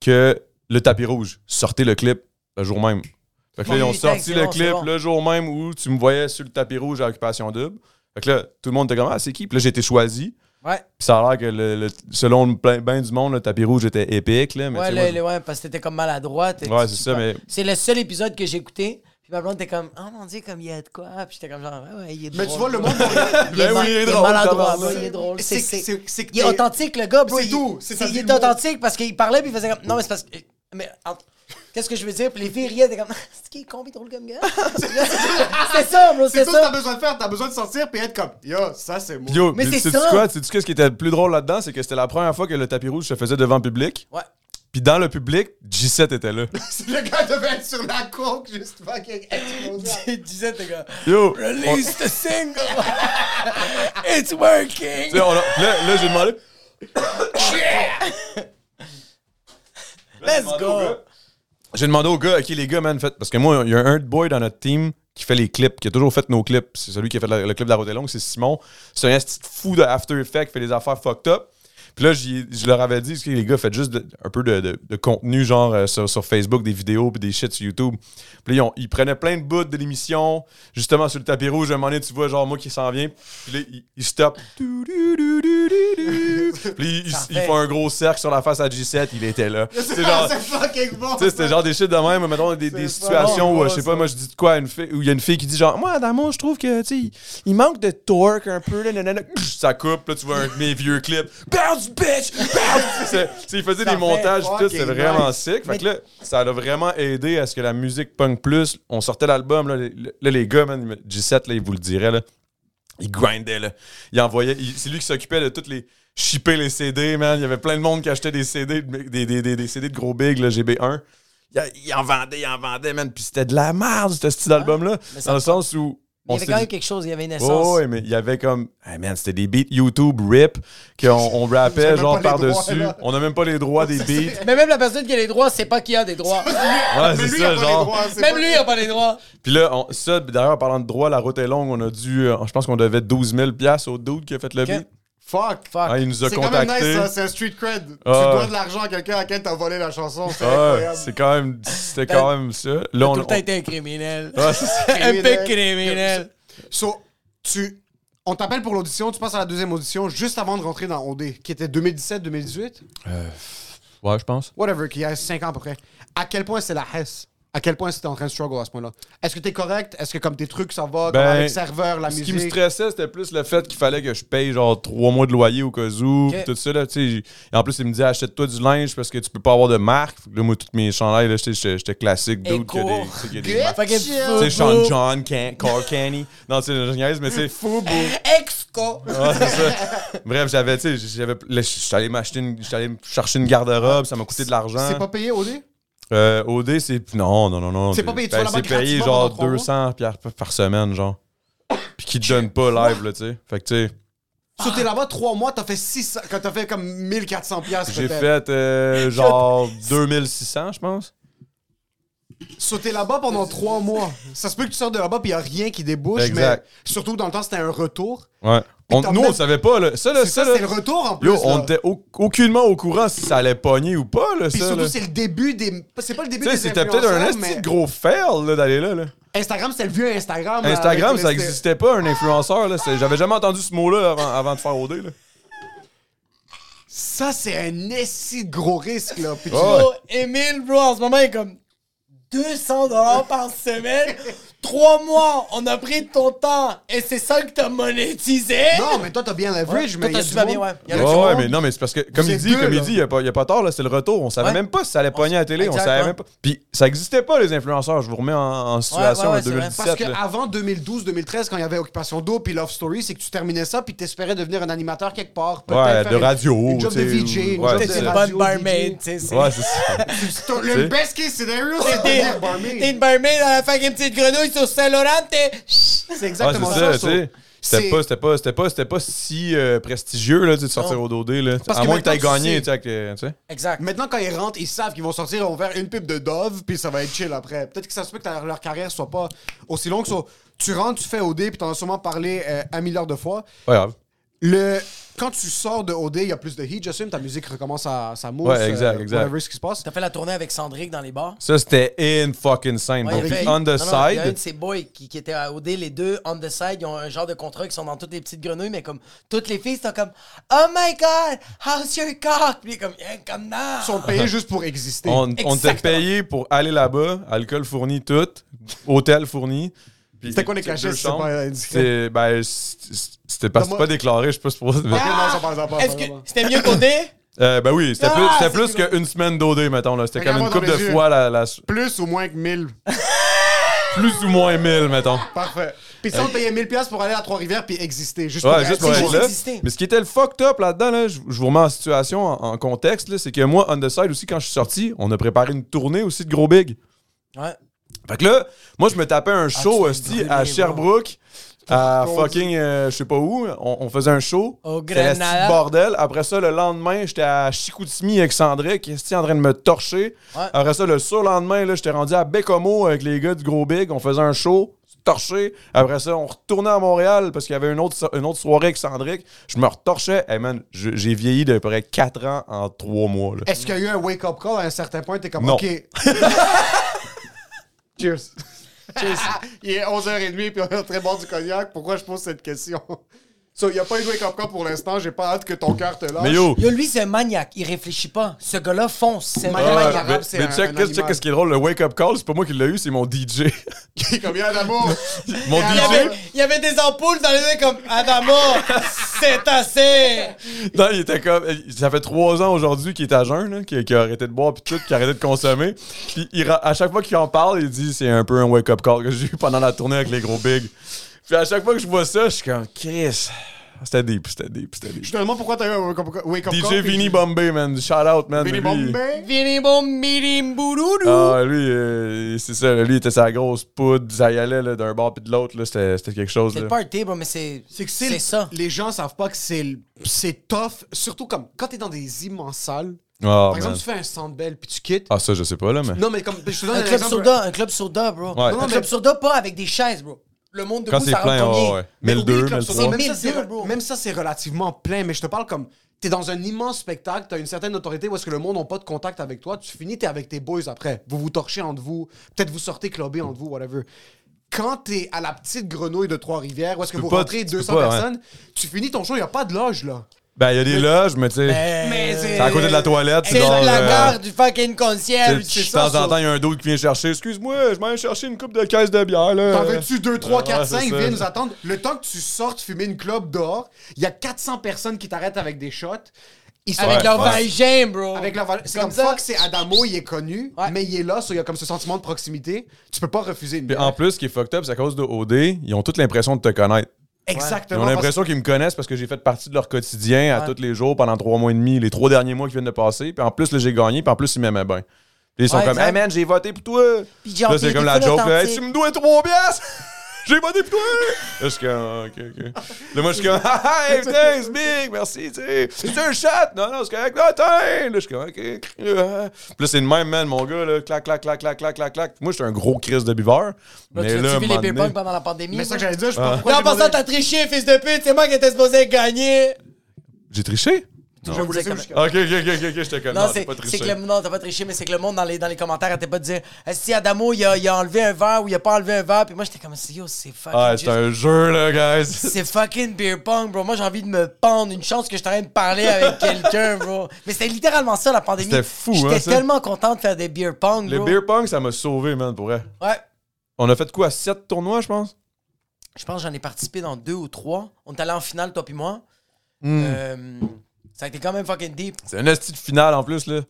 que le tapis rouge, sortez le clip le jour même. Fait que là, Oui, ils ont thanks, sorti c'est le bon, c'est clip bon. le jour même où tu me voyais sur le tapis rouge à Occupation Double. Fait que là, tout le monde était comme, ah, c'est qui? Puis là, j'ai été choisi. Ouais, Puis ça a l'air que, le, le- selon plein, ben du monde, le tapis rouge était épique, là. Mais ouais, tu sais, le- moi, le- ouais, parce que t'étais comme maladroit. t'es- Ouais, tu- c'est ça, mais- C'est le seul épisode que j'ai écouté. Puis ma blonde était comme, oh mon dieu, comme il y a de quoi. Puis j'étais comme genre, ouais, ouais, il est drôle. Mais tu vois, le monde. il est, Ben ma- oui, il est il est drôle, maladroit, tabarnak. bro, il est drôle. C'est- C'est, c'est- c'est- c'est que il est t'es- authentique, le gas, bro. C'est il- doux, c'est c'est- ça, Il c'est est le mot. authentique parce qu'il parlait, puis il faisait comme, non, mais c'est parce que. Mais, en- Qu'est-ce que je veux dire? Puis les filles riaient, étaient comme, c'est qui est con, pis drôle comme gars? c'est ça, bro, C'est c'est tout ce que t'as ça. besoin de faire. T'as besoin de sortir puis être comme, yo, ça c'est moi. Puis Yo, Mais mais c'est c'est ça. quoi? Tu sais ce qui était le plus drôle là-dedans, c'est que c'était la première fois que le tapis rouge se faisait devant le public. Ouais. Puis dans le public, G7 était là. Le gars devait être sur la coke, juste fucking explosé. Il disait, t'es comme, Yo, on- tu release the single! It's working! sais, on a- là, là, j'ai demandé. Let's demandé au go! gars- J'ai demandé aux gars, ok les gars, man, faites. Parce que moi, il y a un boy dans notre team qui fait les clips, qui a toujours fait nos clips. C'est celui qui a fait le, le clip de la route est longue, c'est Simon. C'est un esti de fou de After Effects, fait des affaires fucked up. Puis là, j'y- je leur avais dit, que les gars, faites juste de- un peu de, de- de contenu, genre euh, sur, sur Facebook, des vidéos, puis des shit sur YouTube. Puis là, ils, ont- ils prenaient plein de bouts de l'émission, justement sur le tapis rouge. À un moment donné, tu vois, genre, moi qui s'en vient. Puis là, ils, ils stoppent. Dou, dou, dou, dou, dou, dou. Puis ils, ils fait. font un gros cercle sur la face à G7, il était là. C'est genre. C'est fucking bon. Tu sais, c'était genre des shit de même, mettons, des, des situations où, je sais pas, moi, je dis de quoi à une fille, où il y a une fille qui dit genre, moi, Adamo, je trouve que, tu sais, il manque de torque un peu, là, nanana. ça coupe, là, tu vois un de mes vieux clips, bounce, bitch, bounce! C'est- tu sais, il faisait Ça des fait montages, pis tout, c'est fucking vraiment nice. sick. Fait que Mais- là, ça a vraiment aidé à ce que la musique punk plus, on sortait l'album, là, les- là, les gars, man, G7, là, ils vous le diraient, là, il grindait, là. Il envoyait. il- c'est lui qui s'occupait de toutes les. Shipper les CD, man. Il y avait plein de monde qui achetait des CD, de- des, des, des, des CD de gros big, le GB1. Il, il en vendait, il en vendait, man. Puis c'était de la merde, ce style d'album-là. mais ça- Dans le sens où. Il y on avait s'était quand même dit- quelque chose, il y avait une essence. Oh, ouais, mais il y avait comme. Hey, man, c'était des beats YouTube RIP qu'on on rappait, même genre pas les droits, par-dessus. là. On n'a même pas les droits des beats. Mais même la personne qui a les droits sait pas qui a des droits. Ouais, c'est Lui, il a pas ça, les genre. droits, c'est même pas- lui, il a pas les droits. Puis là, on- ça, d'ailleurs, en parlant de droit, la route est longue. On a dû. euh, je pense qu'on devait 12 000 piastres au dude qui a fait le beat. Fuck. Fuck. Ah, il nous a C'est quand même contactés. nice, ça. C'est un street cred. Tu Ah. dois de l'argent à quelqu'un à qui t'as volé la chanson. C'est Ah, incroyable. Ben, c'est quand même c'était quand même ça. Là on, Tout le temps on- été un criminel. Ah, c'est ça. Un criminel. peu criminel. So, tu. On t'appelle pour l'audition, tu passes à la deuxième audition juste avant de rentrer dans OD, qui était 2017-2018, ouais, je pense. whatever, qui a 5 ans à peu près. À quel point c'est la hesse? À quel point c'était en train de struggle à ce moment-là? Est-ce que t'es correct? Est-ce que comme tes trucs, ça va? Ben, comme avec serveur, la Ce musique? qui me stressait, c'était plus le fait qu'il fallait que je paye genre trois mois de loyer au cas où, pis tout ça là, tu sais, j'ai- et en plus il me dit achète-toi du linge parce que tu peux pas avoir de marque. Fait que là moi toutes mes chandails là, j'étais- j'étais j'étais classique Et dude que des court. tu sais, qu'il y a des marques. Fucking Chill. Tu sais Sean fou. John Can Canny. Non, c'est génial, mais c'est fou Eh, Exco. Ouais, c'est ça. Bref, j'avais tu sais j'avais là, je suis allé m'acheter une je suis allé me chercher une garde-robe, ça m'a coûté de l'argent. C'est pas payé OD? Euh, OD, c'est. Non, non, non, non. Ben, C'est pas payé, tu vas là-bas C'est payé gratuitement genre pendant trois 200 par, par semaine, genre. Puis qui te donne pas live, là, tu sais. Fait que, tu sais, So, t'es là-bas 3 mois, t'as fait 600, quand t'as fait comme 1400 piastres. j'ai peut-être. fait euh, genre 2600, je pense. Sauter là-bas pendant trois mois. Ça se peut que tu sors de là-bas puis il a rien qui débouche, Exact. mais surtout dans le temps, c'était un retour. Ouais. On- t'as nous, même- on savait pas, là. Ça, là, C'est ça, ça, là. c'est le retour en plus. Yo, on là. était au- aucunement au courant si ça allait pogner ou pas, là, Puis ça. surtout, là. c'est le début des. C'est pas le début Tu sais, des c'était peut-être un influenceurs, esti mais de gros fail, là, d'aller là, là. Instagram, c'était le vieux Instagram. là, Instagram, avec ça les- existait pas, un influenceur, là. C'est- J'avais jamais entendu ce mot-là avant, avant de faire OD, là. Ça, c'est un esti de gros risque, là. Puis tu- Ouais. Bro, Emile, bro, en ce moment, il est comme 200 dollars par semaine. Trois mois, on a pris de ton temps et c'est ça que t'as monétisé. Non, mais toi, t'as bien l'average, Toi, mais. il y a t'as du super monde- bien, ouais. Il y en a Ouais, qui ouais, vont. mais non, mais c'est parce que, comme Vous il êtes dit, deux, comme il là. dit, il n'y a, pas- il y a pas tard, là, c'est le retour. On savait Ouais. même pas si ça allait pogner à la télé, on Exact, savait ouais. même pas. Puis ça existait pas, les influenceurs, je vous remets en, en situation ouais, ouais, en c'est vrai. ah, 2017. Parce là. qu'avant 2012-2013, quand il y avait Occupation d'eau puis Love Story, c'est que tu terminais ça puis t'espérais devenir un animateur quelque part. peut-être Ouais, faire de une- radio, Une job de tu sais, VJ, une ouais, job c'est T'es de une radio, bonne DJ. barmaid, tu sais. c'est- Ouais, c'est ça. Le best case scenario, c'est T'es devenir barmaid. t'es une barmaid à la fin une petite grenouille sur Saint-Laurent, t'es. C'est Ouais, c'est exactement ça. ça, tu sais. C'était C'est- pas, c'était pas, c'était pas, c'était pas si euh, prestigieux, là, tu sais, de sortir Non. au dodé, là. Parce à que moins que t'aies maintenant, tu gagné, sais. tu sais, avec, euh, tu sais. Exact. Maintenant, quand ils rentrent, ils savent qu'ils vont sortir, ils vont faire une pipe de Dove, puis ça va être chill après. Peut-être que ça se peut que ta- leur carrière soit pas aussi longue. So, tu rentres, tu fais OD, puis t'en as sûrement parlé euh, un milliard de fois. Pas grave. Le... Quand tu sors de OD, il y a plus de heat, j'assume, ta musique recommence à sa mousse. euh, Ouais, exact, exact. Whatever ce qui se passe. T'as fait la tournée avec Sandrick dans les bars. Ça, c'était in fucking scene. Ouais, il y Puis avait- on non, non, Il the y a un side. de ces boys qui, qui était à OD, les deux on the side, ils ont un genre de contrat qui sont dans toutes les petites grenouilles, mais comme toutes les filles sont comme Oh my god, how's your cock? Puis il est comme, Eh, comme non. Ils sont payés juste pour exister. On, on t'a Exactement. payé pour aller là-bas, alcool fourni tout, hôtel fourni. puis- C'était quoi les cachets, deux si c'est chambres. pas indiscret? Ah! C'est- ben, c'est- C'était parce que c'est pas déclaré, je sais pas supposé. Ok, non, ça parle pas, Ah, Est-ce ça que Ah, parle pas. c'était mieux qu'OD? Euh, ben oui, c'était Ah, plus, c'était c'est plus qu'une semaine d'OD, mettons. là. C'était comme une Regarde-moi coupe dans de les yeux. fois, la, la- Plus ou moins que 1000. plus ou moins 1000, mettons. Parfait. Puis ça, on te payait 1000 piastres pour aller à Trois-Rivières puis exister. Juste Ouais, juste pour Pour être là. exister. Mais ce qui était le fucked up là-dedans, là, je, je vous remets en situation, en, en contexte, là, c'est que moi, on the side aussi, quand je suis sorti, on a préparé une tournée aussi de gros big. Ouais. Fait que là, moi, je me tapais un show Ah, tu hostie, t'es brûlé, à bro. Sherbrooke, à Ton fucking, euh, je sais pas où. On, on faisait un show. Au C'était l'hostie de Grenada. bordel. Après ça, le lendemain, j'étais à Chicoutimi avec Sandré, qui est en train de me torcher. Ouais. Après ça, le surlendemain, là, j'étais rendu à Bécomo avec les gars du Gros Big. On faisait un show. torché. Après ça, on retournait à Montréal parce qu'il y avait une autre, so- une autre soirée avec Sandrick. Je me retorchais. Hey man, je- j'ai vieilli d'à peu près 4 ans en 3 mois. là. Est-ce qu'il y a eu un wake-up call à un certain point? T'es comme, Non. OK. Cheers. il est 11h30 puis on est en train de boire du cognac. Pourquoi je pose cette question? So, il n'y a pas eu de wake-up call pour l'instant. J'ai pas hâte que ton cœur te lâche. Mais yo! Yo, lui, c'est un maniaque. Il réfléchit pas. Ce gars-là fonce. C'est un Maniaque. Ah, maniaque. l'arabe, mais, c'est mais un- un check, qu'est-ce- check animal. qu'est-ce qui est drôle, le wake-up call, c'est pas moi qui l'ai eu, c'est mon DJ. Il est comme, Yann d'amour. Mon Ah, Il y, DJ, avait, il y avait des ampoules dans les yeux comme Adamo, c'est assez. Non, il était comme. Ça fait trois ans aujourd'hui qu'il est à jeun, là, qu'il qu'il a arrêté de boire, puis tout, qu'il a arrêté de consommer. Puis il ra- à chaque fois qu'il en parle, il dit c'est un peu un wake-up call que j'ai eu pendant la tournée avec les gros bigs. Puis à chaque fois que je vois ça, je suis comme Chris. C'était deep, c'était deep, c'était deep. Je te demande pourquoi t'as eu un wake-up wake-up call. DJ puis- Vinny Bombay, man. Shout out, man. Vinny ben? lui- Bombay. Vinibom, mirimbourou. Ah, lui, euh, c'est ça. Lui, il était sa grosse poudre. Ça y allait là, d'un bord puis de l'autre. là, C'était c'était quelque chose. C'est le là. party, bro, mais c'est. C'est que C'est c'est ça. Les gens savent pas que c'est le- c'est tough, surtout comme quand t'es dans des immenses salles. Ah, Par exemple, man. tu fais un centre belle puis tu quittes. Ah, ça, je sais pas, là, mais. Non mais comme je te donne Un un club exemple. soda, un club soda, bro. Ouais. Un Non, club mais- soda, pas avec des chaises, bro. Le monde debout, Quand c'est ça rentre plein, oh, combien? ouais, ouais. Mais oublie le 1002, club soda, 1003. Même ça, c'est 1002, bro. même ça, c'est relativement plein, mais je te parle comme. T'es dans un immense spectacle, t'as une certaine autorité où est-ce que le monde n'a pas de contact avec toi, tu finis, t'es avec tes boys après. Vous vous torchez entre vous, peut-être vous sortez clubé entre vous, whatever. Quand t'es à la petite grenouille de Trois-Rivières, où est-ce que peux vous pas, rentrez tu peux 200 pas, ouais. personnes, tu finis ton show, il a pas de loge là. Ben, il y a des loges, mais tu sais. Ben, Mais C'est à côté de la toilette. C'est genre, la euh, gare du fucking concierge. tu sais, De ça, temps ça. en temps, il y a un d'autre qui vient chercher. Excuse-moi, je m'en vais chercher une coupe de caisse de bière. là. T'en veux-tu 2, 3, Euh, Ouais, 4, c'est 5, ça. viens nous attendre. Le temps que tu sortes fumer une clope dehors, il y a 400 personnes qui t'arrêtent avec des shots. Ils sont Avec Ouais, leur ouais. vagin, bro. avec leur valeur. C'est Comme comme, ça. fuck, c'est Adamo, il est connu, Ouais. mais il est là, so il y a comme ce sentiment de proximité. Tu peux pas refuser une Puis bière. en plus, ce qui est fucked up, c'est à cause de OD, ils ont toute l'impression de te connaître. Ils Exactement. ont parce- l'impression qu'ils me connaissent parce que j'ai fait partie de leur quotidien à Ouais. tous les jours pendant trois mois et demi, les trois derniers mois qui viennent de passer. Puis en plus, là, j'ai gagné, puis en plus, ils m'aimaient bien. Puis ils sont Ouais, comme, exact. hey man, j'ai voté pour toi. Puis genre, là, c'est puis comme des la fois, joke, là, hey, l'authentique. tu me dois trois piastres. j'ai voté pour toi. Là, je suis comme, Ah, ok, ok. Là, moi, je suis comme, ah, ah, hey, putain, it's big, merci, tu sais. C'est un chat. Non, non, c'est correct. Là, attends. Là, je suis comme, ok. ah. Puis là, c'est le même, man, mon gars, là, clac, clac, clac, clac, clac, clac, clac. Moi, j'étais un gros crise de buveur. Bro, mais tu là, as un suivi les moment beer donné- pong pendant la pandémie. Mais ça bro? que j'allais dire, je sais Ah. pas pourquoi. Là, en j'ai demandé- passant, t'as triché, fils de pute. C'est moi qui étais supposé gagner. J'ai triché? Je vais vous laisser jusqu'à- Ok, ok, ok, ok, ok, je te connais. Non, Non, c'est j'ai pas c'est triché. que le non, t'as pas triché, mais c'est que le monde dans les, dans les commentaires arrêtait pas de dire si Adamo il a, il a enlevé un verre ou il a pas enlevé un verre. Puis moi j'étais comme yo, c'est fucking. Ah, juste- c'est un jeu, là, guys. C'est fucking beer pong, bro. Moi j'ai envie de me pendre. Une chance que je suis en train de parler avec quelqu'un, bro. Mais c'était littéralement ça la pandémie. C'était fou, J'étais hein, ça. tellement content de faire des beer pong, Le bro. beer pong, ça m'a sauvé, man, pour vrai. Ouais. On a fait quoi? Sept tournois, je pense? Je pense que j'en ai participé dans deux ou trois. On est allé en finale, toi puis moi. Hmm. Euh, ça a été quand même fucking deep. C'est un esti de finale en plus, là.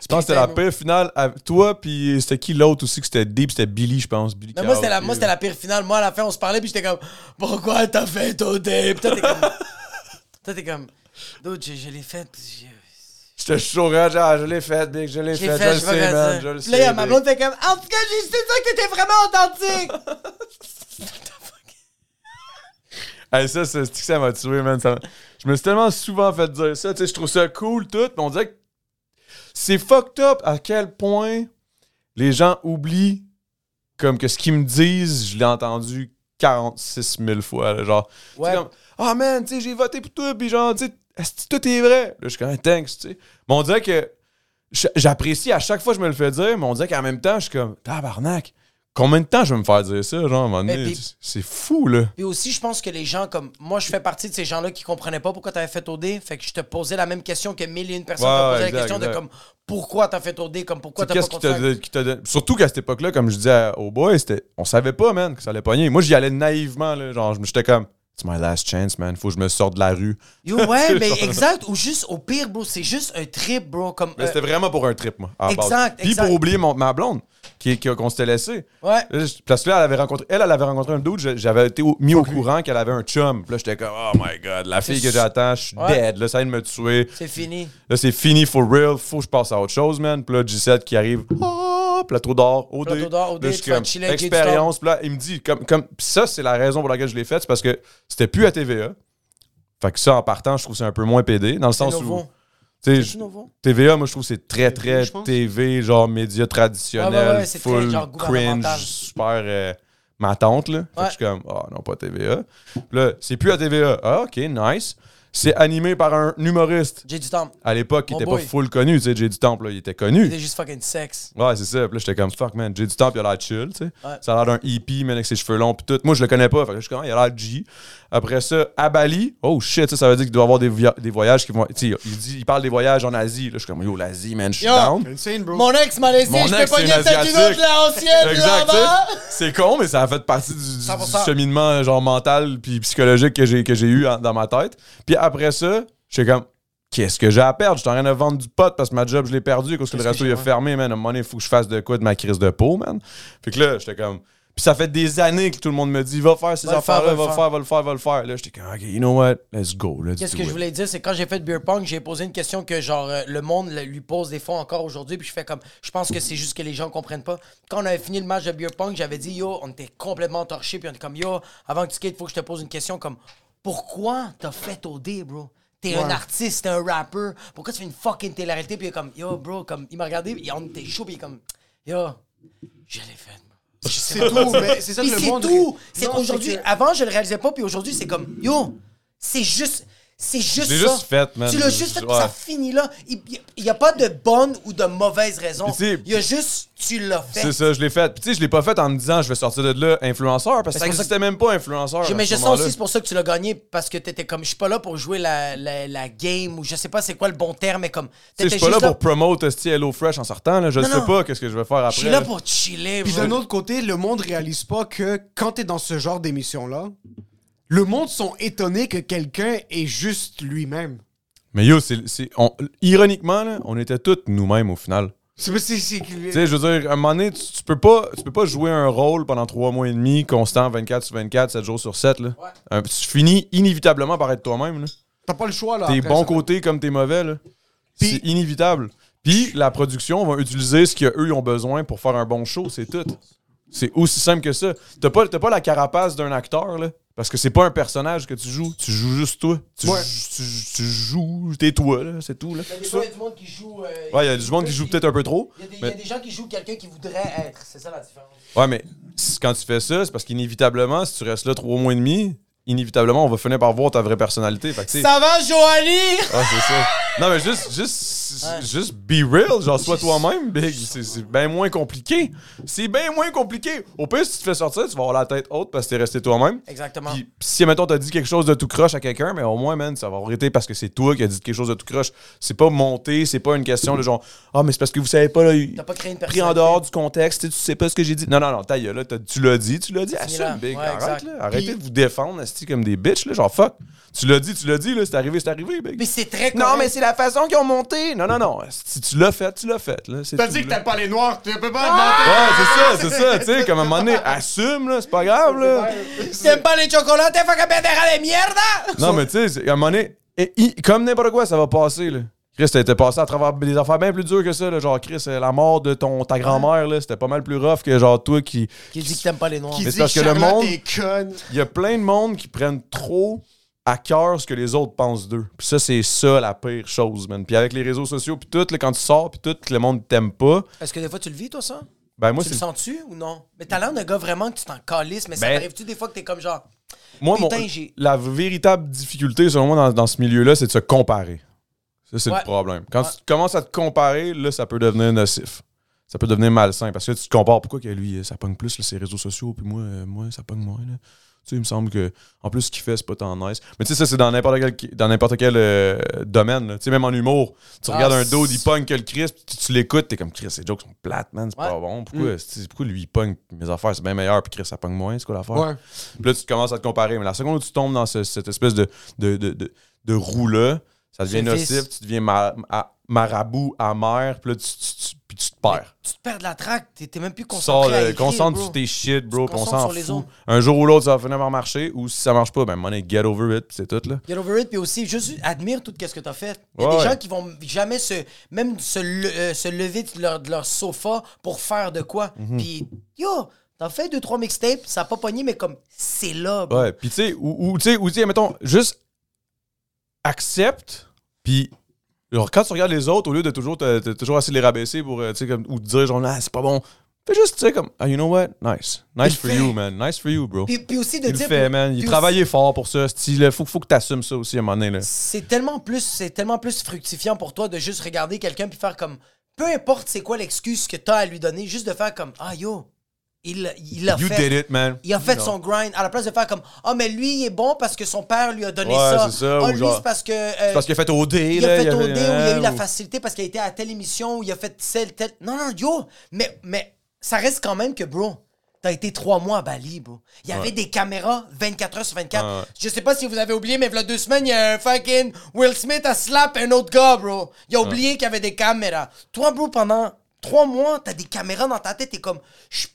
Je pense que c'était la Putain, pire finale. à- Toi, puis c'était qui l'autre aussi que c'était deep? C'était Billy, je pense. Billy Mais moi, c'était la, Carroll, moi, puis, c'était la pire finale. Moi, à la fin, on se parlait, puis j'étais comme, pourquoi t'as fait ton dé? Puis toi, t'es comme, toi, t'es comme, d'autres, je, je l'ai fait. puis euh, J'étais chaud, rage, ah, je l'ai fait, Big, je l'ai Je, je fait, l'ai fait, je le je vais sais, man, je pas dire. le Puis sais. là, il y a ma Big. blonde, fait comme, en tout cas, j'ai su ça que t'étais vraiment authentique. Hey, ça, c'est c'est que ça m'a tué, man. ça m'a- je me suis tellement souvent fait dire ça. Tu sais, je trouve ça cool, tout, mais on dirait que c'est fucked up à quel point les gens oublient comme que ce qu'ils me disent, je l'ai entendu 46 000 fois. là, genre, C'est Ouais. comme, ah man, tu sais, j'ai voté pour toi, puis genre, tu sais, est-ce que tout est vrai? Là, je suis comme, thanks, tu sais. Mais on dirait que j- j'apprécie à chaque fois que je me le fais dire, mais on dirait qu'en même temps, je suis comme, tabarnak, combien de temps je vais me faire dire ça? Genre, à un moment Mais donné, puis- c'est fou, là. Puis aussi, je pense que les gens, comme, moi, je fais partie de ces gens-là qui comprenaient pas pourquoi t'avais fait OD. Fait que je te posais la même question que mille et une personnes Ouais, t'ont posé ouais, la exact, question de, exact. comme, pourquoi t'as fait OD? Comme, pourquoi C'est t'as pas Qu'est-ce qui t'a continué don- qui t'a don- Surtout qu'à cette époque-là, comme je disais à- aux boys, c'était- on savait pas, man, que ça allait pogner. Moi, j'y allais naïvement, là, genre, je me- j'étais comme, it's my last chance, man, faut que je me sorte de la rue. Yo, ouais, mais genre- exact. Ou juste, au pire, bro, c'est juste un trip, bro. Comme, Mais euh, c'était vraiment pour un trip, moi. à la Exact, base. Puis exact. pour oublier mon- ma blonde, qui, qui- qu'on s'était laissé. ouais. Là, je- Parce que là, elle avait rencontré, elle, elle avait rencontré un dude, je- j'avais été au- mis au courant qu'elle avait un chum. Puis là, j'étais comme, oh my god, la fille que j'attends, je suis Ouais. dead, là, ça vient de me tuer. C'est fini. Là, c'est fini for real. Faut que je passe à autre chose, man. Puis là, G7 qui arrive. Ah, plateau d'or, OD. Plateau d'or, OD, Là, je suis tu vas comme, chiller avec Jay Expérience. Puis là, il me dit, comme, comme, puis ça, c'est la raison pour laquelle je l'ai fait. C'est parce que c'était plus à TVA. Fait que ça, en partant, je trouve que c'est un peu moins PD. Dans le sens où. nouveau. tu sais, C'est je- nouveau. TVA, moi, je trouve que c'est très, TV, très je pense. TV, genre médias traditionnels, Ouais, ouais, ouais, c'est très, full genre, gouvernemental. cringe, super. euh, ma tante, là. Fait que Ouais. je suis comme, ah non, pas TVA. Puis là, c'est plus à TVA. Ah, ok, nice. C'est animé par un humoriste. J'ai du temps. À l'époque, il Mon était pas Oh boy. full connu, tu sais, Jay du Temple, là, il était connu. C'était juste fucking sexe. Ouais, c'est ça. Puis là, j'étais comme, fuck, man, Jay du Temple, il a l'air chill, tu sais. Ouais. Ça a l'air d'un hippie, man, avec ses cheveux longs, pis tout. Moi, je le connais pas. Fait que je suis comme, Ah, il a l'air G. Après ça, à Bali, oh shit, ça, ça veut dire qu'il doit avoir des, via- des voyages qui vont. Tu sais, il, dit- il parle des voyages en Asie. Là, je suis comme, yo, l'Asie, man, je suis Yo. down. Insane, bro. Mon ex m'a laissé, Mon je ex, peux c'est pas dire une celle du autre, Asiatique. la ancienne, Exact, là-bas. tu sais. c'est con, mais ça a fait partie du, du 100%. cheminement genre mental puis psychologique que j'ai que j'ai eu en- dans ma tête. Puis après ça, j'étais comme qu'est-ce que j'ai à perdre, je suis en train de vendre du pot parce que ma job je l'ai perdu parce que le resto il a fermé, man, à un moment donné, il faut que je fasse de quoi de ma crise de peau, man. Fait que là, j'étais comme puis ça fait des années que tout le monde me dit va faire ces Va le faire, affaires là, va va le le faire, va le faire, va le faire. Là, j'étais comme OK, you know what? Let's go, let's Qu'est-ce do que it. je voulais dire, c'est quand j'ai fait Beer Pong, j'ai posé une question que genre euh, le monde le- lui pose des fois encore aujourd'hui, puis je fais comme, je pense que c'est juste que les gens comprennent pas. Quand on avait fini le match de Beer Pong, j'avais dit yo, on était complètement torché, puis on était comme yo, avant que tu quittes, faut que je te pose une question comme, pourquoi t'as fait OD, bro? T'es un artiste, t'es un rapper, pourquoi tu fais une fucking télé-réalité? Puis il est comme yo, bro, comme il m'a regardé, et on était chaud, puis il est comme yo, je l'ai fait. bro. C'est tout, mais c'est ça que Puis le Ben, c'est monde. tout. C'est Non, qu'aujourd'hui, que- avant, je le réalisais pas, puis aujourd'hui, c'est comme, yo, c'est juste. C'est juste Je l'ai ça. juste fait, man. Tu l'as juste fait, puis Ouais. ça finit là. Il n'y a pas de bonne ou de mauvaise raison. Puis tu sais- Il y a juste, tu l'as fait. C'est ça, je l'ai fait. Puis tu sais, je l'ai pas fait en me disant je vais sortir de là influenceur parce que c'est ça pour ça existait même pas influenceur. Je- mais à ce je sens moment-là. aussi, c'est pour ça que tu l'as gagné, parce que t'étais comme, je suis pas là pour jouer la, la, la game, ou je sais pas c'est quoi le bon terme, mais comme, Tu sais, t'étais Je suis pas là juste pour promote hostie, Hello Fresh en sortant. Là. Je ne Non, sais non. pas qu'est-ce que je vais faire après. Je suis là pour chiller, Puis bro. d'un autre côté, le monde réalise pas que quand t'es dans ce genre d'émission-là, le monde sont étonnés que quelqu'un est juste lui-même. Mais yo, c'est, c'est- on- ironiquement, là, on était tous nous-mêmes au final. C'est c'est- c'est- Tu sais, je veux dire, à un moment donné, tu, tu peux pas, tu peux pas jouer un rôle pendant trois mois et demi, constant, 24 sur 24, 7 jours sur 7. Là. Un- tu finis inévitablement par être toi-même. là. T'as pas le choix, là. Tes après bons ça. côtés comme tes mauvais. là. Puis- c'est inévitable. Puis la production va utiliser ce qu'eux ils ont besoin pour faire un bon show, c'est tout. C'est aussi simple que ça. T'as pas, t'as pas la carapace d'un acteur, là. Parce que c'est pas un personnage que tu joues. Tu joues juste toi. Tu, Ouais. jou- tu- tu joues, t'es toi, là. C'est tout, là. Il y a des Ça- fois, il y a du monde qui joue. euh, Ouais, il y a du monde qui joue peut-être un peu trop. Il y a des- il y a Mais, des gens qui jouent quelqu'un qui voudrait être. C'est ça la différence. ouais, mais c- quand tu fais ça, c'est parce qu'inévitablement, si tu restes là trois mois et demi, inévitablement, on va finir par voir ta vraie personnalité. Fait que, tu sais, Ça va, Joanie? Ah, c'est ça. Non, mais juste, juste, Ouais. juste be real. Genre, sois Juste- toi-même, Big. C'est, bien moins compliqué. C'est bien moins compliqué. Au pire, si tu te fais sortir, tu vas avoir la tête haute parce que t'es resté toi-même. Exactement. Puis, pis si, mettons, t'as dit quelque chose de tout croche à quelqu'un, mais au moins, man, ça va avoir été parce que c'est toi qui as dit quelque chose de tout croche. C'est pas monté, c'est pas une question de genre, ah, mais c'est parce que vous savez pas, là, il- T'as pas créé une pris en personnalité. dehors du contexte, tu sais, tu sais pas ce que j'ai dit. Non, non, non, ta gueule, là, t'as- tu l'as dit, tu l'as dit, Fini là. assume, Big. Ouais, arrête, exact. là. Arrêtez de vous défendre, esti, comme des bitches, là, genre, fuck. Tu l'as dit, tu l'as dit, là, c'est arrivé, c'est arrivé, Big. Mais c'est très Non, correct. mais c'est la façon qu'ils ont monté. Non, non, non. Si tu l'as fait, tu l'as fait. Là. C'est T'as tout, dit que là. t'aimes pas les noirs, tu peux pas Ouais, c'est ça, c'est ça. Tu sais, comme à un moment donné, assume, là. C'est pas grave, là. T'aimes pas les chocolats, t'es fucking pendera de merde! Non, mais tu sais, c'est- à un moment donné, et- i- comme n'importe quoi, ça va passer, là. Chris, t'as été passé à travers des affaires bien plus dures que ça, là. Genre, Chris, euh, la mort de ton, ta grand-mère, là, c'était pas mal plus rough que, genre, toi qui. Qui dit que t'aimes pas les noirs? Qui Mais dit c'est parce que le Charlotte monde- est conne. Il y a plein de monde qui prennent trop à cœur ce que les autres pensent d'eux. Puis ça, c'est ça la pire chose, man. Puis avec les réseaux sociaux, puis tout, là, quand tu sors, puis tout, que le monde t'aime pas, Est-ce que des fois tu le vis, toi, ça? ben moi, tu c'est le sens-tu ou non? Mais t'as l'air d'un gars vraiment que tu t'en calisses, mais ça Ben- t'arrive-tu des fois que t'es comme genre. Moi, mon- Putain, j'ai- la véritable difficulté, selon moi, dans, dans ce milieu-là, c'est de se comparer. Ça, c'est Ouais. le problème. Quand Ouais. tu commences à te comparer, là, ça peut devenir nocif. Ça peut devenir malsain parce que tu te compares. Pourquoi que lui, euh, ça pogne plus là, ses réseaux sociaux, puis moi, euh, moi ça pogne moins. Là. Tu sais, il me semble que, en plus, ce qu'il fait, c'est pas tant nice. Mais tu sais, ça, c'est dans n'importe quel, dans n'importe quel euh, domaine. là. Tu sais, même en humour, tu Ah, regardes un dos, c'est- il pogne que le Chris, puis tu, tu l'écoutes, t'es comme Chris, ces jokes sont plates, man, c'est Ouais. Mm. pas bon. Pourquoi, c'est- pourquoi lui, il pogne mes affaires, c'est bien meilleur, puis Chris, ça pogne moins, c'est quoi l'affaire? Ouais. Puis là, tu commences à te comparer. Mais la seconde où tu tombes dans ce- cette espèce de, de, de, de, de roue-là, ça devient C'est vice. nocif, tu deviens ma- ma- marabout, amer, puis là, tu, tu- tu- puis tu te perds. Tu te perds de la traque, t'es t'es même plus Tu sors, concentré. à euh, écrire, concentre bro. sur tes shit, bro, te puis on concentres s'en sur les fout. autres. Un jour ou l'autre, ça va finir par marcher, ou si ça marche pas, ben, money, get over it, puis c'est tout, là. Get over it, puis aussi, juste admire tout ce que t'as fait. Il y a Ouais, des ouais. gens qui vont jamais se, même se, le- euh, se lever de leur, de leur sofa pour faire de quoi. Mhm. Puis, yo, t'as fait deux, trois mixtapes, ça a pas pogné, mais comme, c'est là, bro. Ouais, puis tu sais, ou, ou, tu sais, ou tu sais, mettons, juste accepte, puis genre, quand tu regardes les autres, au lieu de toujours, te- te- toujours essayer de les rabaisser pour, euh, tu sais, comme, ou de dire genre, ah, c'est pas bon, Fais juste, tu sais, comme, ah, you know what? Nice. Nice Il for fait. you, man. Nice for you, bro. Puis, puis aussi de Il le dire. fait, man. Il puis travaillait fort pour ça. Il faut, faut que t'assumes ça aussi à un moment donné. Là. aussi, C'est tellement plus, c'est tellement plus fructifiant pour toi de juste regarder quelqu'un puis faire comme, peu importe c'est quoi l'excuse que t'as à lui donner, juste de faire comme, ah yo, il, il a You fait. did it, man. Il a fait Non. son grind à la place de faire comme Ah, mais lui, il est bon parce que son père lui a donné Ouais, ça. c'est ça, Ah, ou lui, genre- c'est parce que. euh, C'est parce qu'il a fait OD. là, il a fait OD, ou il a eu la ou- facilité parce qu'il a été à telle émission, ou il a fait celle, telle. Non, non, yo, mais, mais ça reste quand même que, bro, t'as été trois mois à Bali, bro. Il y avait des caméras 24 heures sur 24. Ouais, ouais. Je sais pas si vous avez oublié, mais il y a deux semaines, il y a un fucking Will Smith a slap un autre gars, bro. Il a oublié qu'il y avait des caméras. Toi, bro, pendant trois mois, t'as des caméras dans ta tête, t'es comme. Je-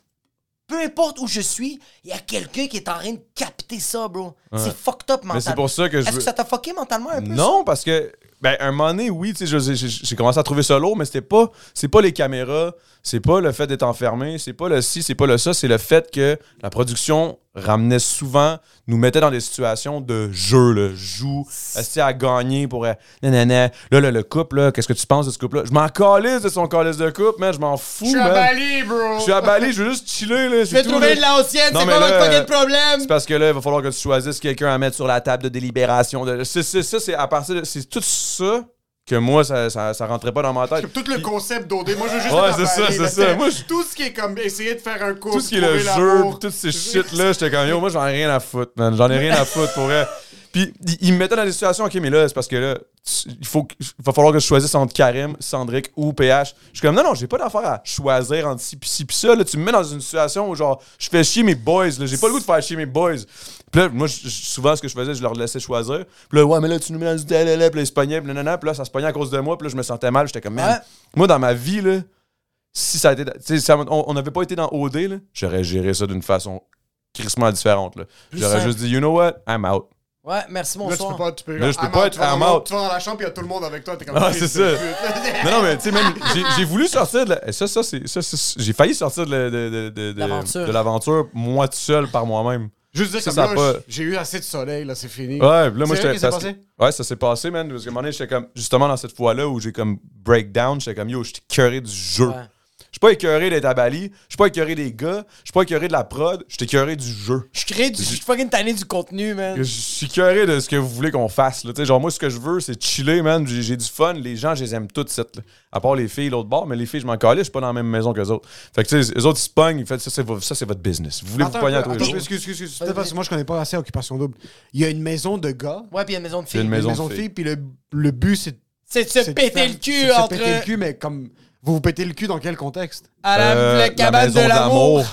Peu importe où je suis, il y a quelqu'un qui est en train de capter ça, bro. C'est fucked up mentalement. c'est pour ça que je Est-ce veux- que ça t'a fucké mentalement un peu? ça? Non, parce que, ben, un moment donné, oui, tu sais, je- j'ai- j'ai commencé à trouver ça lourd, mais c'était pas, c'est pas les caméras, c'est pas le fait d'être enfermé, c'est pas le ci, c'est pas le ça, c'est le fait que la production ramenait souvent, nous mettait dans des situations de jeu, là, joue, essayer à gagner pour, euh, nanana, là, là, le couple, là, qu'est-ce que tu penses de ce couple-là? Je m'en calisse de son calice de couple, man, je m'en fous, man. bro. Je suis à Bali, je veux juste chiller, là. Je vais trouver de la haussienne, Non, c'est mais pas là, votre fucking euh, problème. C'est parce que là, il va falloir que tu choisisses quelqu'un à mettre sur la table de délibération. De... C'est, c'est- ça, c'est à partir de. C'est tout ça que moi, ça, ça, ça rentrait pas dans ma tête. Tout le concept d'OD. Moi, je veux juste. Ouais, être c'est à ça, Bali, c'est là. ça. Moi, je- Tout ce qui est comme essayer de faire un couple. Tout ce qui est le trouver jeu, l'amour. pis toutes ces shit-là, j'étais comme yo, moi, j'en ai rien à foutre, man. J'en ai rien à foutre pour vrai. Puis, il- il me mettait dans des situations, ok, mais là, c'est parce que là, tu- il, faut, que- il va falloir que je choisisse entre Karim, Sandrick ou PH. Je suis comme, non, non, j'ai pas d'affaire à choisir entre ci pis ci pis ça. Là, tu me mets dans une situation où, genre, je fais chier mes boys, là. J'ai pas le goût de faire chier mes boys. Puis là, moi, je- je- souvent, ce que je faisais, je leur laissais choisir. Puis là, ouais, mais là, tu nous mets dans une telle, là, puis là, ils se pognaient, puis nanana. Puis là, ça se pognait à cause de moi, puis là, je me sentais mal. J'étais comme, man, Ouais. moi, dans ma vie, là, si ça a été. tu sais, ça- on on n'avait pas été dans OD, là, j'aurais géré ça d'une façon crissement différente. là. J'aurais simple. juste dit, you know what, I'm out. Ouais, merci, Là, tu peux bonsoir. pas. Tu peux, Là, je peux I'm pas out, être tu vas dans I'm l'autre- out. Tu vas dans la chambre, il y a tout le monde avec toi. T'es comme. Ah, Christ, c'est ça. pute. Non, non, mais tu sais, même, j'ai- j'ai voulu sortir de la- Ça, ça, c'est- ça, c'est- J'ai failli sortir de, la- de- de- de- de- L'aventure. de l'aventure, moi tout seul, par moi-même. Juste dire Ça, comme ça a là, pas- j- j'ai eu assez de soleil, là, c'est fini. Ouais, puis là, moi, C'est vrai j'étais. que c'est parce que- passé? Ouais, ça s'est passé, man. Parce qu'à un moment donné, j'étais comme. Justement, dans cette fois-là où j'ai comme breakdown, j'étais comme, yo, j'étais écœuré du jeu. Ouais. Je suis pas écœuré d'être à Bali, je suis pas écœuré des gars, je suis pas écœuré de la prod, je suis écœuré du jeu. Je crée du. Je suis fucking tanné du contenu, man. Je suis curé de ce que vous voulez qu'on fasse. Là. Tu sais, Genre, moi, ce que je veux, c'est chiller, man. J'ai j'ai du fun. Les gens, je les aime toutes, cette, là. à part les filles, l'autre bord. Mais les filles, je m'en calais. Je suis pas dans la même maison que les autres. Fait que, tu sais, eux autres, ils se pognent. Ils font, ça, c'est vo- ça, c'est votre business. Vous voulez Attends vous pogner un à peu, tous les attends, jours. Excuse, excuse, excuse. Peut-être parce que moi, je connais pas assez Occupation Double. Il y a une maison de gars, Ouais, puis il y a une maison de une filles. maison une de maison de filles. filles, puis le, le but, c'est C'est de se c'est de péter faire- le cul c'est de se entre. péter le cul, mais comme. Vous vous pétez le cul dans quel contexte À la, Euh, la cabane de maison l'amour.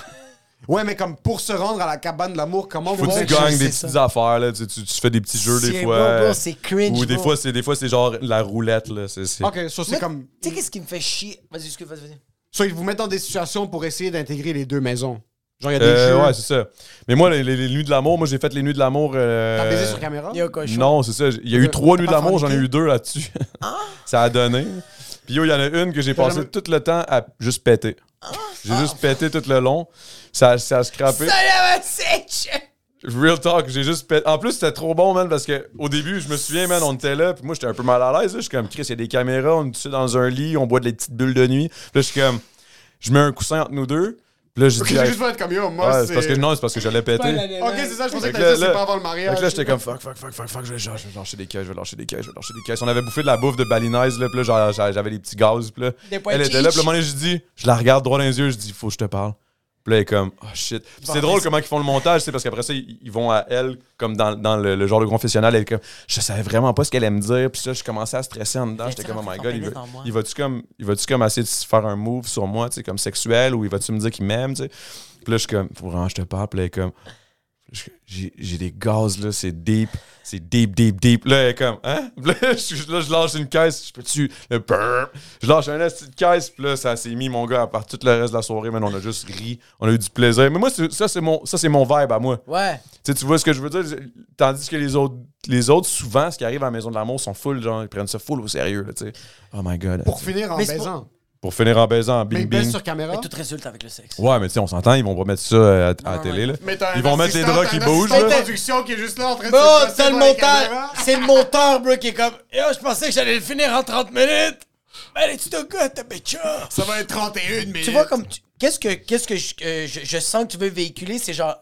Ouais, mais comme pour se rendre à la cabane de l'amour, comment Faut vous que tu Ouais, je gagnes sais des ça. petites affaires. Là. Tu, tu- tu fais des petits jeux, des C'est fois. bon, bro, c'est cringe, Ou des bro. fois, c'est des fois, c'est genre la roulette. Là. C'est- c'est- Ok, ça c'est Mais comme. Tu sais, qu'est-ce qui me fait chier? Vas-y, excuse, vas-y, vas-y. Soit ils vous mettent dans des situations pour essayer d'intégrer les deux maisons. Genre, il y a des Euh, jeux. ouais, c'est ça. Mais moi, les, les- les nuits de l'amour, moi, j'ai fait les nuits de l'amour. euh, T'as baisé sur caméra? Yo, cochon. Non, c'est ça. Il y a eu trois nuits pas d'amour, j'en ai forniqué? eu deux là-dessus. Ah! ça a donné. Puis yo, il y en a une que j'ai passé jamais- tout le temps à juste péter. J'ai Ah! juste pété tout le long. Ça, ça a scrappé. Ça, là, ouais, c'est chiant. Real talk, j'ai juste pété. En plus, c'était trop bon, man, parce que au début, je me souviens, man, on était là, puis moi, j'étais un peu mal à l'aise. là. Je suis comme, Chris, il y a des caméras, on est dessus dans un lit, on boit des petites bulles de nuit. Puis là, je suis comme, je mets un coussin entre nous deux. Puis là, je dis, J'ai hey, juste fait comme yo, moi ouais, c'est. c'est parce que non, c'est parce que j'allais péter. Ok, c'est ça, je pensais Fait que que là, t'allais dire c'est là- pas avant le Fait mariage. que là, j'étais comme fuck, fuck, fuck, fuck, fuck, je vais, je vais lâcher des caisses, je vais lâcher des caisses, je vais lâcher des caisses. On avait bouffé de la bouffe de balinaise, là, puis là, genre, j'a- j'avais des petits gaz, puis là. Des pois Elle de était là, quiche. puis le moment donné, je dis, je la regarde droit dans les yeux, je dis, faut que je te parle. Puis là, elle est comme, oh shit. Puis c'est drôle comment ils font le montage, c'est parce qu'après ça, ils ils vont à elle, comme dans, dans le, le genre de confessionnal, elle est comme, je savais vraiment pas ce qu'elle allait me dire, puis ça, je commençais à stresser en dedans, j'étais Fais-tu comme, oh rentrer my ton god, il pénis va, dans moi? il va-tu comme, il va-tu comme essayer de se faire un move sur moi, tu sais, comme sexuel, ou il va-tu me dire qu'il m'aime, tu sais. Puis là, je suis comme, faut vraiment que je te parle, puis là, elle est comme, je- j'ai j'ai des gaz là, c'est deep, c'est deep, deep, deep. Là, elle est comme, hein? Puis Là, je, là, je lâche une caisse, je peux-tu? Le burp. Je lâche un esti de caisse, puis là, ça s'est mis, mon gars, à part tout le reste de la soirée, man, on a juste ri, on a eu du plaisir. Mais moi, c'est- ça, c'est mon, ça, c'est mon vibe à moi. Ouais. Tu sais, tu vois ce que je veux dire? Tandis que les autres, les autres souvent, ce qui arrive à la Maison de l'amour, sont full, genre, ils prennent ça full au sérieux, là, tu sais. Oh my god. Pour esti. finir en Mais c'est pour- baisant. Pour finir en baisant, Mais bing, ils baissent bing. sur caméra. Mais tout résulte avec le sexe. Ouais, mais tu sais, on s'entend, ils vont pas mettre ça euh, à, à la Non, télé, là. Mais t'as un Ils vont mettre les assistant, draps t'as qui un bougent, assistant de là. production qui est juste là en train de Bro, se placer c'est le devant les montage. caméras. C'est le monteur, bro, qui est comme. Yo, je pensais que j'allais le finir en 30 minutes. Man, it's the good, the bitch. Ça va être 31 minutes. Tu vois, comme. tu- Qu'est-ce que, qu'est-ce que je, euh, je, je sens que tu veux véhiculer? C'est genre.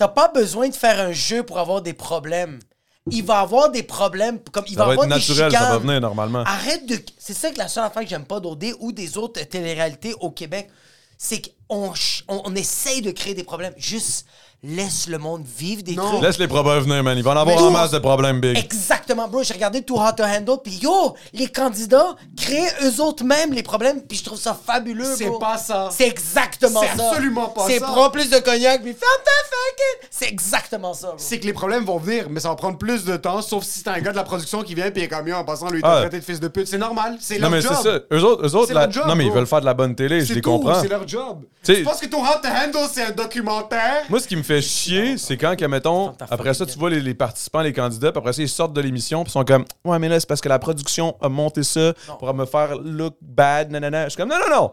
T'as pas besoin de faire un jeu pour avoir des problèmes. Il va avoir des problèmes. Comme, il Ça va avoir être des naturel, ça va chicanes. venir normalement. Arrête de. C'est ça que la seule affaire que j'aime pas d'OD ou des autres téléréalités au Québec, c'est qu'on ch- on, on essaye de créer des problèmes. Juste laisse le monde vivre des Non. trucs. Laisse les problèmes venir, man. Ils vont en avoir Mais- en masse de problèmes, big. Exactement, bro. J'ai regardé Too Hot to Handle, puis yo, les candidats créent eux autres mêmes les problèmes, puis je trouve ça fabuleux, C'est bro. pas ça. C'est exactement ça. C'est absolument pas C'est ça. prends plus de cognac, puis ferme ta fucking. C'est exactement ça, bro. C'est que les problèmes vont venir, mais ça va prendre plus de temps, sauf si c'est un gars de la production qui vient puis il est comme yo, en passant lui t'as Ah. traité de fils de pute. C'est normal, c'est Non, leur mais c'est job. ça. Eux autres, eux autres C'est la- leur job, non, mais ils bro. veulent faire de la bonne télé, je C'est les tout, comprends. C'est leur job. Tu sais- Je pense que ton Hot to Handle, c'est un documentaire. Moi, ce qui me fait chier, c'est quand, que, mettons, ta après ça, fucking tu vois les, les participants, les candidats, puis après ça, ils sortent de l'émission, puis ils sont comme, ouais, mais là, c'est parce que la production a monté ça pour me faire look bad, nanana. Je suis comme, non, non, non.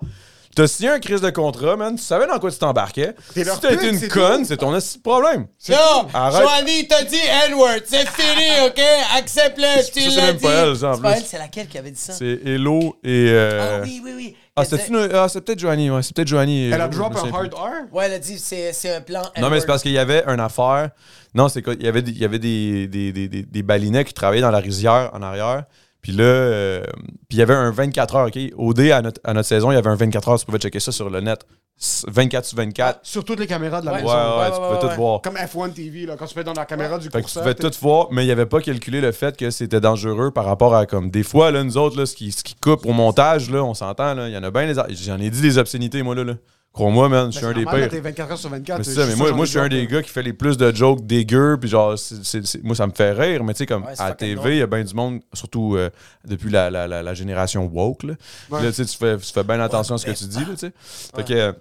T'as signé un crise de contrat, man. Tu savais dans quoi tu t'embarquais. Si leur t'as pute, été une c'est conne, c'est ton esti de problème. Yo, Arrête. Joanie t'a dit N-word, c'est fini, ok? Accepte-le, je te c'est l'ai même dit. pas elle, ça, en C'est pas plus. elle, c'est laquelle qui avait dit ça? C'est Hello et. euh, Ah oui, oui, oui. Ah, Elle c'était disait- une- ah, c'est peut-être Joanie, ouais, c'est peut-être Joanie. et Elle a Hello, drop je me un souviens hard plus. R. Ouais, elle a dit c'est c'est un plan. Non, mais c'est N-word. parce qu'il y avait une affaire. Non, c'est quoi? Il y avait des, il y avait des, des, des, des- des balinets qui travaillaient dans la rizière en arrière. Puis là, euh, puis il y avait un 24 heures, OK? Au dé, à notre, à notre saison, il y avait un 24 heures. Tu pouvais checker ça sur le net. S- 24 sur 24. Sur toutes les caméras de la Ouais. Ouais, maison. ouais, ouais, tu ouais, pouvais ouais, tout ouais. voir. Comme F1 TV, là, quand tu fais dans la caméra du Fait que tu curseur. pouvais t'es- tout voir, mais il n'y avait pas calculé le fait que c'était dangereux par rapport à comme des fois, là, nous autres, là, ce, qui, ce qui coupe au montage, là, on s'entend, là, il y en a bien les ar- J'en ai dit des obscénités, moi, là. là. Crois-moi, man, je suis Ben, un c'est des normal, là, pires. T'es 24 heures sur 24. Ah, Mais c'est euh, ça, mais moi, sûr, j'en moi ai je suis un des d'autres, gars qui fait les plus de jokes dégueux, puis genre, c'est- c'est- c'est- moi, ça me fait rire, mais tu sais, comme Ouais, c'est à la fucking TV, drôle. il y a bien du monde, surtout euh, depuis la, la, la, la génération woke, là. Puis là, tu sais, tu fais, tu fais bien attention à ce que tu dis, là, tu sais. Fait que, euh,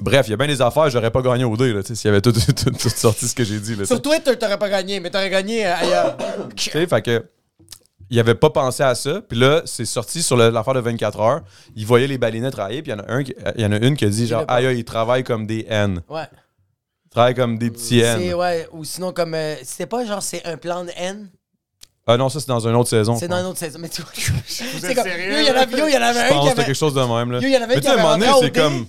bref, il y a bien des affaires, j'aurais pas gagné au dé, là, tu sais, s'il y avait tout, tout, tout sorti ce que j'ai dit, là. tu sais. Sur Twitter, t'aurais pas gagné, mais t'aurais gagné euh, ailleurs. Tu sais, fait que. Il avait pas pensé à ça. Puis là, c'est sorti sur le- l'affaire de 24 heures. Il voyait les balinets travailler. Puis il y, en a un qui- euh, il y en a une qui a dit genre, le pas. aïe, aïe, ils travaillent comme des N. Ouais. Ils travaillent comme des petits C'est, N. ouais, ou sinon, comme. euh, C'était pas genre, c'est un plan de haine. Ah non, ça, c'est dans une autre saison. C'est je dans pense. une autre saison. Mais tu vois, c'est êtes comme. sérieux, Yo, il y en avait, yo, il y en avait Je un qui pense que c'était avait. quelque chose de même. Là. Yo, il y en avait mais qui tu sais, à un avait moment rentré donné, au c'est dé. comme. là.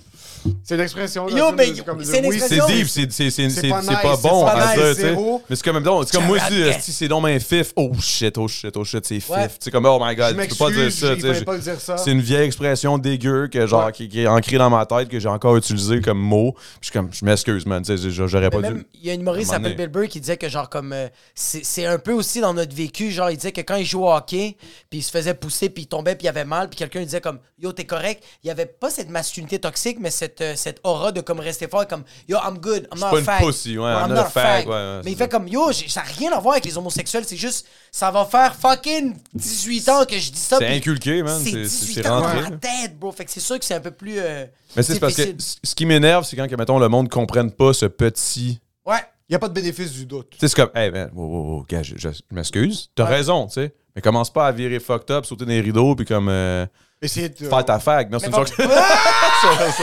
C'est une expression. là, Yo, c'est mais juste comme de- c'est une oui, C'est Non, deep, c'est c'est- c'est- c'est c'est- pas c'est nice, pas c'est bon pas à nice, dire, tu sais. zéro. Mais c'est comme, donc, c'est comme moi, je dis, Jamais. esti, c'est donc un fif. Oh shit, oh shit, oh shit, c'est fif. Ouais. Tu sais, comme, oh my god, Je tu peux pas dire m'excuse, ça. il tu fallait sais, pas le dire ça. C'est une vieille expression dégueu que, genre, Ouais. qui, qui est ancrée dans ma tête, que j'ai encore utilisée comme mot. Puis je suis comme, je m'excuse, man, tu sais, j'aurais Mais pas même, dû. il y a une humoriste qui À un moment s'appelle Bill Burr qui disait que, genre, comme. euh, c'est c'est un peu aussi dans notre vécu. Genre, il disait que quand il jouait au hockey, puis il se faisait pousser, puis il tombait, puis il avait mal, puis quelqu'un lui disait, comme, yo, t'es correct. Il y avait pas cette masculinité toxique, mais cette, euh, cette aura de, comme, rester fort, comme, yo, I'm good, I'm not pas a une fag. pussy, ouais, I'm not a fag. ouais, ouais, Mais il c'est fait comme, yo, j'ai- ça n'a rien à voir avec les homosexuels. C'est juste, ça va faire fucking 18 ans que je dis ça. C'est puis inculqué, man, C'est c'est- c'est 18 c'est ans rentré. dans là. la tête, bro. Fait que c'est sûr que c'est un peu plus. euh, Mais c'est parce que difficile. c- ce qui m'énerve, c'est quand, que, mettons, le monde comprenne pas ce petit. Ouais. Y a pas de bénéfice du doute. Tu sais, c'est comme, hey man, wow, wow, wow, gars, je, je- je m'excuse. T'as raison, tu sais. Mais commence pas à virer fucked up, sauter dans les rideaux, puis comme, euh, Essayez de. faire ta fag. Non, c'est une faut- joke. Ça, ça,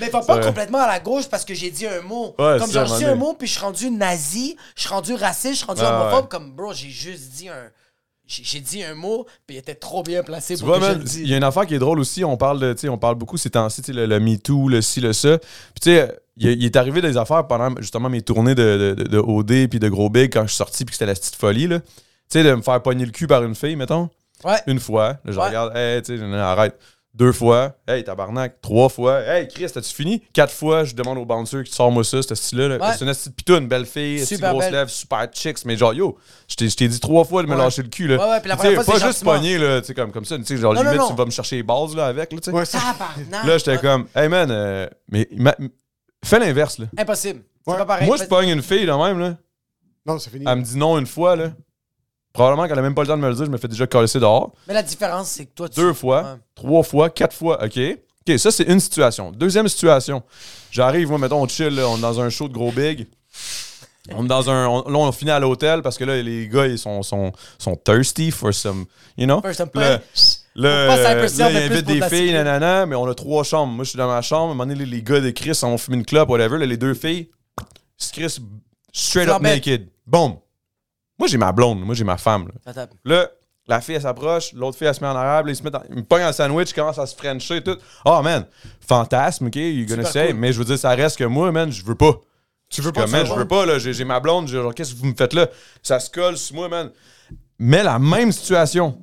Mais va pas vrai. complètement à la gauche parce que j'ai dit un mot. Ouais, comme c'est j'ai ça, dit à un un moment mot, puis je suis rendu nazi, je suis rendu raciste, je suis rendu Ah, homophobe. ouais. Comme, bro, j'ai juste dit un. J'ai j'ai dit un mot, puis il était trop bien placé Tu pour vois, que je man, le il y dise. a une affaire qui est drôle aussi. On parle, de, tu sais, on parle beaucoup ces temps-ci, tu sais, le, le Me Too, le ci, le ça. Puis, tu sais, il, il est arrivé des affaires pendant justement mes tournées de, de, de- de OD puis de Gros Big quand je suis sorti, puis que c'était la petite folie, là. Tu sais, de me faire pogner le cul par une fille, mettons. Ouais. Une fois, là, je Ouais. regarde, hey, tu sais, non, non, arrête. Deux fois, hey, tabarnak. Trois fois, hey, Chris, t'as-tu fini? Quatre fois, je demande au bouncer qui sors-moi ça, ce style-là. là. Ouais. C'est une petite pitoune, belle fille, esti Super grosse belle. lèvres, super chicks, mais genre, yo, je t'ai je t'ai dit trois fois de me Ouais. lâcher le cul, là. Ouais, ouais, puis la Tu première fois, sais, pas c'est juste gentiment. pogner, là, tu sais, comme, comme ça, tu sais, genre, Non, non, limite, non. tu vas me chercher les bases, là, avec, là, tu sais. Ouais, ça. Tabarnak. Là, j'étais Ouais. comme, hey, man, euh, mais ma- fais l'inverse, là. Impossible. Ouais. C'est pas pareil. Moi, je pogne une fille, là, même, là. Non, c'est fini. Elle me dit non une fois, là. Probablement qu'elle a même pas le temps de me le dire, je me fais déjà coller dehors. Mais la différence, c'est que toi, tu. Deux fois, Ouais. trois fois, quatre fois, OK. OK, ça, c'est une situation. Deuxième situation. J'arrive, moi, mettons, on chill, là, on est dans un show de gros big. On est dans un. on- là, on finit à l'hôtel parce que là, les gars, ils sont, sont, sont thirsty for some. You know? First, un peu- Le- le- Pas Cypress Hill, là, il mais plus invite pour des de la filles, sécurité. nanana, mais on a trois chambres. Moi, je suis dans ma chambre. À un moment donné, les, les gars de Chris, on fume une clope, whatever. Là, les deux filles, c'est Chris straight up Flambette. naked. Boom. Moi, j'ai ma blonde. Moi, j'ai ma femme. là. Attends. Là, La fille, elle s'approche, l'autre fille, elle se met en arrière, puis là, ils se mettent en- ils me pognent un sandwich, ils commencent à se frencher et tout. Oh man, fantasme, ok, you're gonna Super say, cool. mais je veux dire, ça reste que moi, man, je veux pas. Tu veux pas, tu man, veux je pas. veux pas, là, j'ai j'ai ma blonde, j'ai- genre, qu'est-ce que vous me faites là? Ça se colle sur moi, man. Mais la même situation.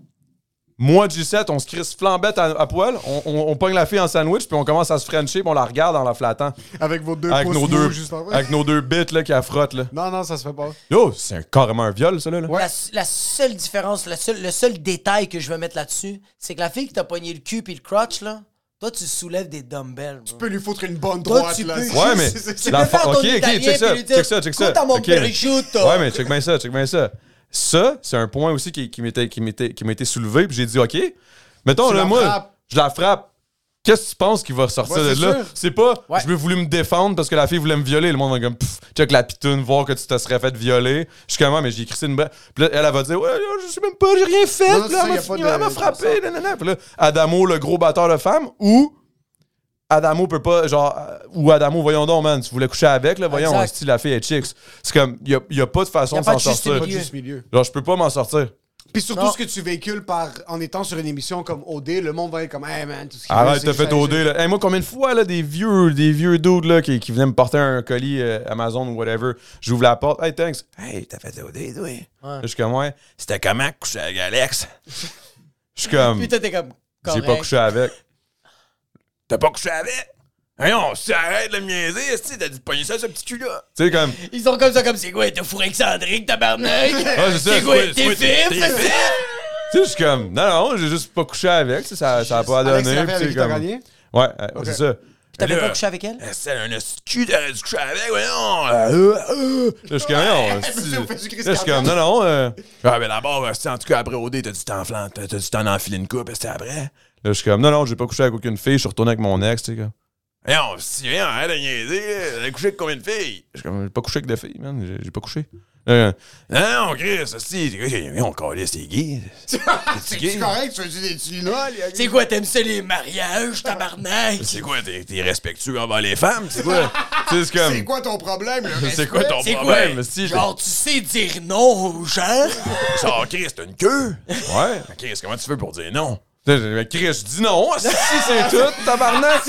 Moi, G7, on se crisse flambette à, à poil, on, on, on pogne la fille en sandwich, puis on commence à se frencher, puis on la regarde en la flattant. Avec vos deux Avec pouces nos, mous deux, juste en vrai. avec nos deux bits là, qui affrottent. Là. Non, non, ça se fait pas. Yo, c'est un- carrément un viol, ça, là. là. La, la seule différence, la seule- le seul détail que je veux mettre là-dessus, c'est que la fille qui t'a pogné le cul puis le crotch, là, toi, tu soulèves des dumbbells. bro. Tu peux lui foutre une bonne Toi, droite, tu là. peux- C'est- Ouais, mais. c'est- c'est- Tu la peux fa- faire ok, ton ok, italien check ça, puis lui dire, check ça, check ça. Goûte à mon Ok. prosciutto. Ouais, mais check bien ça, check bien ça. Ça, c'est un point aussi qui, qui m'était qui m'était- qui m'était soulevé, puis j'ai dit, ok, mettons, Tu là, la moi, frappes. je la frappe. Qu'est-ce que tu penses qui va ressortir Ouais, c'est de là? sûr. C'est pas, Ouais. je vais voulu me défendre parce que la fille voulait me violer. Le monde va comme, pfff, check la pitoune, voir que tu te serais fait violer. Je suis comme, ah, mais j'ai crissé une balle. Puis là, elle, elle va dire, ouais, je sais même pas, j'ai rien fait. Non, Puis c'est là, ça, elle m'a y a pas fini, de- elle m'a de frappé. nanana. Puis là, Adamo, le gros batteur de femme, ou Adamo peut pas, genre, euh, ou Adamo, voyons donc, man, tu voulais coucher avec, là, voyons, Exact. si la fille est chicks. C'est comme, il y, a pas de façon Y a de pas s'en de juste sortir. Pas juste milieu. Genre, je peux pas m'en sortir. Puis surtout Non. ce que tu véhicules par, en étant sur une émission comme OD, le monde va être comme, hey man, tout ce qui Arrête, t'as fait OD, là. Hey, moi, combien de fois, là, des vieux, des vieux dudes, là, qui, qui venaient me porter un colis euh, Amazon ou whatever, j'ouvre la porte, hey, thanks. Hey, t'as fait OD, toi. Je suis comme, ouais, c'était comment coucher avec Alex? Je suis comme, Putain, t'es comme. j'ai correct. pas couché avec. T'as pas couché avec? Voyons, si arrête de me niaiser, si t'as dit pogner ça, ce petit cul-là. Tu sais, comme, Ils sont comme ça, comme c'est quoi, t'as fourré avec Sandrick, tabarnak? Ah, c'est ça, C'est c'est quoi, quoi, c'est t'es quoi, fif? t'es c'est ça? Tu sais, je suis comme, non, non, j'ai juste pas couché avec, tu sais, ça, ça a pas Alex, donné. t'avais puis avec c'est qui t'as comme- gagné? Ouais, ouais, c'est ça. T'avais Là, pas couché avec elle? euh, C'est un cul t'aurais dû coucher avec, voyons. Ah, euh, euh, euh. Là, je suis comme, non, mais c'est au fait du Christ là, je suis comme, non, non. euh. Ah, mais d'abord, euh, c'est en tout cas, après OD, t'as dû t'en flan- t'as t'as dû t'en enfiler une coupe, c'était après. Là, je suis comme, non, non, j'ai pas couché avec aucune fille, je suis retourné avec mon ex, tu sais, comme. Voyons, si viens, arrête de niaiser, là, t'as couché avec combien de filles? Je suis comme, j'ai pas couché avec des filles, man, j'ai- j'ai pas couché. Euh, Là, non, non, Chris, si, on calait, c'est gay. C'est C'est correct, tu veux dire des tunnels, y'a- C'est quoi, t'aimes ça les mariages, tabarnak? C'est quoi, t'es t'es respectueux envers les femmes? C'est quoi? Tu sais, c'est comme. C'est quoi ton problème, là? C'est quoi ton C'est problème? quoi? si, Genre, tu sais dire non aux gens? Genre, Chris, t'as une queue? Ouais. Chris, comment tu fais pour dire non? Chris, je dis non, si c'est tout, tabarnak!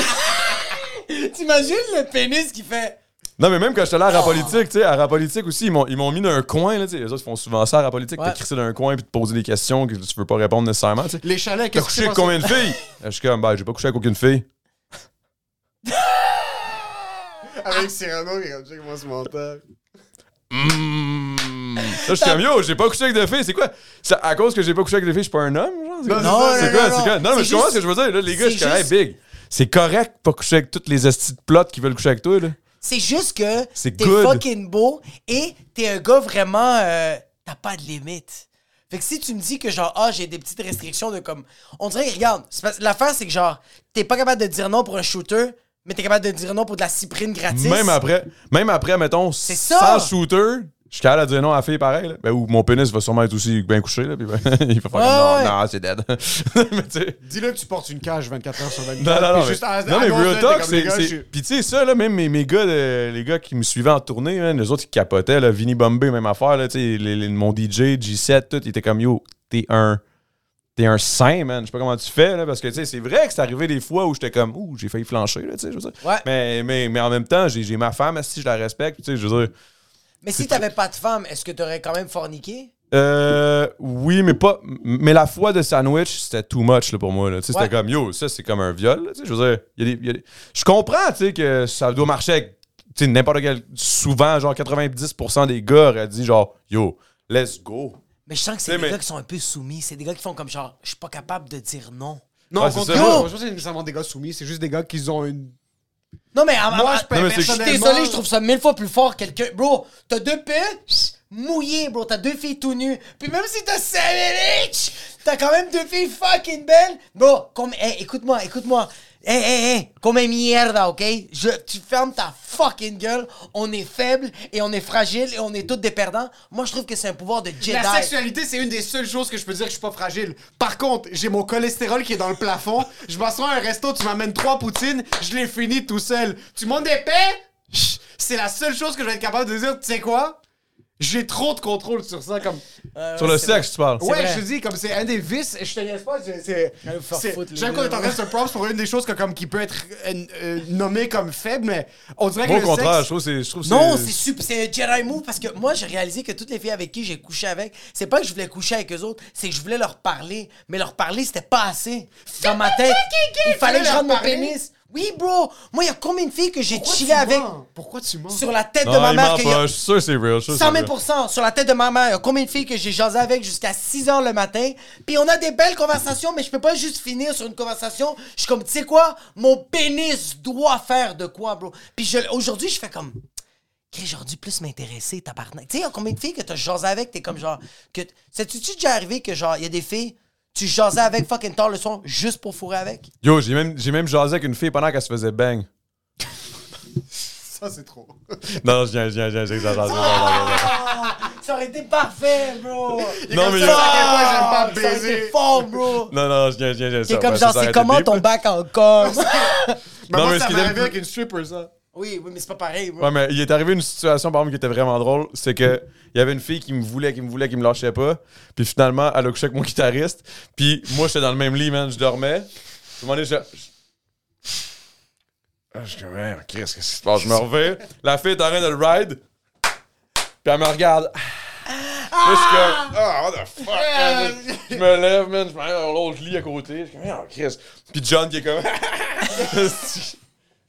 T'imagines le pénis qui fait. Non, mais même quand j'étais là à rap politique, tu sais, à rap politique aussi, ils m'ont, ils m'ont mis dans un coin, là, tu sais. Les autres font souvent ça à rap politique, Ouais. t'es crissé dans un coin puis te poser des questions que tu veux pas répondre nécessairement, tu sais. Les chalets, T'as qu'est-ce que couché avec combien de filles? Je suis comme, ben, j'ai pas couché avec aucune fille. Avec Cyrano, il comme ça, comment se mentir. Là, je suis comme, yo, j'ai pas couché avec des filles, c'est quoi? Ça- à cause que j'ai pas couché avec des filles, je suis pas un homme, genre? C'est Non, quoi? C'est non, quoi? non, C'est quoi? non. Non, mais C'est je comprends juste- ce que je veux dire. Là, les gars, c'est je suis comme, hey, juste- big. C'est correct pas coucher avec toutes les estis de plot qui veulent coucher avec toi, là. C'est juste que C'est t'es good. fucking beau et t'es un gars vraiment. euh, T'as pas de limite. Fait que si tu me dis que genre, ah, j'ai des petites restrictions de comme. On dirait, regarde, c'est parce- l'affaire c'est que genre, t'es pas capable de dire non pour un shooter, mais t'es capable de dire non pour de la cyprine gratis. Même après, même après, mettons, ça. sans shooter, je suis capable de dire non à la fille pareil, là. Ben, ou mon pénis va sûrement être aussi bien couché, là. Puis ben, il va faire comme, Ouais, ouais. non, non, c'est dead. mais tu sais. Dis-le que tu portes une cage 24 heures sur 24. Non, non, non. puis mais- juste à- non, à mais cause de- Real t'es Talk, comme, c'est. les gars, c'est- je suis- Puis tu sais, ça, là, même mes, mes gars, de- les gars qui me suivaient en tournée, hein, les autres, ils capotaient, là, Vinny Bombay, même affaire, là, tu sais, les- les- mon DJ, G7, tout, ils étaient comme, yo, t'es un. T'es un saint, man. Je sais pas comment tu fais, là, parce que, tu sais, c'est vrai que c'est arrivé des fois où j'étais comme, ouh, j'ai failli flancher, là, tu sais, je veux dire. Ouais. Mais, mais, mais en même temps, j'ai j'ai ma femme, si je la respecte, tu sais, je veux dire. Mais si t'avais pas de femme, est-ce que t'aurais quand même forniqué? Euh, oui, mais pas. Mais la foi de sandwich, c'était too much là, pour moi. là. Tu sais, Ouais. C'était comme yo, ça c'est comme un viol. là. Tu sais, Je veux dire, il y a des- il y a des- je comprends tu sais, que ça doit marcher avec tu sais, n'importe quel. Souvent, genre 90% des gars auraient dit genre yo, let's go. Mais je sens que c'est Tu sais, des mais- gars qui sont un peu soumis. C'est des gars qui font comme genre, je suis pas capable de dire non. Non, Ouais, au Ah, c'est ça. contraire, Yo! je pense que c'est nécessairement des gars soumis, c'est juste des gars qui ont une. Non, mais à- à- Moi, je Non, peux mais c'est- je suis désolé, je trouve ça mille fois plus fort que quelqu'un. Bro, t'as deux putes mouillées, bro. T'as deux filles tout nues. Puis même si t'as Savage, t'as quand même deux filles fucking belles. Bro, comme, hey, écoute-moi, écoute-moi. Hey, hey, hey, comme un mierda, ok? Je, tu fermes ta fucking gueule. On est faible et on est fragile et on est tous des perdants. Moi, je trouve que c'est un pouvoir de Jedi. La sexualité, c'est une des seules choses que je peux dire que je suis pas fragile. Par contre, j'ai mon cholestérol qui est dans le plafond. Je m'assois à un resto, tu m'amènes trois poutines, je les finis tout seul. Tu montes des paix? C'est la seule chose que je vais être capable de dire. Tu sais quoi? J'ai trop de contrôle sur ça. Comme... Sur le sexe, tu parles. Ouais, vrai. je te dis, comme c'est un des vices, je te laisse pas. c'est- c'est- Allez, vous faire c'est- foutre, les J'aime qu'on est en train de se props pour une des choses que, comme, qui peut être euh, euh, nommée comme faible, mais on dirait que. Moi, au le contraire, je sexe... trouve que c'est- je trouve que Non, c'est sup- c'est un Jedi move parce que moi, j'ai réalisé que toutes les filles avec qui j'ai couché avec, c'est pas que je voulais coucher avec eux autres, c'est que je voulais leur parler. Mais leur parler, c'était pas assez. Dans ma tête, il fallait que je leur rentre mon parler? pénis. Oui, bro. Moi, il y a combien de filles que j'ai Pourquoi chillé tu avec mens? Pourquoi tu mens? sur la tête Non, de ma il mère? ment qu'il y a- pas. Je suis sûr que c'est real. je suis sûr que c'est 100 000 real. sur la tête de ma mère. Il y a combien de filles que j'ai jasé avec jusqu'à 6 heures le matin. Puis on a des belles conversations, mais je peux pas juste finir sur une conversation. Je suis comme, tu sais quoi, mon pénis doit faire de quoi, bro. Puis je- aujourd'hui, je fais comme, Chris, j'aurais dû plus m'intéresser, tabarnak. Tu sais, il y a combien de filles que t'as jasé avec, t'es comme genre, que. Sais-tu déjà arrivé que genre, il y a des filles, tu jasais avec fucking tard le soir juste pour fourrer avec? Yo, j'ai même, j'ai même jasé avec une fille pendant qu'elle se faisait bang. Ça, c'est trop. Non, je viens, je viens, je viens, j'exagère. j'exagère, j'exagère. Ça aurait été parfait, bro! Ah! Non, mais. ça, à quel point j'aime pas Ça aurait été baiser. fort, bro! Non, non, je viens, je viens, je viens. C'est ça, comme genre, ouais, ça, ça c'est aurait comment été ton deep. bac en Corse? Mais Non, moi, mais ce ça qui m'est est- arrivé avec une stripper, ça. Oui, oui, mais c'est pas pareil, bro. Ouais, mais il est arrivé une situation, par exemple, qui était vraiment drôle. C'est que il y avait une fille qui me voulait, qui me voulait, qui me lâchait pas. Puis finalement, elle a couché avec mon guitariste. Puis moi, j'étais dans le même lit, man. Je dormais. Je me je. Ah, Je dis, Ouais, qu'est-ce qui se passe? Je me reviens. La fille est en train de le ride. Puis elle me regarde. Là, je suis comme, ah, what the fuck, man. Je me lève, man, je m'en vais dans l'autre lit à côté. Je suis comme, oh, Chris. Puis John qui est comme,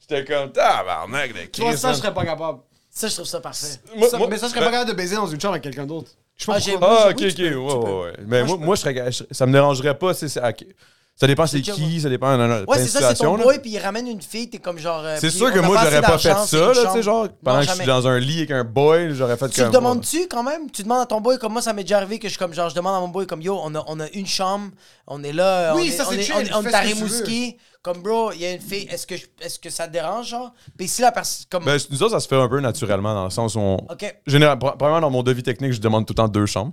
j'étais comme, tabarnak de Chris. Toi, ça, man. je serais pas capable. Ça, je trouve ça parfait. Moi- Ça- moi- ben- mais ça, je serais pas capable de baiser dans une chambre avec quelqu'un d'autre. Je sais Ah, pas j'ai- pourquoi. Ah, Oui, ok, tu ok. peux, tu ouais, ouais, peux. ouais. Mais moi, moi, je serais, je- ça me dérangerait pas. c'est- c'est- ok. Ça dépend c'est déjà, qui, ça dépend. Non, non, Ouais, plein de c'est ça, c'est ton situations, là. boy, puis il ramène une fille, t'es comme genre. euh, C'est puis sûr que on a moi, pas j'aurais assez pas fait d'argent, c'est ça, une là, tu chambre. sais, genre, pendant Non, que je suis jamais. dans un lit avec un boy, j'aurais fait Tu le comme. demandes-tu quand même? Tu demandes à ton boy comme moi, ça m'est déjà arrivé que je suis comme genre, je demande à mon boy comme yo, on a, on a une chambre, on est là, Oui, on, est, ça, on, c'est est, chill, on est- on est fais à ce que tu veux. Rimouski, comme bro, il y a une fille, est-ce que, je- est-ce que ça te dérange, genre? Puis si la personne. Comme, Ben, nous autres, ça se fait un peu naturellement, dans le sens où on. ok, Général- pr- premièrement, dans mon devis technique, je demande tout le temps deux chambres.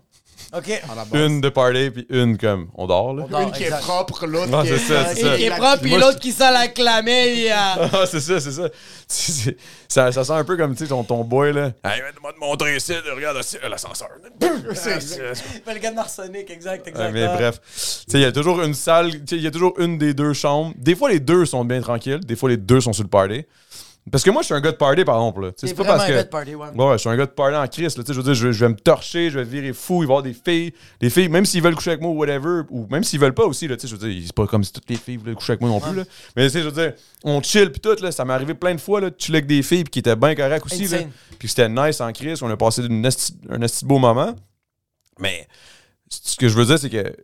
ok. Une de party, puis une comme on dort. Là. On dort. Une qui est Exact. propre, l'autre Non, Ah, qui est... c'est ça, c'est ça. Et qui est la- propre, puis moi, je- l'autre qui sent la euh. clamée, Ah, c'est ça, c'est ça. Tu sais, ça. Ça sent un peu comme tu sais, ton, ton boy. Là. Hey, moi te montrer ici, regarde ici, euh, l'ascenseur. C'est ça. le gars de Marsonic, exact, exact. Ah, Ah. Ouais, mais bref, tu sais, il y a toujours une salle, tu sais, il y a toujours une des deux chambres. Des fois, les deux sont bien tranquilles, des fois, les deux sont sur le party. Parce que moi, je suis un gars de party, par exemple. là. Tu sais, T'es C'est pas vraiment parce un que. gars de party, ouais. Ouais, ouais, je suis un gars de party en crise. là. Tu sais, Je veux dire, je vais, je vais me torcher, je vais virer fou, il va y avoir des filles. Les filles, même s'ils veulent coucher avec moi ou whatever, ou même s'ils veulent pas aussi, là, tu sais, je veux dire, c'est pas comme si toutes les filles voulaient coucher avec moi non plus. Là. Mais tu sais, je veux dire, on chill puis tout, là, ça m'est arrivé plein de fois, là, de chiller avec des filles puis qui étaient bien correctes aussi. là. Insane. Puis c'était nice en crise, on a passé une esti- un esti beau moment. Mais ce que je veux dire, c'est que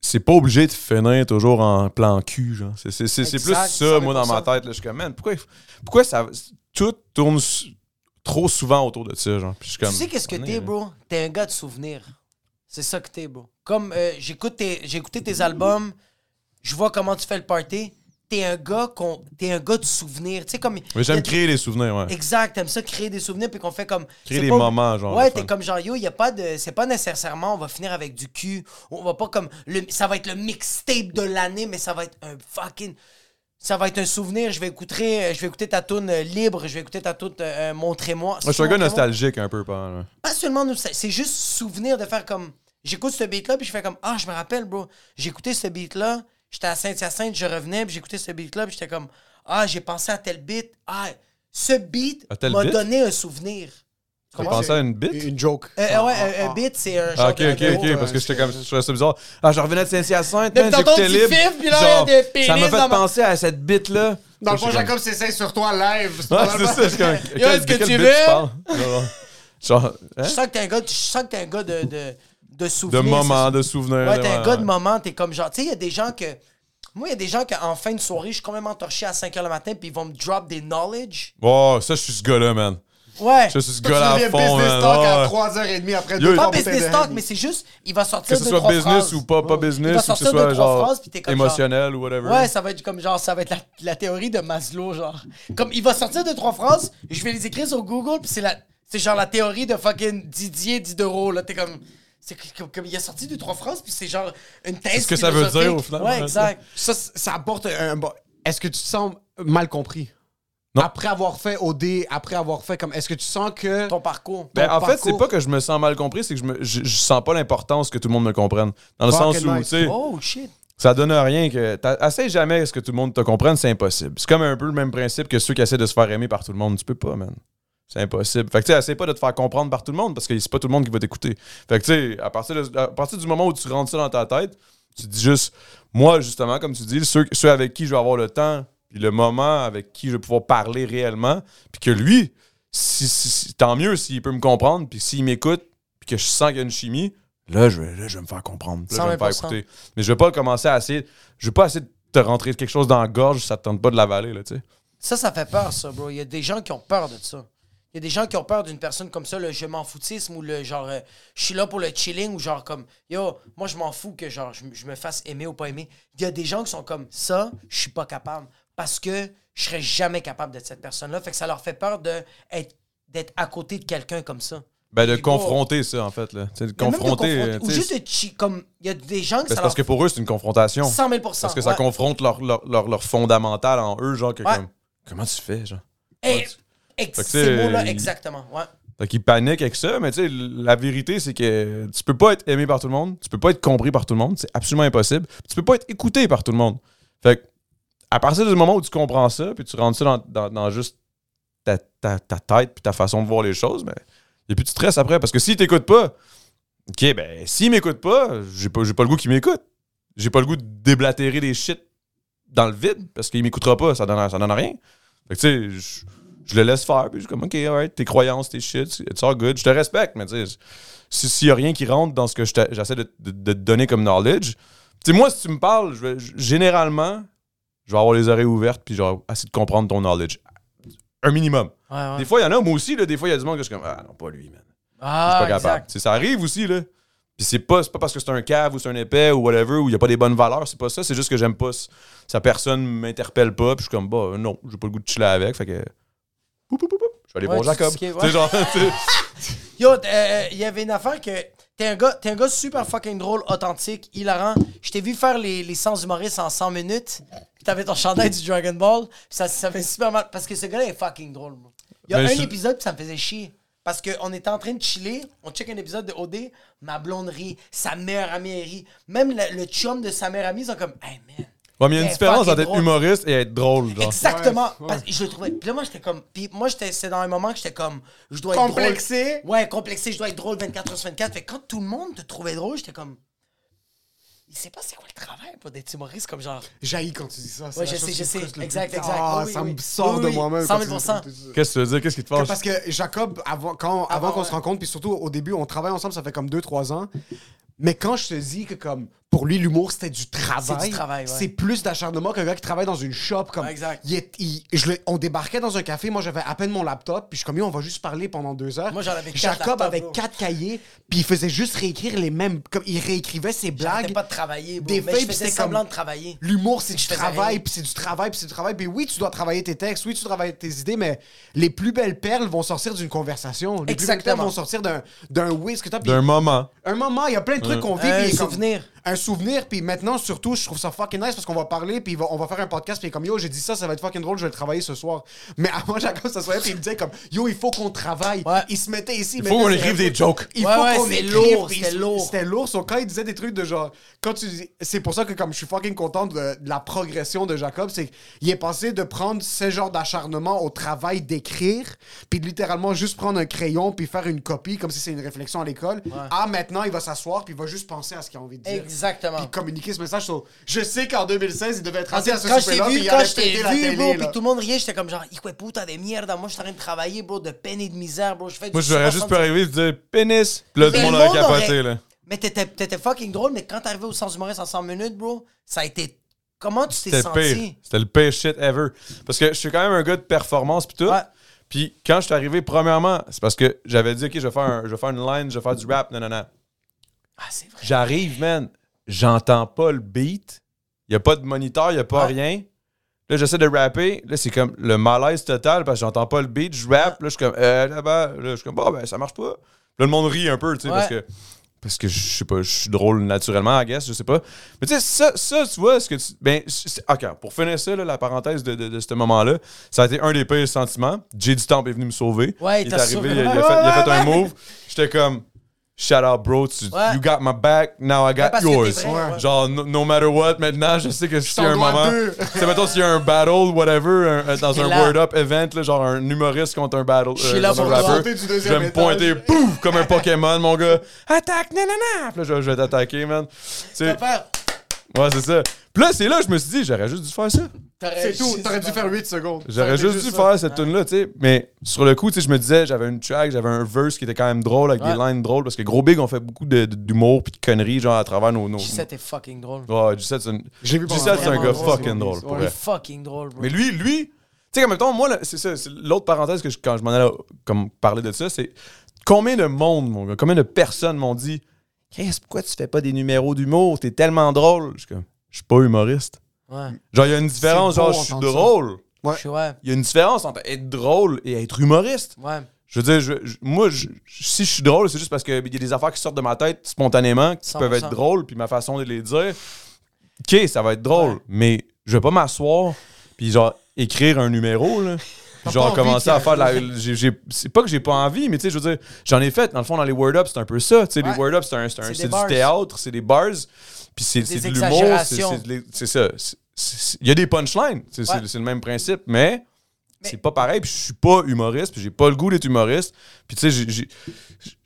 c'est pas obligé de finir toujours en plan cul, genre. C'est, c'est- c'est- c'est plus Exact, ça, moi, dans 100%. ma tête. Là, je suis comme, man, pourquoi, il f- pourquoi ça. Tout tourne s- trop souvent autour de ça, genre. Puis je suis comme, Tu sais qu'est-ce que on est, t'es, là. bro? T'es un gars de souvenirs. C'est ça que t'es, bro. Comme euh, j'écoute tes- j'ai écouté tes albums, je vois comment tu fais le party. T'es un gars qu'on, t'es un gars de souvenirs. Tu sais comme. Mais y j'aime a- créer des souvenirs, ouais. Exact, t'aimes ça créer des souvenirs puis qu'on fait comme. Créer c'est des pas- moments, genre. Ouais, le t'es fun. comme genre yo, y a pas de, c'est pas nécessairement on va finir avec du cul. On va pas comme le, ça va être le mixtape de l'année, mais ça va être un fucking. Ça va être un souvenir. Je vais écouter, euh, je vais écouter ta tune libre. Je vais écouter ta tune euh, euh, montrez-moi. Moi, je suis un gars Montrez-moi nostalgique un peu, pas mal, ouais. pas seulement nous, c'est juste souvenir de faire comme. J'écoute ce beat-là, puis je fais comme Ah, je me rappelle, bro. J'écoutais ce beat-là, j'étais à Saint-Hyacinthe, je revenais, puis j'écoutais ce beat-là, puis j'étais comme Ah, j'ai pensé à tel beat. Ah, ce beat À tel m'a beat? donné un souvenir. T'as Comment pensé c'est- à une bite? Une joke. Euh, Ah, ouais, ah, un- un, ah. beat, c'est un Ah, genre ok, de- euh, ok, de- ok, ouais, parce que j'étais c'est- comme, je trouvais ça bizarre. Ah, je revenais de Saint-Hyacinthe, Depuis man, tantôt, j'écoutais tu libre. kiffes, puis là, Genre, il y a des ça m'a pénis dans ma- fait penser à cette Dans bite-là. le Je suis fond, comme- Jacob s'essaye sur toi live. Ah, c'est ça, je suis comme. Yo, est-ce de que quelle tu bite veux? parles? Non, non. Genre, hein? Je sens que t'es un gars, je sens que t'es un gars de, de, de De souvenirs. moments, de souvenirs. Ouais, t'es un ouais, gars de ouais. moment, t'es comme genre. Tu sais, il y a des gens que. Moi, il y a des gens qu'en fin de soirée, je suis complètement torché à 5 h le matin, puis ils vont me drop des knowledge. Oh, ça, je suis ce gars-là, man. Ouais. Je suis ce Tu gars-là à deviens fond, business man. talk Ouais, à ouais. 3h30 après Yo, deux pas temps Pas pour business t'aider. talk, mais c'est juste, il va sortir Que ce deux, soit trois business phrases. ou pas, pas Il va business, ou que sortir ce deux, soit trois genre phrases, puis t'es comme émotionnel ou whatever. Ouais, ça va être comme genre, ça va être la, la théorie de Maslow, genre. Comme il va sortir deux, trois phrases, je vais les écrire sur Google, puis c'est la, c'est genre la théorie de fucking Didier Diderot, là. T'es comme, c'est que- comme, comme il a sorti deux, trois phrases, puis c'est genre une thèse. ce que ça veut dire, philosophique. au final, Ouais, ouais, exact. Ça, ça apporte un... bon- Est-ce que tu te sens mal compris? Non. Après avoir fait OD, après avoir fait comme. Est-ce que tu sens que. Ton parcours. Ben, ton en fait, c'est parcours. pas que je me sens mal compris, c'est que je, me, je, je sens pas l'importance que tout le monde me comprenne. Dans le Fucking sens où, nice. tu sais, Oh shit. ça donne à rien que. t'as- Essaye jamais à ce que tout le monde te comprenne, c'est impossible. C'est comme un peu le même principe que ceux qui essaient de se faire aimer par tout le monde. Tu peux pas, man. C'est impossible. Fait que, tu sais, essaie pas de te faire comprendre par tout le monde parce que c'est pas tout le monde qui va t'écouter. Fait que, tu sais, à partir, de- à partir du moment où tu rentres ça dans ta tête, tu dis juste, moi, justement, comme tu dis, ceux, ceux avec qui je vais avoir le temps, puis le moment avec qui je vais pouvoir parler réellement, puis que lui, si- si- si- tant mieux s'il peut me comprendre, puis s'il m'écoute, puis que je sens qu'il y a une chimie, là, je vais, là, je vais me faire comprendre. Là, je vais me faire 120%. écouter. Mais je vais pas commencer à essayer, je vais pas essayer de te rentrer quelque chose dans la gorge si ça te tente pas de l'avaler, là, tu sais. Ça, ça fait peur, ça, bro. Il y a des gens qui ont peur de ça. Il y a des gens qui ont peur d'une personne comme ça, le je m'en foutisme ou le genre euh, je suis là pour le chilling ou genre comme yo, moi je m'en fous que genre je, m- je me fasse aimer ou pas aimer. Il y a des gens qui sont comme ça, je suis pas capable parce que je serais jamais capable d'être cette personne-là. Fait que ça leur fait peur de être- d'être à côté de quelqu'un comme ça. Ben, de Et bon. confronter ça, en fait, là. Tu sais, de Mais même de confronter. euh, confronter, Ou tu sais, juste Ben, de chi- comme il y a des gens que c'est ça parce leur que pour eux, c'est une confrontation. 100 000 Parce que ça ouais. confronte leur, leur, leur, leur fondamental en eux, genre, que Ouais. comme, comment tu fais, genre? Eh, ex- Fait que ces c'est- mots-là, exactement. Ouais. Fait qu'ils paniquent avec ça, mais tu sais, la vérité, c'est que tu peux pas être aimé par tout le monde, tu peux pas être compris par tout le monde, c'est absolument impossible. puis Tu peux pas être écouté par tout le monde. Fait que, à partir du moment où tu comprends ça, puis tu rentres ça dans, dans- dans juste ta, ta- ta tête, puis ta façon de voir les choses, ben, et puis tu stresses après. Parce que s'ils t'écoutent pas, ok, ben, s'ils m'écoutent pas, j'ai pas, j'ai pas le goût qu'ils m'écoutent. J'ai pas le goût de déblatérer des shit dans le vide, parce qu'ils m'écoutera pas, ça donne, ça donne rien. Fait que tu sais, je- je le laisse faire. Puis je suis comme, OK, alright, tes croyances, tes shit, it's all good. Je te respecte, mais tu sais, si- s'il y a rien qui rentre dans ce que je t'a- j'essaie de, de- de te donner comme knowledge, tu sais, moi, si tu me parles, je vais- j- généralement, je vais avoir les oreilles ouvertes, puis genre, essayer de comprendre ton knowledge. Un minimum. Ouais, ouais. Des fois, il y en a, moi aussi, là, des fois, il y a du monde que je suis comme, ah non, pas lui, man. Je suis Ah, pas capable. exact. Tu sais, ça arrive aussi, là. Puis c'est pas, c'est pas parce que c'est un cave ou c'est un épais ou whatever, ou il y a pas des bonnes valeurs, c'est pas ça. C'est juste que j'aime pas. c- Sa personne m'interpelle pas, puis je suis comme, bah non, j'ai pas le goût de chiller avec, fait que. pou, pou, pou, pou, je vais aller Ouais, voir tu Jacob. dis Tu que- ouais. sais, genre, tu sais, Yo, t- euh, il y avait une affaire que. T'es un, gars, t'es un gars super fucking drôle, authentique, hilarant. Je t'ai vu faire les, les 100 humoristes en 100 minutes. Puis t'avais ton chandail du Dragon Ball. Puis ça, ça fait super mal. Parce que ce gars-là est fucking drôle, bro. Il y a Mais un je- épisode, puis ça me faisait chier. Parce qu'on était en train de chiller, on check un épisode de OD, ma blonde rit, sa meilleure amie elle rit. Même le, le chum de sa meilleure amie, ils sont comme, hey man. Ouais, mais il y a une Eh, différence fucking entre être drôle. humoriste et être drôle, genre. Exactement. Ouais, Parce que je le trouvais. Puis là, moi, j'étais comme. Puis moi, j'étais, c'est dans un moment que j'étais comme. Je dois être Complexé. drôle. Ouais, complexé. Je dois être drôle 24 heures sur 24. Fait que quand tout le monde te trouvait drôle, j'étais comme. Il sait pas c'est quoi le travail pour d'être humoriste comme genre. J'haïs quand tu dis ça. c'est Ouais, la je chose sais, qui je me sais. frustre le Exact, plus. exact. Ah, Oui, ça oui. me sort Oui, de oui. moi-même. 100 quand tu 000 dis ça. Qu'est-ce que tu veux dire? Qu'est-ce qui te Que fâche? Parce que Jacob, avant, quand, avant Avant, qu'on Ah, ouais. se rencontre, puis surtout au début, on travaille ensemble, ça fait comme 2-3 ans. Mais quand je te dis que comme pour lui l'humour c'était du travail, C'est du travail, ouais. c'est plus d'acharnement qu'un gars qui travaille dans une shop comme Ouais, exact. il est- il- je le- on débarquait dans un café, moi j'avais à peine mon laptop, puis je suis comme Yo, on va juste parler pendant deux heures. Moi, j'en avais quatre Jacob laptops, avait bro. quatre cahiers, puis il faisait juste réécrire les mêmes, comme il réécrivait ses J'arrêtais blagues. pas de travailler. bro. Des mais feuilles, je puis faisais c'était comme- semblant de travailler. L'humour, c'est du Je faisais travail, rien. puis c'est du travail, puis c'est du travail. Puis oui, tu dois travailler tes textes, oui, tu travailles tes idées, mais les plus belles perles vont sortir d'une conversation. Les plus belles perles Exactement. vont sortir d'un d'un whiz que t'as. Puis D'un moment. un moment, il y a plein de trucs qu'on vit. Un puis il est comme- souvenir. Un souvenir, puis maintenant, surtout, je trouve ça fucking nice parce qu'on va parler, puis il va- on va faire un podcast, puis il est comme yo, j'ai dit ça, ça va être fucking drôle, je vais le travailler ce soir. Mais avant, Jacob s'assoyait, puis il me disait comme yo, il faut qu'on travaille. Ouais. Il se mettait ici. Il faut qu'on écrive des jokes. Il Ouais, faut ouais, qu'on c'est écrive, lourd, puis c'était il- lourd. C'était lourd. Son quand il disait des trucs de genre. Quand tu dis- C'est pour ça que comme je suis fucking content de, de la progression de Jacob, c'est qu'il est passé de prendre ce genre d'acharnement au travail d'écrire, puis de littéralement juste prendre un crayon puis faire une copie comme si c'est une réflexion à l'école. Ah maintenant il va s'asseoir puis il va juste penser à ce qu'il a envie de dire. Exactement. Puis communiquer ce message. sur- Je sais qu'en 2016 il devait être Quand assis à ce quand je t'ai souper-là puis vu, il quand allait je t'ai péter la vu, bro, télé. puis là. tout le monde riait, j'étais comme genre, Hijo de puta de merde, moi je suis en train de travailler, bro, de peine et de misère, bro. Je fais Moi, du j'aurais juste 60 pu arriver et dire pénis. Puis là, tout le Mais monde aurait le monde capoté, aurait- là. Mais t'étais, t'étais fucking drôle, mais quand t'es arrivé au sens humoriste en 100 minutes, bro, ça a été. Comment tu t'es C'était senti? le pire. C'était le pire shit ever. Parce que je suis quand même un gars de performance puis tout. Ouais. Puis quand je suis arrivé, premièrement, c'est parce que j'avais dit, OK, je vais faire, un- je vais faire une line, je vais faire du rap, non, non, non. Ah, c'est vrai. J'arrive, man, j'entends pas le beat. Y a pas de moniteur, y a pas Ouais. rien. Là, j'essaie de rapper. Là, c'est comme le malaise total parce que j'entends pas le Ah. beat. Je rappe. Là, je suis comme, euh, là-bas. Là, je suis comme, bon, ben, ça marche pas. Là, le monde rit un peu, tu sais, Ouais. parce que parce que je sais pas, je suis drôle naturellement, I guess, je sais pas. Mais tu sais, ça, ça, tu vois, ce que tu. Ben, c'est- ok, pour finir ça, là, la parenthèse de, de, de ce moment-là, ça a été un des pires sentiments. Jay du Temple est venu me sauver. Ouais, il il est t'a sauvé. arrivé, il a, il a fait, il a fait un move. J'étais comme, shout out, bro, tu- Ouais. you got my back, now I got Ouais, parce que t'es yours. vrai, ouais. Genre, no, no matter what, maintenant, je sais que si t'en un dois moment. deux. Tu sais, mettons, s'il y a un battle, whatever, un- un- dans Et un là- word-up event, là, genre un humoriste contre un battle. Je suis là contre un pour te rapper, sauter du Je deuxième vais me étage. pointer, pouf, comme un Pokémon, mon gars. Attaque, nanana! Puis là, je, je vais t'attaquer, man. Tu sais, Faire- ouais, c'est ça. Puis là, c'est là, je me suis dit, j'aurais juste dû faire ça. t'aurais- C'est tout. je- T'aurais dû faire 8 secondes. J'aurais juste dû faire cette tune-là, tu sais. Mais sur le coup, tu sais, je me disais, j'avais une track, j'avais un verse qui était quand même drôle, avec des Ouais. lines drôles, parce que Gros Big, on fait beaucoup de- de- d'humour puis de conneries, genre à travers nos. nos... G7 est fucking drôle. Ouais, G7, c'est une- J'ai vu G7, c'est un vraiment gars drôle. fucking drôle, pour Ouais. Il est vrai. fucking drôle, bro. Mais lui, lui, tu sais, en même temps, moi, là, c'est ça, c'est l'autre parenthèse que je- quand je m'en allais comme, parler de ça, c'est combien de monde, mon gars, combien de personnes m'ont dit Chris, pourquoi tu fais pas des numéros d'humour T'es tellement drôle. Je suis comme, je suis pas humoriste. Ouais. Genre, il y a une différence, C'est beau genre, je suis entendre ça. drôle. Ouais. Je suis- ouais. Il y a une différence entre être drôle et être humoriste. Ouais. Je veux dire, je- je- moi, je- si je suis drôle, c'est juste parce qu'il y a des affaires qui sortent de ma tête spontanément, qui 100%. peuvent être drôles, puis ma façon de les dire, OK, ça va être drôle, Ouais. mais je vais pas m'asseoir, puis genre, écrire un numéro, là. pas Genre, envie commencer à qu'il faire de la. j'ai- j'ai- C'est pas que j'ai pas envie, mais tu sais, je veux dire, j'en ai fait. Dans le fond, dans les Word Up, c'est un peu ça. Tu sais, Ouais. les Word Up, c'est un- c'est un- C'est des c'est du bars. théâtre, c'est des bars, puis c'est Des c'est de l'humour. c'est- exagérations. c'est de les- C'est ça. C'est- c'est- Il y a des punchlines. C'est c'est- Ouais. c'est le même principe, mais. Mais- C'est pas pareil, puis je suis pas humoriste, puis j'ai pas le goût d'être humoriste. Puis tu sais, j'ai- j'ai-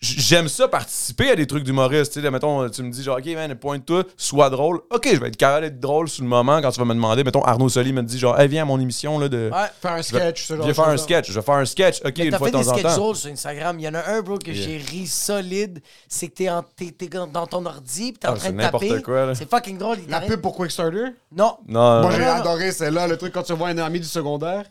j'aime ça participer à des trucs d'humoriste. Tu sais, là, mettons, tu me dis genre, OK, man, pointe-toi, sois drôle. OK, je vais être capable d'être drôle sur le moment quand tu vas me demander. Mettons, Arnaud Soli me dit genre, hey, viens à mon émission là, de. Ouais. Faire un sketch, ce genre Viens de faire un choses-là. sketch, je vais faire un sketch, ok, Mais une t'as fois fait de des temps en sketchs temps. drôles sur Instagram. Il y en a un, bro, que j'ai ri solide. C'est que t'es, en, t'es, t'es dans ton ordi, pis t'es en Ah, train c'est de taper. n'importe quoi, là. c'est fucking drôle. Il La t'arrête- pub pour Quickstarter? Non. Non, Moi, non, j'ai non, non. adoré celle-là, le truc quand tu vois un ami du secondaire.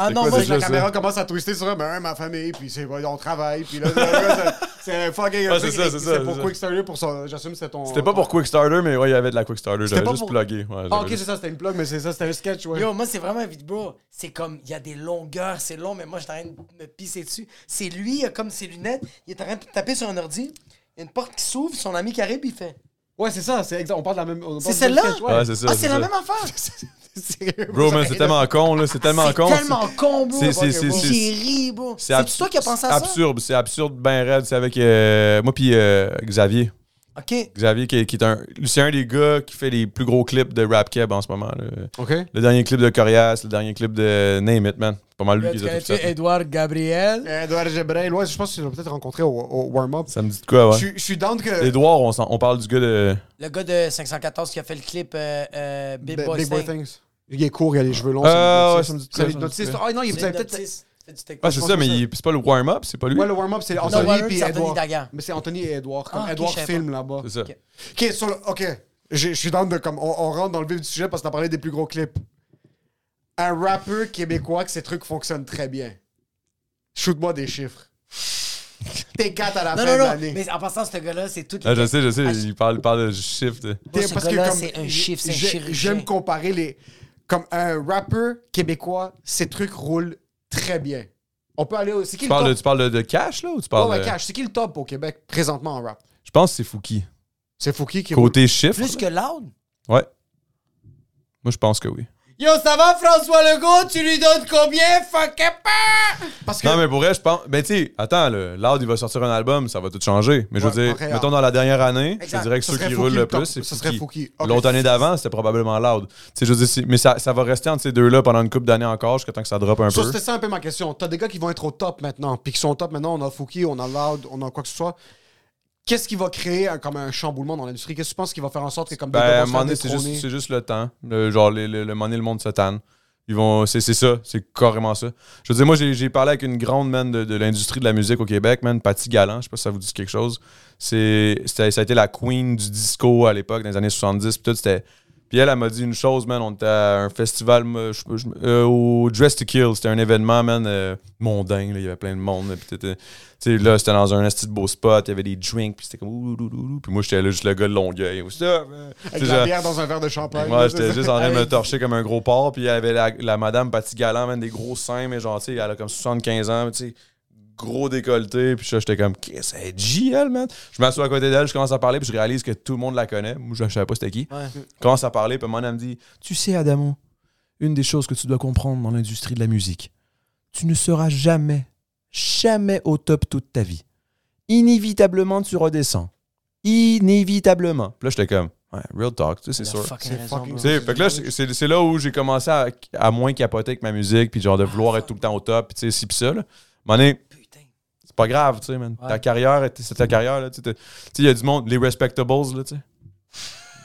Ah C'est non, quoi moi, déjà? je La ça. caméra commence à twister sur mais hein, ma famille, puis c'est on travaille, puis là, le gars, c'est- c'est un fucking. Ah, c'est ça, c'est ça, C'est c'est pour ça. Quickstarter, pour son. J'assume, c'est ton. c'était pas pour Quickstarter, mais ouais, il y avait de la Quickstarter, j'avais pas juste pour- plugué. Ouais, Ah, j'avais ok, c'est juste- ça, c'était une plug, mais c'est ça, c'était un sketch, ouais. Yo, moi, c'est vraiment vite, bro. C'est comme, il y a des longueurs, c'est long, mais moi, je suis en train de me pisser dessus. C'est lui, il a comme ses lunettes, il est en train de taper sur un ordi, il y a une porte qui s'ouvre, son ami qui arrive, puis il fait. Ouais, c'est ça, c'est exact. On parle de la même. on parle C'est du même celle-là? sketch, Ouais, c'est ça. ah, c'est la ça. même affaire! Sérieux, Bro, ça- man, c'est tellement con, là, c'est tellement con. C'est c'est- tellement con, bro. c'est- c'est- c'est- c'est- J'ai ri, bro. C'est C'est abs- toi qui as pensé à Absurde, c'est absurde, ben raide. C'est avec euh, moi puis euh, Xavier. ça? Ok. Xavier qui, est- qui est un. C'est un des gars qui fait les plus gros clips de Rap Keb en ce moment. là. Ok. Le dernier clip de Corias, le dernier clip de Name It, man. C'est Pas mal lui qui les a tout connais-tu fait. là. Edouard Gabriel? Edouard Gebrail, ouais, je pense que je l'ai peut-être rencontré au, au warm-up. Ça me dit de quoi, Je ouais. suis- Je suis down que. Edouard, on, s'en- on parle du gars de. Le gars de 514 qui a fait le clip euh, euh, Big Big Boy Big Boy Sting. Things. Il est court, il a les cheveux longs. Ah, c'est ouais, une ça me hypnotiste. dit de C'est quoi, ça me dit l'hypnotiste. de Ah non, il vous C'est avez une peut-être. notice. Fait du techno. Ah, c'est pense ça, que mais c'est ça. il- c'est pas le warm-up, c'est pas lui. Ouais, le warm-up, c'est Non, Anthony warm-up, puis c'est Anthony Edouard. Daguerre. Mais c'est Anthony et Edouard. Ah, Comme ok, Edouard je savais filme là-bas. C'est ça. Ok. Ok, sur le... ok. Je je suis dans de comme on, on rentre dans le vif du sujet parce que t'as parlé des plus gros clips. Un rappeur québécois que ses trucs fonctionnent très bien. Shoot-moi des chiffres. T'es 4 à la Non, fin non, de non. l'année. Mais en passant, ce gars-là, c'est tout. Ah, je sais, je sais, il parle, il parle de shift. Moi, T'es- ce parce que gars-là, comme- c'est un chiffre, c'est un j'ai- chirurgien. J'aime comparer les. Comme un rappeur québécois, ses trucs roulent très bien. On peut aller au. C'est qui Tu le top? parles, de, tu parles de, de cash, là, ou tu Ouais, parles ouais, de- Cash, c'est qui le top au Québec présentement en rap? Je pense que c'est Fouki. C'est Fouki qui roule. Côté chiffre. Plus que loud. Ouais. Moi, je pense que oui. Yo, ça va, François Legault? Tu lui donnes combien? Fuck it, pas! Parce que. Non, mais pour vrai, je pense. Ben, tu sais, attends, là, Loud, il va sortir un album, ça va tout changer. Mais je veux Ouais, dire, Montréal. mettons dans la dernière année, Exact. je dirais que Ça ceux serait qui Fouki roulent le le top. plus, c'est Ça serait Fouki. Ok. L'autre année d'avant, c'était probablement Loud. Tu sais, je veux dire, c'est- mais ça, ça va rester entre ces deux-là pendant une couple d'années encore, jusqu'à temps que ça droppe un Ça, peu. c'était ça un peu ma question. T'as des gars qui vont être au top maintenant, puis qui sont au top maintenant. On a Fouki, on a Loud, on a quoi que ce soit. Qu'est-ce qui va créer un, comme un chamboulement dans l'industrie? Qu'est-ce que tu penses qui va faire en sorte que comme Ben, des à gars un vont se moment faire donné, c'est détrôner? juste, c'est juste le temps. Le, genre, les- le, le moment donné, le monde se tanne. Ils vont, c'est, c'est ça, c'est carrément ça. Je veux dire, moi, j'ai, j'ai parlé avec une grande man de, de l'industrie de la musique au Québec, man, Patty Galant, je sais pas si ça vous dit quelque chose. C'est, c'était- ça a été la queen du disco à l'époque, dans les années 70, puis tout, c'était... Puis elle, elle m'a dit une chose, man, on était à un festival moi, je sais pas, je me- euh, au Dress to Kill, c'était un événement, man, euh, mondain, là, il y avait plein de monde, là, puis t'étais- tu sais, là, c'était dans un esti de beau spot, il y avait des drinks, puis c'était comme ouh, ouh, ouh, ouh. Puis moi, j'étais là, juste le gars de Longueuil. What's up, man? euh, Avec Tu sais, la genre, bière dans un verre de champagne. moi, là, j'étais c'est juste ça. en train de me torcher comme un gros porc, puis il y avait la, la madame Patty Galant, même des gros seins, mais genre, tu sais, elle a comme 75 ans, tu sais, gros décolleté. Puis ça, j'étais comme, qu'est-ce que c'est JL, man? Je m'assois à côté d'elle, je commence à parler, puis je réalise que tout le monde la connaît. Moi, je savais pas c'était qui. Ouais. Je commence à parler, puis mon ami me dit, tu sais, Adamo, une des choses que tu dois comprendre dans l'industrie de la musique, tu ne seras jamais, jamais au top toute ta vie. Inévitablement, tu redescends. Inévitablement. Puis là, j'étais comme, ouais, real talk, tu sais, c'est sûr. C'est fucking Tu sais, fait que là, c'est- c'est c'est là où j'ai commencé à, à moins capoter avec ma musique, puis genre de vouloir être tout le temps au top, puis tu sais, ci, puis ça. Là. À un moment donné, Putain. c'est pas grave, tu sais, man. Ta Ouais. carrière, c'est ta carrière, là. Tu sais, t'as- tu sais, il y a du monde, les respectables, là, tu sais.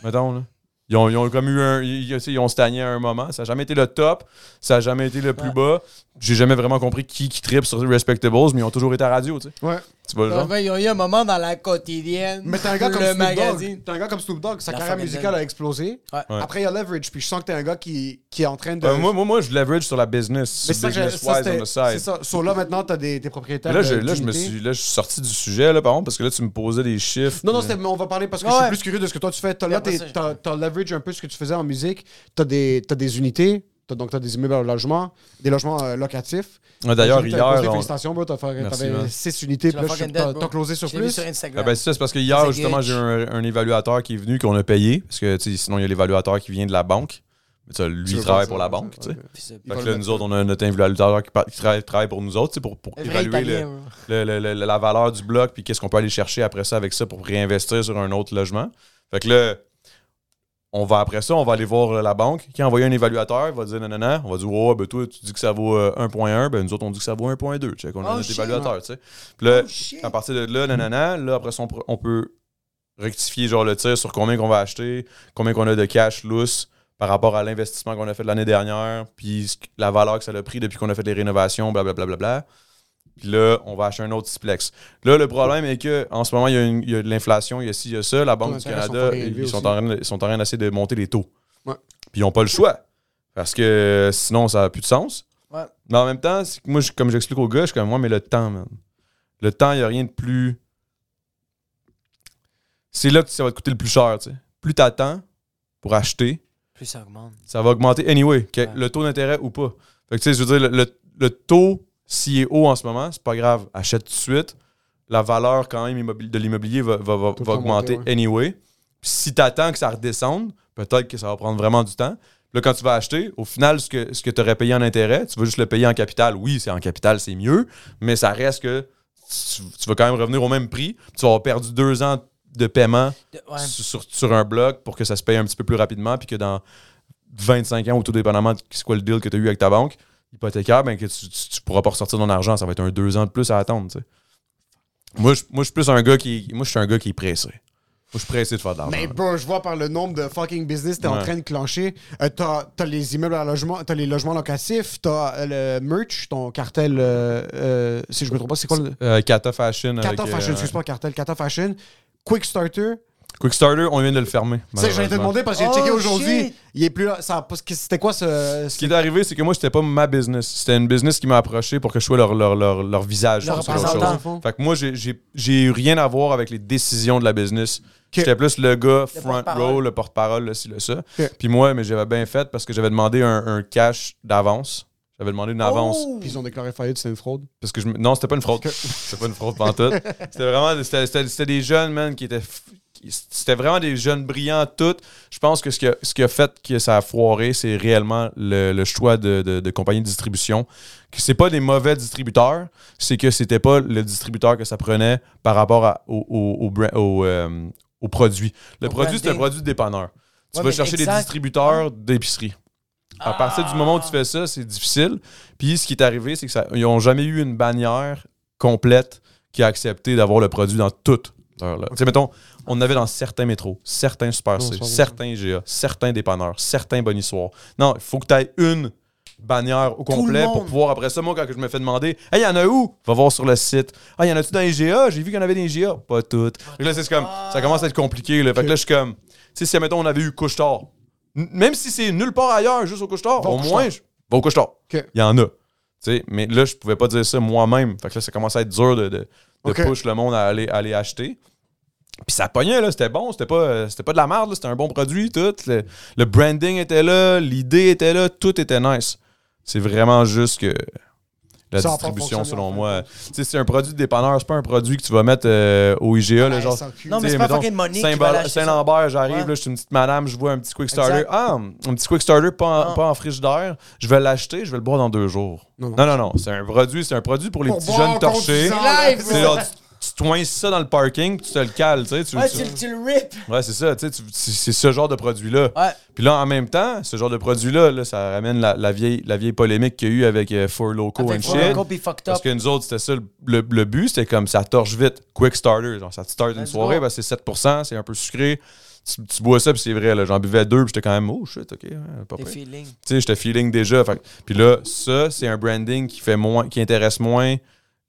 Mettons, là. Ils ont, ils ont comme eu un. Ils, tu sais, ils ont stagné à un moment. Ça n'a jamais été le top. Ça n'a jamais été le plus bas. J'ai jamais vraiment compris qui, qui tripe sur les Respectables, mais ils ont toujours été à la radio, tu sais. Ouais. Tu vois le genre? Enfin, ils ont eu un moment dans la quotidienne. Mais t'es un gars comme le Snoop magazine. Dogg. T'es un gars comme Snoop Dogg. Sa La carrière fucking musicale dingue. a explosé. Ouais. Ouais. Après, il y a Leverage. Puis je sens que t'es un gars qui, qui est en train de. Euh, moi, moi, moi, je leverage sur la business. mais c'est ça que j'ai- Business ça, wise on c'était- the side. c'est ça. So, là, maintenant, t'as des, des propriétaires. Mais là, de- je, là, je me d'unités. suis, là, je suis sorti du sujet, là, par contre, parce que là, tu me posais des chiffres. Non, non, puis- c'était- mais on va parler parce que Ouais, je suis ouais. plus curieux de ce que toi tu fais. T'as, là, après t'es- ça, je- t'as, t'as leverage un peu ce que tu faisais en musique. T'as des, t'as des unités. T'as, donc, t'as des immeubles à logement, des logements euh, locatifs. Ah, D'ailleurs, J'ai vu que hier. t'as closé, on- Félicitations, bro. T'as fait- Merci, t'avais man. 6 unités. Tu Puis l'as là, je- fucking t'as, dead, bro. t'as closé sur Je l'ai vu plus. sur Ah, Instagram. ben, c'est ça, c'est parce que Ça, hier, c'est justement, glitch. j'ai un, un évaluateur qui est venu, qu'on a payé, parce que tu sais, sinon, il y a l'évaluateur qui vient de la banque. Mais ça, lui, Tu il veux travaille pas pour ça, la ouais, banque, tu ouais, sais. ouais. Puis c'est- Fait va que le là, nous autres, on a notre évaluateur qui, par- qui travaille, travaille pour nous autres, tu sais, pour, pour Le vrai évaluer le- italien, hein. bro. le- le- le- la valeur du bloc, puis qu'est-ce qu'on peut aller chercher après ça avec ça pour réinvestir sur un autre logement. Fait que là, on va après ça, on va aller voir euh, la banque qui a envoyé un évaluateur, il va dire non, non, non. On va dire, ouais, ben toi, tu dis que ça vaut euh, 1.1, ben nous autres, on dit que ça vaut 1.2. Check, on a Oh, notre shit. évaluateur, tu sais. Puis là, Oh, shit. à partir de là, nanana, là, après ça, on, pr- on peut rectifier genre le tir sur combien qu'on va acheter, combien qu'on a de cash loose par rapport à l'investissement qu'on a fait l'année dernière, puis ce que- la valeur que ça a pris depuis qu'on a fait les rénovations, blablabla. Bla, bla, bla. Puis là, on va acheter un autre Siplex. Là, le problème est que en ce moment, il y a, une- il y a de l'inflation, il y a ci, il y a ça. La Banque Ouais, du les intérêts sont Canada, fucking ils, élevés sont en aussi. train, de- ils sont en train d'essayer de monter les taux. Ouais. Puis ils n'ont pas le choix. Parce que euh, sinon, ça n'a plus de sens. Ouais. Mais en même temps, c'est que moi, je- comme j'explique au gars, je suis comme moi, mais le temps, man. Le temps, il n'y a rien de plus. C'est là que ça va te coûter le plus cher, tu sais. Plus t'attends pour acheter, Plus ça augmente. ça va augmenter anyway, que Ouais. le taux d'intérêt ou pas. Fait que tu sais, je veux dire, le, le- le taux, s'il est haut en ce moment, c'est pas grave, achète tout de suite. La valeur quand même immobili- de l'immobilier va, va- va- Tout le va temps augmenter monter, anyway. Puis si tu attends que ça redescende, peut-être que ça va prendre vraiment du temps. Là, quand tu vas acheter, au final, ce que, ce que tu aurais payé en intérêt, tu vas juste le payer en capital. Oui, c'est en capital, c'est mieux, mais ça reste que tu, tu vas quand même revenir au même prix. Tu vas avoir perdu deux ans de paiement De- ouais. sur, sur- sur un bloc pour que ça se paye un petit peu plus rapidement, puis que dans 25 ans, ou tout dépendamment de c'est quoi le deal que tu as eu avec ta banque hypothécaire, ben que tu, tu, tu pourras pas ressortir ton argent. Ça va être un deux ans de plus à attendre. tu sais. Moi, je, moi, je suis plus un gars qui. Moi, je suis un gars qui est pressé. Moi, je suis pressé de faire de l'argent. Mais bro, je vois par le nombre de fucking business t'es en Ouais. train de clencher. Euh, t'as, t'as les immeubles à logement, t'as les logements locatifs, t'as euh, le merch, ton cartel. euh, euh, si je me trompe pas, c'est quoi le. Euh, Kata Fashion. avec, Kata Fashion, euh, excuse-moi, cartel, Kata Fashion. Quick Starter. Quick Starter, on vient de le fermer. Ça, j'allais te malheureusement. demander parce que j'ai Oh, checké aujourd'hui. shit. Il est plus là. Ça, parce que c'était quoi ce. Ce qui est arrivé, c'est que moi, c'était pas ma business. C'était une business qui m'a approché pour que je sois leur, leur, leur, leur visage. Leur sur quelque chose. représentant. Fond. Fait que moi, j'ai- j'ai j'ai eu rien à voir avec les décisions de la business. J'étais plus le gars front porte-parole. row, le porte-parole, le ci, le ça. Ok. Puis moi, mais j'avais bien fait parce que j'avais demandé un, un cash d'avance. J'avais demandé une avance. Oh! Puis ils ont déclaré faillite, c'est une fraude. Parce que je me- Non, c'était pas une fraude. c'était pas une fraude pantoute. C'était vraiment c'était- c'était- c'était des jeunes, man, qui étaient. f- qui- C'était vraiment des jeunes brillants, toutes. Je pense que ce qui a, ce qui a fait que ça a foiré, c'est réellement le, le choix de, de, de compagnie de distribution. Que c'est pas des mauvais distributeurs, c'est que c'était pas le distributeur que ça prenait par rapport à- au, au, au, bra- au, euh, au produit. Le Au produit, c'est un branding. produit de dépanneur. Tu Ouais, vas mais chercher des exact. Ah. distributeurs d'épicerie. À partir du moment où tu fais ça, c'est difficile. Puis ce qui est arrivé, c'est qu'ils n'ont jamais eu une bannière complète qui a accepté d'avoir le produit dans toute leur. leur- Tu sais, mettons, on en avait dans certains métros, certains Super C, Bonsoir, certains GA, certains dépanneurs, certains Bonissoirs. Non, il faut que tu aies une bannière au complet le monde. pour pouvoir après ça, moi, quand je me fais demander Hey, y en a où? Va voir sur le site. Ah, y en a-tu dans les GA? J'ai vu qu'il y en avait dans les GA. Pas toutes. Fait que là, c'est comme. Ça commence à être compliqué. Là. Fait que là, je suis comme. Tu sais, si mettons on avait eu Couche-Tard, n- même si c'est nulle part ailleurs, juste au Couche-Tard, Va au au moins, je- va au Couche-Tard. Ok. Il y en a. Tu sais, mais là, je pouvais pas dire ça moi-même. Fait que là, ça commence à être dur de, de, de Ok. push le monde à aller, à aller acheter. Puis ça pognait, là, c'était bon, c'était pas, euh, c'était pas de la merde, là, c'était un bon produit, tout. Le, le branding était là, l'idée était là, tout était nice. C'est vraiment juste que La Ça a pas distribution, fonctionné, en selon fait. moi. Tu sais, c'est un produit de dépanneur, c'est pas un produit que tu vas mettre euh, au IGA, là, Ouais, genre. sans cul. Non, mais Tu sais, c'est pas mettons, fucking Monique qui Saint- va l'acheter, ça. Saint-Lambert, j'arrive, Ouais. là, je suis une petite madame, je vois un petit quick starter. Exact. Ah, un petit quick starter pas en, Ah. pas en frigidaire. Je vais l'acheter, je vais le boire dans deux jours. Non, Non, non. non, non. C'est un produit, c'est un produit pour les Pour petits boire jeunes contre torchés. 10 ans, C'est là. live, C'est genre, tu, tu toinces ça dans le parking, puis tu te le cales, tu sais. tu- Ouais, tu- tu, le- tu le rip. Ouais, c'est ça, tu sais, tu- c'est c'est ce genre de produit-là. Ouais. Puis là, en même temps, ce genre de produit-là, là, ça ramène la, la vieille, la vieille polémique qu'il y a eu avec euh, Four Loco and Avec shit. Four Loko pis fucked Parce up. que nous autres, c'était ça le, le- le but, c'était comme ça torche vite, quick starter. Genre, ça te start une Let's soirée, go. parce que c'est 7%, c'est un peu sucré. Tu, tu bois ça, puis c'est vrai, là, j'en buvais deux, puis j'étais quand même, oh shit, ok, hein, pas Des pire. Tu feelings. sais, j'étais feeling déjà. Fait que- puis là, ça, c'est un branding qui fait moins, qui intéresse moins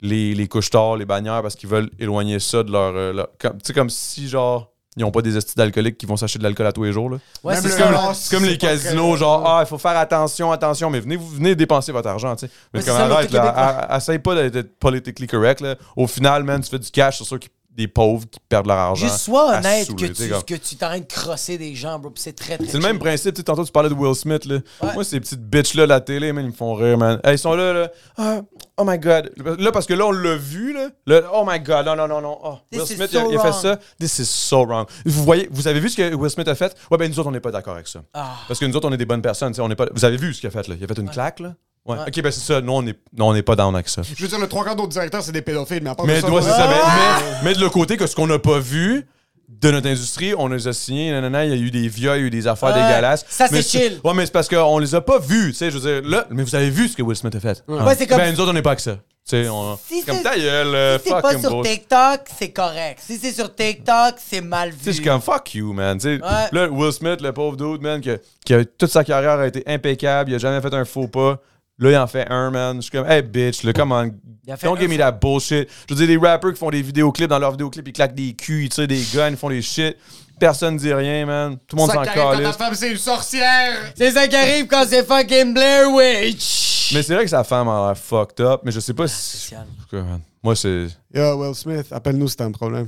les, les couches les bannières, parce qu'ils veulent éloigner ça de leur. euh, leur- comme- tu sais, comme si, genre, ils n'ont pas des estis d'alcooliques qui vont s'acheter de l'alcool à tous les jours, là. Ouais, Même c'est le ça. lance. C'est comme les pas casinos, très- genre, ah, il faut faire attention, attention, mais venez, vous venez dépenser votre argent, tu sais. Mais Ouais, comme c'est ça, arrête, l'auto là, québécois. a- a- essaye pas d'être d'être politically correct, là. Au final, man, tu fais du cash sur ceux qui, des pauvres qui perdent leur argent. Juste sois hein. à honnête saouler, que tu sais, tu, comme. que tu t'es en train de crosser des gens, bro. pis C'est très, très C'est le même chill. principe, tu sais, tantôt tu parlais de Will Smith, là. Ouais. Moi, ces petites bitches-là, à la télé, man, ils me font rire, man. Hey, ils sont là, là. Ah, oh my god. Là, parce que là, on l'a vu, là. Là, oh my god, non, non, non, non. Oh, This Will is Smith, so il, a, il a fait wrong. ça. This is so wrong. Vous voyez, vous avez vu ce que Will Smith a fait? Ouais, ben nous autres, on n'est pas d'accord avec ça. Ah. Parce que nous autres, on est des bonnes personnes, tu sais, on n'est pas. Vous avez vu ce qu'il a fait, là? Il a fait une claque, là? Ouais. Ouais. Ok, ben c'est ça. Non, on n'est non, on n'est pas down avec ça. Je veux dire, le trois quarts d'autres directeurs, c'est des pédophiles, mais à part Mais, ça, ouais, c'est moi, ça. Mais, mais- mais de l'autre côté, que ce qu'on n'a pas vu de notre industrie, on les a signés, nanana, il y a eu des viols, il y a eu des affaires Ouais, dégueulasses. ça, c'est Mais chill. Ouais, mais c'est parce qu'on les a pas vus, tu sais, je veux dire, là, mais vous avez vu ce que Will Smith a fait. Ouais, c'est comme- Ben, nous autres, on n'est pas avec ça. Tu sais, on... Si c'est comme c'est- ta gueule, euh, Si c'est pas fucking sur bro. Tu TikTok, c'est correct. Si c'est sur TikTok, c'est mal vu. sais, je suis comme fuck you, man. Tu sais, Ouais. Là, Will Smith, le pauvre dude, man, que, qui a, toute sa carrière a été impeccable, il a jamais fait un faux pas. Là, il en fait un, man. Je suis comme, hey, bitch, là, come on. Il a fait Don't un give me that bullshit. Je veux dire, des rappers qui font des vidéoclips, dans leurs vidéoclips, ils claquent des culs, ils tirent des guns, ils font des shit. Personne dit rien, man. Tout le monde ça s'en qui arrive quand Ah, ta calisse. femme, c'est une sorcière! C'est ça qui arrive quand c'est fucking Blair Witch. Mais c'est vrai que sa femme a l'air fucked up, mais je sais pas si. spécial. En tout cas, man, Moi, c'est. Yo, Will Smith, appelle-nous si t'as un problème.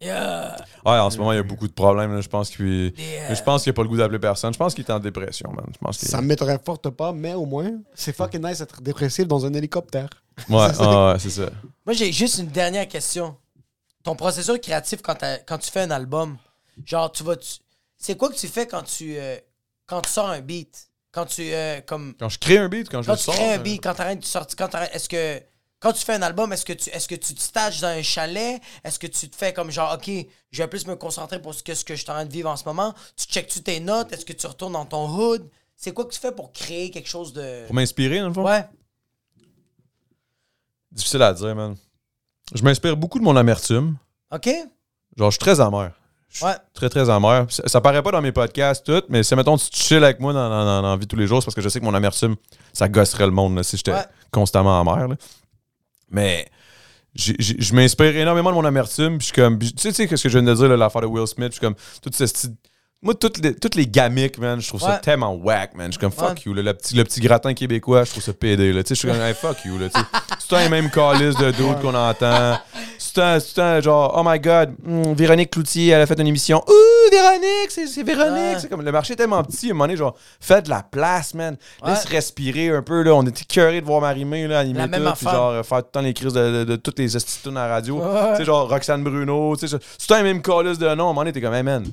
Yeah. Ouais, en ce moment, il y a beaucoup de problèmes, là. Je pense qu'il. mais Je pense qu'il a pas le goût d'appeler personne. Je pense qu'il est en dépression, man. Je pense qu'il. Ça me m'étonnerait forte pas, mais au moins, c'est fucking nice d'être dépressif dans un hélicoptère. Ouais, ah, ouais, c'est ça. Moi, j'ai juste une dernière question. Ton processus créatif quand, t'as- quand tu fais un album, genre, tu vas. tu- C'est quoi que tu fais quand tu, euh, quand tu sors un beat? Quand tu. euh, comme, Quand je crée un beat, quand je quand le tu sors. crées un euh, beat, quand t'arrêtes de sortir, quand t'arrêtes- est-ce que quand tu fais un album, est-ce que tu est-ce que tu te stages dans un chalet Est-ce que tu te fais comme genre OK, je vais plus me concentrer pour ce que ce que je suis en train de vivre en ce moment Tu checkes tu tes notes Est-ce que tu retournes dans ton hood C'est quoi que tu fais pour créer quelque chose de Pour m'inspirer, dans le fond. Ouais. Difficile à dire, man. Je m'inspire beaucoup de mon amertume. OK Genre, je suis très amer. Je suis Ouais. très, très amer. Ça, ça paraît pas dans mes podcasts, tout, mais si, mettons, tu chill avec moi dans, dans, dans- dans la vie de tous les jours, c'est parce que je sais que mon amertume, ça gosserait le monde là, si j'étais Ouais. constamment amer. là. Mais j'ai- j'ai- je m'inspire énormément de mon amertume. Puis je suis comme, puis tu sais, tu sais ce que je viens de dire, là, l'affaire de Will Smith, je suis comme, tout ce style- Moi, toutes les, toutes les gamiques, man, je trouve ça Ouais. tellement whack, man. Je suis comme, fuck Ouais. you, là, le, petit, le petit gratin québécois, je trouve ça pédé, là. Tu sais, je suis comme, hey, fuck you, là. tu sais. C'est tout le temps les mêmes calices de doutes qu'on entend. C'est tout le temps- c'est tout le temps, genre, oh my god, hmm, Véronique Cloutier, elle a fait une émission. Ouh, Véronique, c'est c'est Véronique. Ouais. C'est comme, le marché est tellement petit, à un moment donné, genre, fais de la place, man. Laisse Ouais. respirer un peu, là. On était curé de voir Marimé, là, animer La même tout, puis affaire. genre, euh, faire tout le temps les crises de, de- de toutes les estitounes à la radio. Ouais. Tu sais, genre Roxane Bruno, tu sais, ça- c'est tout le même callus de nom. À un moment donné, t'es comme, hey man.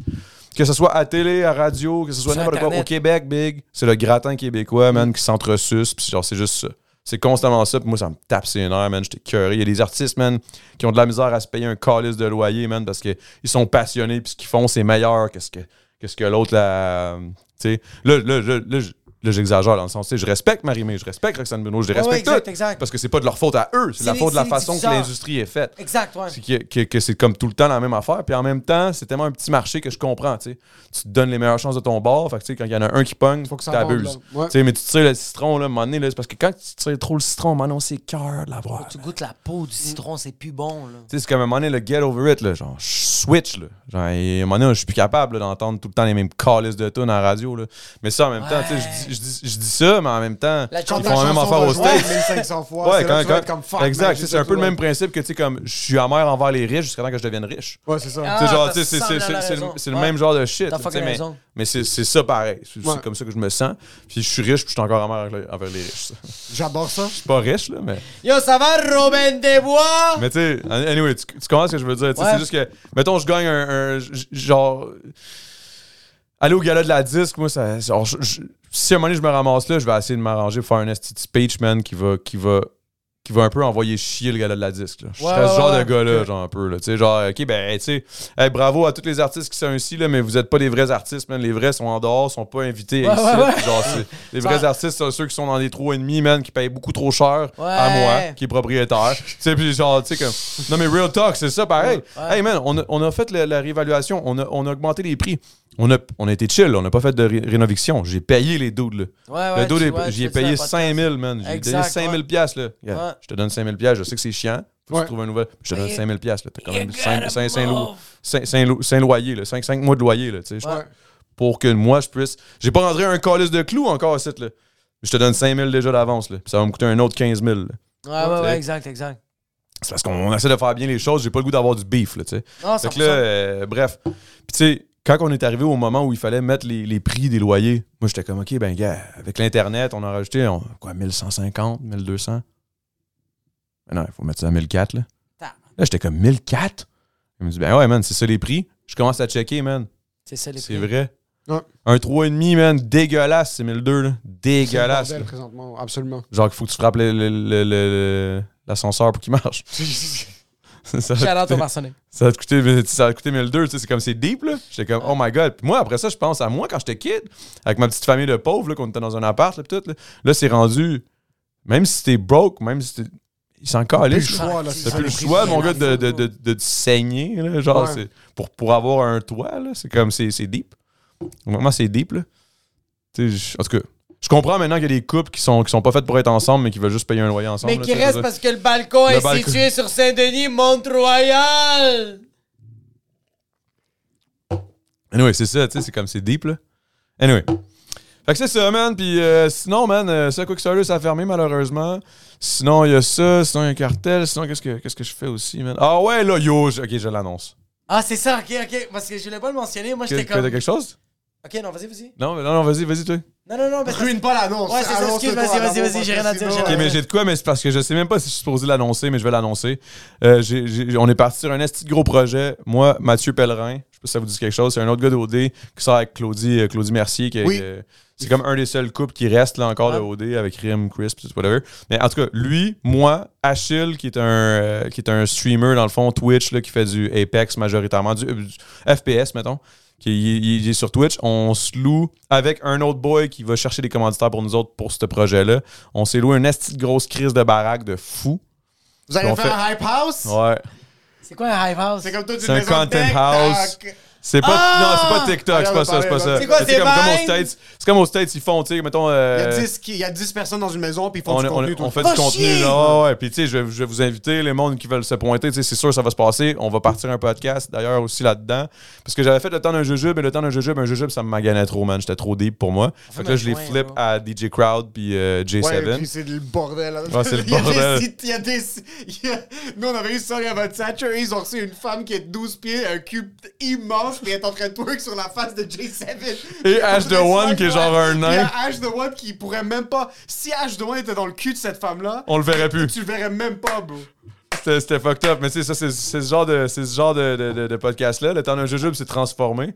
Que ce soit à télé, à radio, que ce soit Sur n'importe quoi, au Internet. Québec, big, c'est le gratin québécois, man, qui s'entresuce, puis genre, c'est juste ça. C'est constamment ça, puis moi, ça me tape c'est une heure, man. J'étais curé. Il y a des artistes, man, qui ont de la misère à se payer un callus de loyer, man, parce qu'ils sont passionnés, puis ce qu'ils font, c'est meilleur que ce que, que, ce que l'autre, là. Tu sais, là, là, là, là, j- là, j'exagère dans le sens, tu sais, je respecte Marie-Mé, je respecte Roxane Bruno, je les Ouais, ouais, respecte exact, toutes, exact. parce que c'est pas de leur faute à eux, c'est de la C'est faute les- de la c'est les façon que diffuseurs. l'industrie est faite. Exact, ouais. C'est que, que- que c'est comme tout le temps la même affaire. Puis en même temps, c'est tellement un petit marché que je comprends. Tu sais. Tu te donnes les meilleures chances de ton bord. Fait que, tu sais, quand il y en a un qui pogne, Faut que ça vende, t'abuses. là. Ouais. Tu sais, Mais tu tires le citron, là, à un moment donné, là, c'est parce que quand tu tires trop le citron, maintenant, c'est cœur de l'avoir. Tu goûtes la peau du citron, c'est plus bon là. Tu sais, c'est comme à un moment donné, le get over it, là, genre, je switch, là. Genre, et à un moment donné, je suis plus capable là, d'entendre tout le temps les mêmes calices de tunes à la radio, là. Mais ça, en même temps, tu sais, je dis- je dis, je dis ça, mais en même temps, La ils chanson- font la même affaire aux States. 1500 fois. Ouais, c'est là quand, que tu vas quand- être comme fuck, man, exact, j'ai c'est un ça peu le tout, même principe que, tu sais, comme je suis amer envers les riches jusqu'à temps que je devienne riche. Ouais, Ouais, c'est ça. Ah, C'est genre, t'as tu sais, c'est- cent c'est- dollars c'est- c'est le- raison. c'est le Ouais. même genre de shit. T'as tu sais, fucking mais raison. mais c'est c'est ça pareil. C'est Ouais. c'est comme ça que je me sens. Puis je suis riche, puis je suis encore amer avec le- envers les riches. Je suis J'adore ça. pas riche, là, mais. Yo, ça va, Robin Desbois? Mais tu sais, anyway, tu, tu comprends ce que je veux dire. tu sais, Ah. Ouais. C'est juste que, mettons, je gagne un, un- j- genre. Aller au gala de la disque, moi, ça. genre, je- je- si à un moment donné je me ramasse là, je vais essayer de m'arranger pour faire un esti de speech, man, qui va, qui va, qui va un peu envoyer chier le gala de la disque. Là. Je Ouais, serais ce ouais, genre ouais, de gars-là, ok. genre un peu. Là, tu sais, genre, ok, ben, hey, tu sais, hey, bravo à tous les artistes qui sont ici, là, mais vous êtes pas des vrais artistes, man. Les vrais sont en dehors, sont pas invités Ouais, ici. ouais, là. ouais. Puis genre, c'est- les vrais Ça- artistes sont ceux qui sont dans les trous et demi, man, qui payent beaucoup trop cher à Ouais. moi, qui est propriétaire. tu sais, puis genre, tu sais, comme. Non, mais Real Talk, c'est ça, pareil. Ouais. Hey, man, on a, on a fait la, la réévaluation, on a, on a augmenté les prix. On a, on a été chill, on n'a pas fait de ré- rénoviction. J'ai payé les doudes, là. Ah Ouais, Le dude, tu est- vois, j'y ai tu fais ça, payé pas de- 5000, man. J'ai Exact, donné ouais. 5000 piastres, là. Yeah, Ouais. Je te donne 5000 piastres, je sais que c'est chiant. Faut que Ouais. tu trouves un nouvel. Je te donne You- 5000 piastres, là. T'as quand you même 5, gotta move. loyers, là. 5, mois de loyer, là, tu sais. je Ouais. pense. Pour que moi, je puisse. J'ai pas rentré un calice de clous encore à cette, là. Je te donne 5000 déjà d'avance, là. Puis ça va me coûter un autre 15 000, là. Ouais, ouais, Tu sais. ouais, exact, exact. C'est parce qu'on essaie de faire bien les choses, j'ai pas le goût d'avoir du beef, là, tu sais. Non, Fait 100%. que là, euh, bref. Puis tu sais, quand on est arrivé au moment où il fallait mettre les, les prix des loyers, moi j'étais comme, OK, ben gars, avec l'Internet, on a rajouté, on- quoi, 1150, 1200? Ben non, il faut mettre ça à 1004, là. Tabarnak. Là, j'étais comme, 1004? Il me dit, ben ouais, man, c'est ça les prix. Je commence à checker, man. C'est ça, les C'est prix. vrai. Ouais. Un 3,5, man, dégueulasse, c'est 1002, là. C'est le Dégueulasse. bordel là. présentement, absolument. Genre qu'il faut que tu frappes le- le- le- le- l'ascenseur pour qu'il marche. Ça va Shout out te- au Marcenet. ça a coûté, ça a coûté 1002, tu sais, c'est comme c'est deep, là. J'étais comme, oh my god. Puis moi, après ça, je pense à moi quand j'étais kid, avec ma petite famille de pauvres, là, qu'on était dans un appart, là, pis tout, là. Là, c'est rendu, même si t'es broke, même si t'es. Il s'en calisse, là. choix, là, T'as c'est plus le ça, les choix, prix, mon c'est gars, de, énorme, de, de, de te saigner, là. Genre, Ouais. c'est- pour, pour avoir un toit, là. C'est comme, c'est c'est deep. Vraiment, c'est deep, là. Tu sais, je- en tout cas. Je comprends maintenant qu'il y a des couples qui sont, qui sont pas faites pour être ensemble, mais qui veulent juste payer un loyer ensemble. Mais là, qui tu sais, je reste veux parce que le balcon Le est balcon. situé sur Saint-Denis, Mont-Royal. Anyway, c'est ça, tu sais, c'est comme c'est deep, là. Anyway. Fait que c'est ça, man. Puis euh, sinon, man, euh, ça, Quickstarter, ça a fermé, malheureusement. Sinon, il y a ça. Sinon, il y a un cartel. Sinon, qu'est-ce que, qu'est-ce que je fais aussi, man? Ah ouais, là, yo. je- ok, je l'annonce. Ah, c'est ça, ok, ok. Parce que je voulais pas le mentionner. Moi, Qu'est-ce j'étais que t'as comme. quelque chose? Ok, non, vas-y, vas-y. Non, mais- non, non, vas-y, vas-y, toi. Ok, Non, non, non, parce que. Ruine pas l'annonce. Ouais, c'est ça, Annonce-le excuse, toi, vas-y, vas-y, d'abord, vas-y, j'ai parce rien à que dire, sinon, j'ai rien à mais dire. j'ai de quoi, mais c'est parce que je sais même pas si je suis supposé l'annoncer, mais je vais l'annoncer. Euh, j'ai- j'ai- on est parti sur un esti de gros projet. Moi, Mathieu Pellerin, je sais pas si ça vous dit quelque chose, c'est un autre gars d'OD qui sort avec Claudie, euh, Claudie Mercier. Qui, Oui. euh, c'est comme un des seuls couples qui reste là encore Ah. de OD avec Rim, Chris, pis whatever. Mais en tout cas, lui, moi, Achille, qui est un, euh, qui est un streamer dans le fond, Twitch, là, qui fait du Apex majoritairement, du, euh, du FPS, mettons. Qui, il, il est sur Twitch, on se loue avec un autre boy qui va chercher des commanditaires pour nous autres pour ce projet-là. On s'est loué une esti de grosse crise de baraque de fou. Vous allez On faire un hype house? Ouais. C'est quoi un hive house? C'est comme toi, tu C'est un fais ça, content tac, house. tac. C'est pas, Ah! non, c'est pas TikTok, c'est pas ça, c'est pas ça. C'est quoi, c'est comme, comme aux Vine? States, c'est comme aux States, ils font, tu sais, mettons, Il y, euh, a 10, qui- il y a 10 personnes dans une maison, puis ils font on, du on- contenu. Oh, on tout le fait temps. du Va contenu, chier! là, ouais, ouais. Puis, tu sais, je, vais- je vais vous inviter, les mondes qui veulent se pointer, tu sais, c'est sûr, ça va se passer. On va partir un podcast, d'ailleurs, aussi là-dedans. Parce que j'avais fait le temps d'un jujube, et le temps d'un jujube, un jujube, ça me maganait trop, man. J'étais trop deep pour moi. Fait que là, je les joint, flip bro. à DJ Crowd, puis euh, J7. Ouais, puis c'est le bordel. Ouais, c'est le Il y a des bordel. sites- Il y a des. il y a- Nous, on avait eu ça, il y avait Thatcher, ils ont reçu une femme qui est de 12 pieds, un cube immense, puis elle est en train de twerk sur la face de J7. Et H de One, qui est genre un Il y nain, a H de One qui pourrait même pas. Si H de One était dans le cul de cette femme-là, on le verrait plus. tu le verrais même pas, bro. C'était c'était fucked up. Mais tu sais, ça, c'est c'est ce genre de, c'est ce genre de, de- de- de podcast-là. Le temps d'un jujube s'est transformé.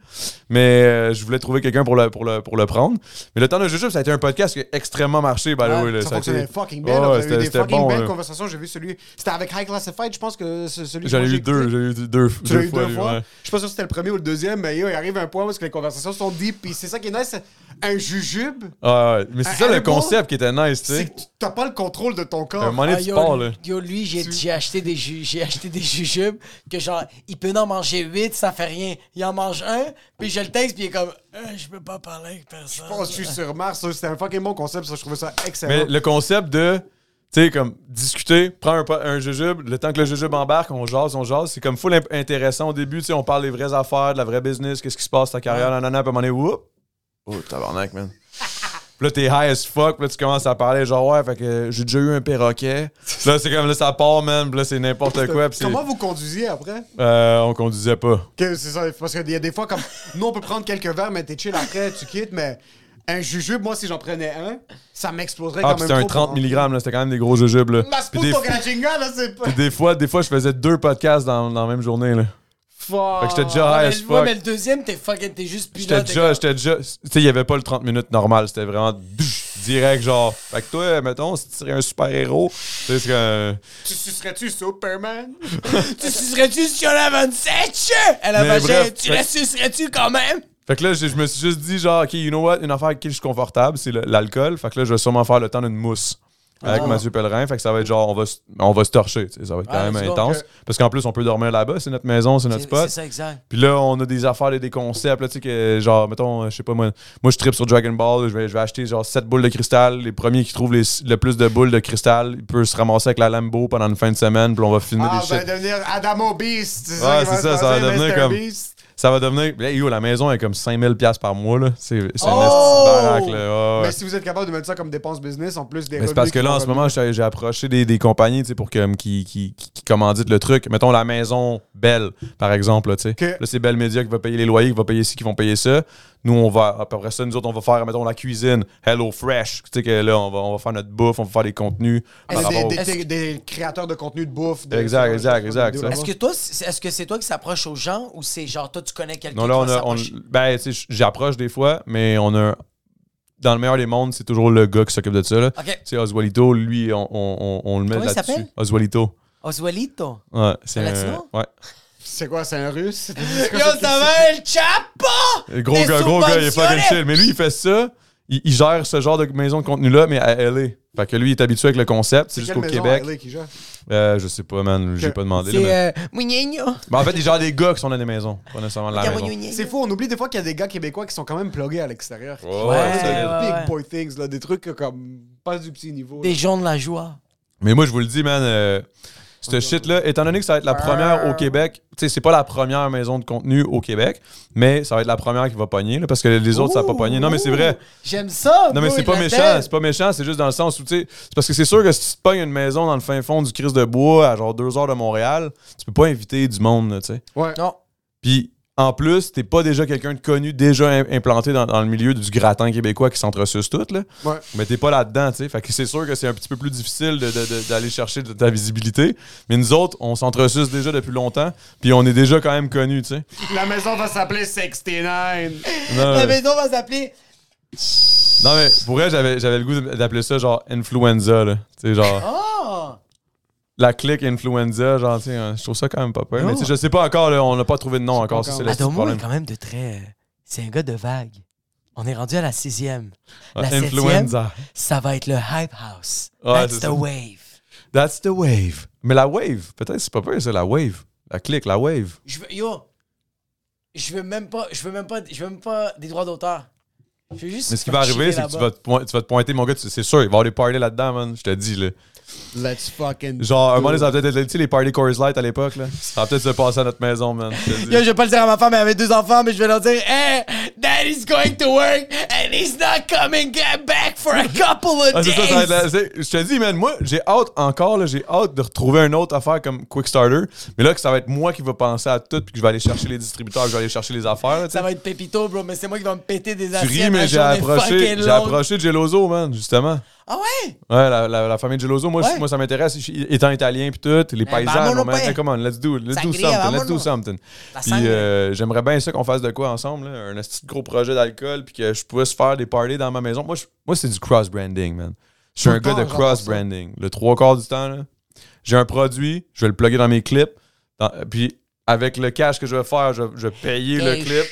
Mais euh, je voulais trouver quelqu'un pour le, pour, le, pour le prendre. Mais le temps d'un jujube, ça a été un podcast qui a extrêmement marché. by the Ouais, way, là. Ça Ça a été- fonctionnait fucking bien. Ouais, là, vous avez c'était- eu des c'était fucking bon, belles là. conversations. J'ai vu celui. C'était avec High Classified, je pense que c'est celui. que J'en ai moi, eu j'ai écouté. deux. J'ai eu deux, deux Tu l'as eu deux lui, fois. ouais. Je sais pas sûr si c'était le premier ou le deuxième, mais yo, il arrive un point où est-ce que les conversations sont deep. Puis c'est ça qui est nice. Un jujube, Ah, Ouais, ouais. Mais Un c'est ça le animal, concept qui était nice, tu c'est sais. que tu- t'as pas le contrôle de ton À un corps. moment donné, Ah, tu yo, pars, là. yo, lui, j'ai j'ai acheté des ju- j'ai acheté des jujubes que genre, il peut en manger 8, ça fait rien. Il en mange un, puis je le texte, puis il est comme, Euh, je peux pas parler avec personne. Je pense que je suis sur Mars. ça, C'était un fucking bon concept. Ça, je trouvais ça Mais excellent. le concept de, tu sais, comme discuter, prends un, pa- un jujube, le temps que le jujube embarque, on jase, on jase. C'est comme full imp- intéressant au début, tu sais, on parle des vraies affaires, de la vraie business, qu'est-ce qui se passe, ta carrière, nanana, puis à un moment donné, whoop. Oh, tabarnak, man. Puis là, t'es high as fuck. Puis là, tu commences à parler genre, ouais, fait que j'ai déjà eu un perroquet. Puis là, c'est comme là, ça part, man. Puis là, c'est n'importe quoi. Puis c'est- Comment vous conduisiez après? Euh, on conduisait pas. Que c'est ça, parce qu'il y a des fois, comme, nous, on peut prendre quelques verres, mais t'es chill après, tu quittes, mais un jujube, moi, si j'en prenais un, ça m'exploserait Ah, quand puis même. c'était un trop 30 pour- mg, là. C'était quand même des gros jujubes, là. Ma Puis des, Sputo Gratchinga, là, c'est pas. puis des fois, des fois, je faisais deux podcasts dans, dans la même journée, là. Fait que j'étais déjà high Ah, mais, as ouais, fuck. mais le deuxième, t'es fucking, t'es juste pilote. J'étais déjà, t'es j'étais déjà. Tu sais, il y avait pas le 30 minutes normal, c'était vraiment douche, direct, genre. Fait que toi, mettons, si tu serais un super-héros, tu sais, c'est que. Tu sucerais-tu Superman? comme, Tu sucerais-tu si on avait une sèche? Elle a Mais mangé, bref, tu fait- la sucerais-tu quand même? Fait que là, je, je me suis juste dit, genre, OK, you know what, une affaire avec qui je suis confortable, c'est le- l'alcool. Fait que là, je vais sûrement faire le temps d'une mousse Ah. avec Mathieu Pellerin. Fait que ça va être genre, on va, se- on va se torcher. tu sais, Ça va être quand Ah, même let's go. intense. Ok. Parce qu'en plus, on peut dormir là-bas. C'est notre maison, c'est notre C'est spot. ça, exact. Puis là, on a des affaires et des concepts. Là, tu sais, que genre, mettons, euh, je sais pas moi, moi je tripe sur Dragon Ball. Je vais, je vais acheter genre 7 boules de cristal. Les premiers qui trouvent les- le plus de boules de cristal, ils peuvent se ramasser avec la Lambo pendant une fin de semaine. Puis on va filmer Ah, des ça shit. va devenir Adamo Beast. C'est Ouais, qui c'est ça, se ça va passer, devenir Mr. comme- Beast. Ça va devenir. Là, yo, la maison est comme 5000$ par mois. là. C'est c'est une Oh! petite baraque. Là. Ouais, ouais. Mais si vous êtes capable de mettre ça comme dépense business, en plus des Mais c'est revenus parce que qui là, vont en ce moment, j'ai j'ai approché des, des compagnies tu sais, pour que, qui, qui, qui, qui commanditent le truc. Mettons la maison Belle, par exemple. Là, tu sais. Ok. Là, c'est Belle Média qui va payer les loyers, qui va payer ci, qui vont payer ça. Nous, on va, après ça, nous autres, on va faire, mettons, la cuisine, Hello Fresh. Tu sais que là, on va, on va faire notre bouffe, on va faire des contenus. par Des- rapport au- des, des- des créateurs de contenu de bouffe. de- Exact, exact, exact, vidéos ça. Est-ce que toi, c'est- est-ce que c'est toi qui s'approche aux gens ou c'est genre toi, tu connais quelqu'un Non, là, qui on va a. on- s'approcher? ben, tu sais, j'approche des fois, mais on a. Dans le meilleur des mondes, c'est toujours le gars qui s'occupe de ça. Là. Ok. Tu sais, Oswalito, lui, on, on- on- on le met Comment il là-dessus. s'appelle? Oswalito. Oswalito. Ouais, c'est Un un- latino? ouais. C'est quoi, c'est un russe? Yo, ça va, El Chapo! Le Gros T'es gars, gros gars, il est fucking subventionné! chill. Mais lui, il fait ça. Il, il gère ce genre de maison de contenu-là, mais à LA. Fait que lui, il est habitué avec le concept. C'est juste qu'au Québec. Euh, je sais pas, man. J'ai Que- pas demandé. là, mais... C'est euh, Mouigninho. mais en fait, il gère des gars qui sont dans des maisons. Pas nécessairement de la maison. Mouigninho. C'est fou, on oublie des fois qu'il y a des gars québécois qui sont quand même pluggés à l'extérieur. Oh, Ouais. solide. Des ouais, ouais. Big boy things, là, des trucs euh, comme pas du petit niveau. Des là. gens de la joie. Mais moi, je vous le dis, man. euh, ce shit-là, étant donné que ça va être la première au Québec, tu sais, c'est pas la première maison de contenu au Québec, mais ça va être la première qui va pogner, là, parce que les autres, ça va pas pogner. Non, mais c'est vrai. J'aime ça. Non, mais c'est pas méchant, c'est pas méchant, c'est juste dans le sens où, tu sais, c'est parce que c'est sûr que si tu te pognes une maison dans le fin fond du Christ de Bois à genre deux heures de Montréal, tu peux pas inviter du monde, là, tu sais. Ouais. Non. Puis en plus, t'es pas déjà quelqu'un de connu, déjà im- implanté dans, dans le milieu du gratin québécois qui s'entresuce tout, là. Ouais. Mais t'es pas là-dedans, tu sais. Fait que c'est sûr que c'est un petit peu plus difficile de- de- de- d'aller chercher de ta visibilité. Mais nous autres, on s'entresuce déjà depuis longtemps, puis on est déjà quand même connus, tu sais. La maison va s'appeler 69. Non, La Ah, mais- maison va s'appeler. non, mais pour vrai, j'avais j'avais le goût d'appeler ça genre influenza, là. Tu sais, genre. Oh! la clique influenza, genre, tu sais, hein, je trouve ça quand même pas peur. Mais tu sais, je sais pas encore, là, on n'a pas trouvé de nom encore, ça, c'est le petit Adamo est problème. quand même de très. euh, C'est un gars de vague. On est rendu à la sixième. Ah, La septième, influenza. ça va être le Hype House. Ouais, That's c'est the ça. wave. That's the wave. Mais la wave, peut-être c'est pas peur, c'est la wave. La clique, la wave. Je veux, yo, je veux même pas, je veux même pas, je veux même pas des droits d'auteur. Je veux juste. Mais ce qui va arriver, c'est que tu vas, te poin- tu vas te pointer, mon gars, tu- c'est sûr, il va y avoir des parties là-dedans, man, je te dis, là. Let's fucking. Genre, un moment, donné, ça va peut-être être, tu sais, les parties Chorus Light à l'époque, là. Ça va peut-être se passer à notre maison, man. je te dis. Yo, je vais pas le dire à ma femme, elle avait deux enfants, mais je vais leur dire, hey, daddy's going to work and he's not coming back for a couple of Ah, c'est days. ça, ça va être la- c'est- Je te dis, man, moi, j'ai hâte encore, là, j'ai hâte de retrouver une autre affaire comme Quick Starter. Mais là, que ça va être moi qui va penser à tout, puis que je vais aller chercher les distributeurs, que je vais aller chercher les affaires. là, tu sais. Ça va être Pépito, bro, mais c'est moi qui va me péter des Tu assiettes. ris, la mais j'ai journée approché, fucking j'ai longue. approché de Geloso, man, justement. Ah ouais? Ouais, la, la, la famille de Geloso, moi, je- Ouais. Eh, moi ça m'intéresse. je suis- Étant italien, puis tout, les paysages, vamonos, on m'a dit, pues. hey, come on, let's do, let's do Sangria, something, let's do vamonos. something. La Puis sangria. euh, j'aimerais bien ça qu'on fasse de quoi ensemble, là, un petit gros projet d'alcool, puis que je puisse faire des parties dans ma maison. Moi, je- moi c'est du cross-branding, man. Je suis Tout un le gars temps, de j'entends cross-branding. Le trois quarts du temps, là, j'ai un produit, je vais le plugger dans mes clips, dans- euh, puis avec le cash que je vais faire, je, je vais payer Cash. le clip.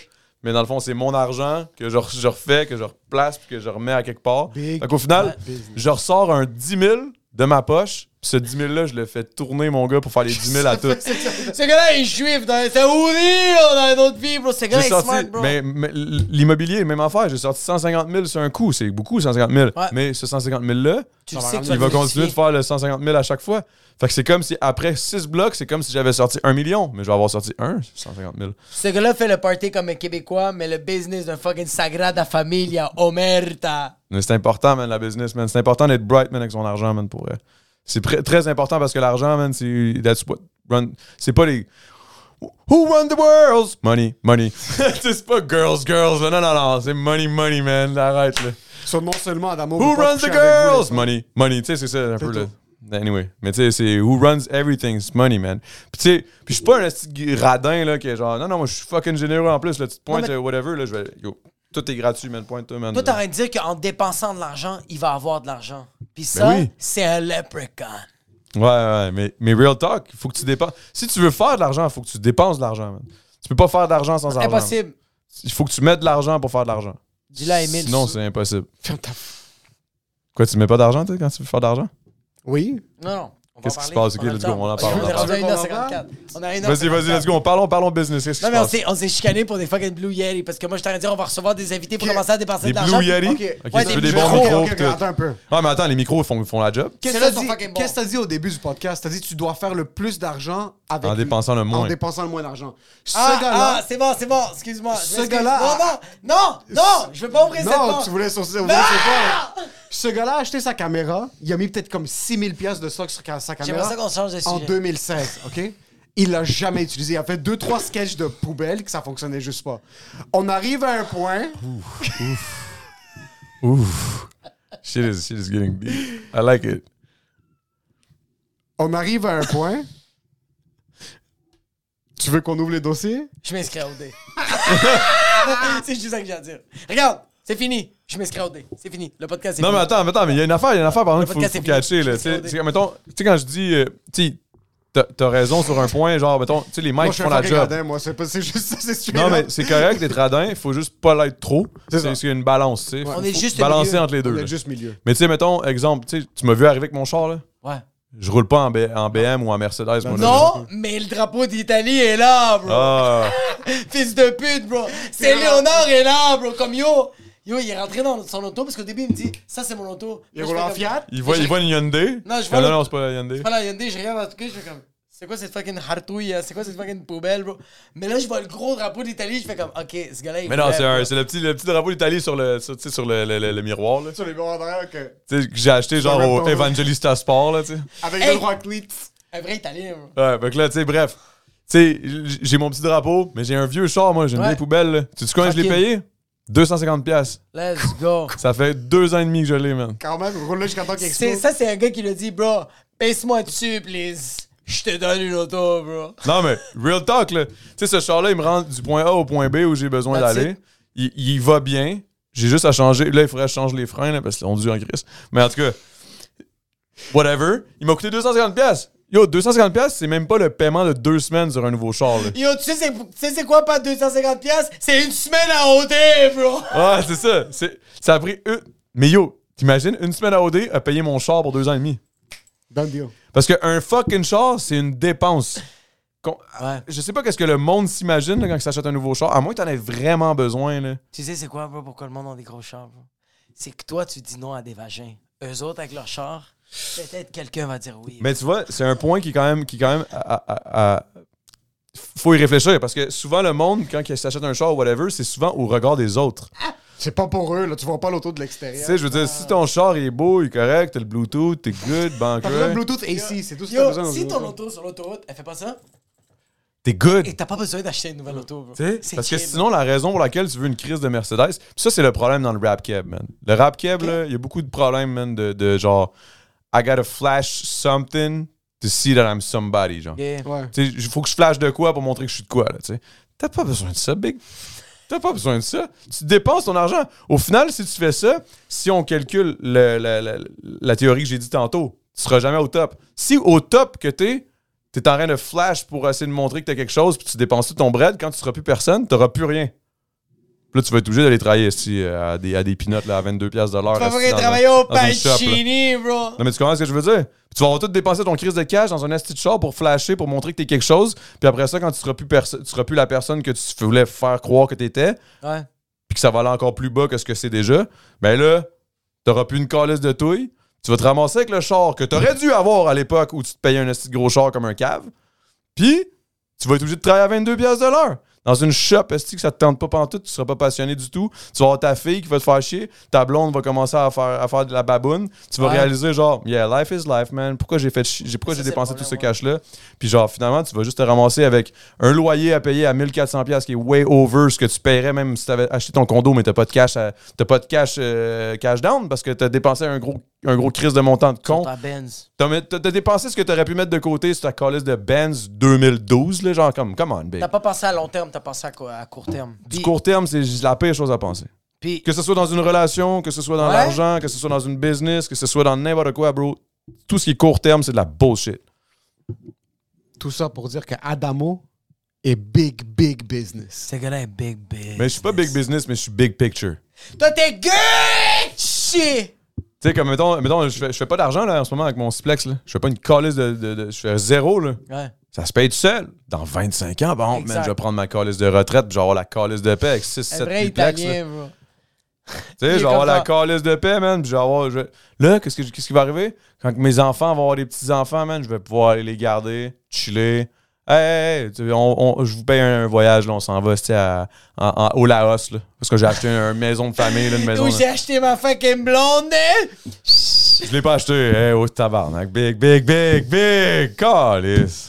Mais dans le fond, c'est mon argent que je, re- je refais, que je replace, puis que je remets à quelque part. Big Fait qu'au final, business. je ressors un 10 000 de ma poche, puis Puis ce 10 000-là, je le fais tourner, mon gars, pour faire les 10 000 à toutes. Ce gars-là est juif, dans- c'est ou dans une autre vie, bro. Ce gars-là J'ai est sorti, smart, bro. mais, mais l'immobilier, même affaire, j'ai sorti 150 000 sur un coup, c'est beaucoup 150 000. Ouais. Mais ce 150 000-là, tu le sais que tu il vas va le continuer de justifier. faire le 150 000 à chaque fois. Fait que c'est comme si après 6 blocs, c'est comme si j'avais sorti 1 million, mais je vais avoir sorti 1 150 000. Ce gars-là fait le party comme un Québécois, mais le business d'un fucking Sagrada Familia, Omerta. Mais c'est important, man, la business, man. C'est important d'être bright, man, avec son argent, man, pour vrai. C'est pr- très important parce que l'argent, man, c'est. That's what. Run. C'est pas les. Who run the world? Money, money. c'est pas girls, girls. là. Non, non, non. C'est money, money, man. Arrête, là. So, non seulement Adamo. Who veut pas runs the coucher avec vous, girls? Money, money. Tu sais, c'est ça, un peu, là. Anyway. Mais tu sais, c'est who runs everything? It's money, man. Puis tu sais, puis je suis pas un esti radin, là, qui est genre, non, non, moi, je suis fucking généreux en plus, là. Tu te pointes, mais- euh, whatever, là. Je vais. Yo, tout est gratuit, man. Pointe-toi, man. Toi, t'es en train de dire qu'en dépensant de l'argent, il va avoir de l'argent. Puis ça, Ben oui. c'est un leprechaun. Ouais, ouais, mais, mais real talk, il faut que tu dépenses. Si tu veux faire de l'argent, il faut que tu dépenses de l'argent. man. Tu peux pas faire de l'argent sans argent. Impossible. Il faut que tu mettes de l'argent pour faire de l'argent. Dis-le à Emile. Sinon, c'est impossible. Ferme ta- Quoi, tu mets pas d'argent, toi, quand tu veux faire de l'argent? Oui. Non, non. on va Qu'est-ce qui en se parler. passe? Ok, a le let's go, temps. on en parle, on en On est rendu à parle. 1h54. On est à 1h54. Vas-y, vas-y, let's go, on parle, on parle, on business. Qu'est-ce qui Non, se mais on passe? s'est- on s'est chicané pour des fucking Blue Yeti parce que moi, je t'ai dit, on va recevoir des invités pour Ok. commencer à dépenser Des de l'argent. Blue Yeti? Ok. Ok, Ouais, tu des veux des Blue- bons Ok, micros. ok, pis ok, tout. attends un peu. Ouais, Ah, mais attends, les micros font, font la job. Qu'est-ce C'est là que son t'as dit- fucking qu'est-ce que bon. t'as dit au début du podcast? T'as dit tu dois faire le plus d'argent avec En dépensant le moins. En dépensant le moins d'argent. Ce Ah, ah, gars-là. c'est bon, c'est bon, excuse-moi. je Ce m'excuse. gars-là- Non, non, non, non, je veux pas ouvrir cette non, porte. Ah! tu voulais sur sur- sur- sur- Ce gars-là a acheté sa caméra. Il a mis peut-être comme 6000 pièces de stock sur ca- sa caméra. J'aimerais ça qu'on change de En sujet. 2016, OK? Il l'a jamais utilisé. Il a fait deux, trois sketchs de poubelle que ça fonctionnait juste pas. On arrive à un point. Ouf. Shit is, shit is getting deep. I like it. On arrive à un point. Tu veux qu'on ouvre les dossiers? Je m'inscris au dé. c'est juste ça que j'ai à dire. Regarde, c'est fini. Je m'inscris au dé. C'est fini. Le podcast, c'est Non, fini. mais attends, mais attends, mais il y a une affaire, il y a une affaire, par exemple, Le qu'il faut, podcast faut est fini. catcher, là. Tu sais, tu sais, mettons, tu sais, quand je dis, euh, tu sais, t'as- t'as raison sur un point, genre, mettons, tu sais, les mecs moi, qui je suis font un la fucking job. radin, moi. C'est pas- c'est juste ça, c'est celui-là. Non, mais c'est correct d'être radin, il faut juste pas l'être trop. C'est C'est ça. c'est une balance, tu sais. On Faut- est faut juste balancer milieu. entre les deux. On est là. juste milieu. Mais tu sais, mettons, exemple, tu sais, tu m'as vu arriver avec mon char, là. Ouais. Je roule pas en, B- en BM ou en Mercedes, moi. là. Non, mais le drapeau d'Italie est là, bro. Ah, Fils de pute, bro. C'est Léonard est là, bro. Comme yo. Yo, il est rentré dans son auto parce qu'au début, il me dit Ça, c'est mon auto. Il Là, je roule fais en comme- Fiat. il voit, il voit une Hyundai. Non, je vois non, non, le- non, c'est pas la Hyundai. Je prends la Hyundai, je regarde en tout cas, je fais comme. C'est quoi cette fucking hartouille? hein? C'est quoi cette fucking poubelle, bro? Mais là, je vois le gros drapeau d'Italie, je fais comme, ok, ce gars-là, il Mais non, est c'est vrai, un- bro. c'est le petit, le petit drapeau d'Italie sur le, sur, tu sais, sur le, le- le- le miroir, là. Sur les bords en arrière, que. Tu sais, que j'ai acheté, genre, même au pas- Evangelista Sport, là, tu sais. Avec Hey! le rock cleats. Un vrai Italien, bro. Ouais, fait que là, tu sais, bref. Tu sais, j- j'ai mon petit drapeau, mais j'ai un vieux char, moi, j'ai une Ouais. vieille poubelle. là. Tu sais combien je l'ai Tranquille. payé? 250$. piastres. Let's go. Ça fait deux ans et demi que je l'ai, man. Quand même, roule-le jusqu'à temps qu'il C'est- explose. ça, c'est un gars qui le dit, bro, pèse-moi dessus, please. Je te donne une auto, bro. Non, mais real talk, là. Tu sais, ce char-là, il me rend du point A au point B où j'ai besoin That's d'aller. it. Il, il va bien. J'ai juste à changer. Là, il faudrait que je change les freins, là, parce qu'on dure en crise. Mais en tout cas, whatever. Il m'a coûté 250$. piastres. Yo, 250$, piastres, c'est même pas le paiement de deux semaines sur un nouveau char, là. Yo, tu sais, c'est- tu sais c'est quoi, pas 250$? piastres? C'est une semaine à OD, bro. Ouais, Ah, c'est ça. C'est- Ça a pris une. Mais yo, t'imagines, une semaine à OD a payé mon char pour deux ans et demi. Done deal. Parce qu'un fucking char, c'est une dépense. Qu'on- Ouais. Je sais pas qu'est-ce que le monde s'imagine là, quand il s'achète un nouveau char, à moins que t'en aies vraiment besoin. Là. Tu sais, c'est quoi, bro, pourquoi le monde a des gros chars, bro? C'est que toi, tu dis non à des vagins. Eux autres, avec leur char, peut-être quelqu'un va dire oui. Mais tu vois, c'est un point qui est quand même, qui est quand même, à- à- à- faut y réfléchir parce que souvent le monde quand il s'achète un char ou whatever, c'est souvent au regard des autres. C'est pas pour eux, là. Tu vois pas l'auto de Tu l'extérieur. sais, je veux dire, si ton char il est beau, il est correct, t'as le Bluetooth, t'es good, T'as besoin de banqueur, Bluetooth AC, c'est tout ce que t'as besoin. Yo, dans si une ton auto. auto sur l'autoroute, elle fait pas ça, Mm. t'es good. et t'as pas besoin d'acheter une nouvelle auto, bro. Tu sais, C'est Parce que chill. sinon, la raison pour laquelle tu veux une crise de Mercedes, pis ça, c'est le problème dans le rap cab, man. Le rap cab, là, il y a beaucoup de problèmes, man, de, de genre, I gotta flash something to see that I'm somebody, genre. Yeah. Ouais. Tu sais, il faut que je flash de quoi pour montrer que je suis de quoi, là, tu sais. T'as pas besoin de ça, Big. T'as pas besoin de ça. Tu dépenses ton argent. Au final, si tu fais ça, si on calcule le- la, la- la théorie que j'ai dit tantôt, tu seras jamais au top. Si au top que t'es, t'es en train de flash pour essayer de montrer que t'as quelque chose, puis tu dépenses tout ton bread, quand tu seras plus personne, t'auras plus rien. Puis là, tu vas être obligé d'aller travailler esti, à des, à des peanuts là, à 22$ piastres de l'heure. Tu vas esti, venir Ah, dans un- travailler au dans une shop, là. Pacini, bro. Non, mais tu comprends ce que je veux dire? Puis tu vas avoir tout dépensé ton crise de cash dans un esti de char pour flasher, pour montrer que t'es quelque chose. Puis après ça, quand tu seras plus, perso- tu seras plus la personne que tu voulais faire croire que t'étais, Ouais. puis que ça va aller encore plus bas que ce que c'est déjà, ben là, t'auras plus une calice de touille. Tu vas te ramasser avec le char que t'aurais dû avoir à l'époque où tu te payais un esti de gros char comme un cave. Puis, tu vas être obligé de travailler à 22 pièces de l'heure. Dans une shop, est que ça te tente pas pantoute, tu seras pas passionné du tout. Tu vas avoir ta fille qui va te faire chier, ta blonde va commencer à faire, à faire de la baboune. Tu vas Ouais. réaliser genre, yeah, life is life, man. Pourquoi j'ai fait chi- j'ai- pourquoi Ça, j'ai c'est le dépensé tout ce problème, cash-là? Puis genre, finalement, tu vas juste te ramasser avec un loyer à payer à 1400 pièces qui est way over ce que tu paierais même si tu avais acheté ton condo, mais t'as pas de cash, à- t'as pas de cash, euh, cash down parce que t'as dépensé un gros, un gros crise de montant de compte. Ta Benz. T'as, mis- t'as- t'as dépensé ce que t'aurais pu mettre de côté sur ta calice de Benz 2012, là, genre comme, come on, big. T'as pas pensé à long terme, t'as pensé à, co- à court terme. Du Puis- court terme, c'est la pire chose à penser. Puis, Que ce soit dans une relation, que ce soit dans Ouais. l'argent, que ce soit dans une business, que ce soit dans n'importe quoi, bro. Tout ce qui est court terme, c'est de la bullshit. Tout ça pour dire que Adamo est big, big business. ce gars-là est big, big. Mais je suis pas big business, mais je suis big picture. Toi, t'es Gucci! Tu sais, comme mettons, mettons je, fais, je fais pas d'argent là en ce moment avec mon Splex. Là. Je fais pas une calice de, de- de- Je fais zéro là. Ouais. Ça se paye tout seul. Dans 25 ans, bon, man, Exact. je vais prendre ma calice de retraite, puis je vais avoir la calice de paix avec 6, Un 7 vrai italien, bro. Tu sais, Il je est vais avoir comme la ça. calice de paix, man. Puis je vais avoir. je- Là, qu'est-ce, que je- qu'est-ce qui va arriver? Quand que mes enfants vont avoir des petits-enfants, man, je vais pouvoir aller les garder, chiller. Hey, hey, tu- on- on- je vous paye un, voyage, là, on s'en va, c'est à, en- en- au Laos, là. Parce que j'ai acheté une, maison de famille, là, une maison. Où là. j'ai acheté ma fucking blonde, hein? eh, Je l'ai pas acheté. Hey, oh, tabarnak. Big, big, big, big. Calice.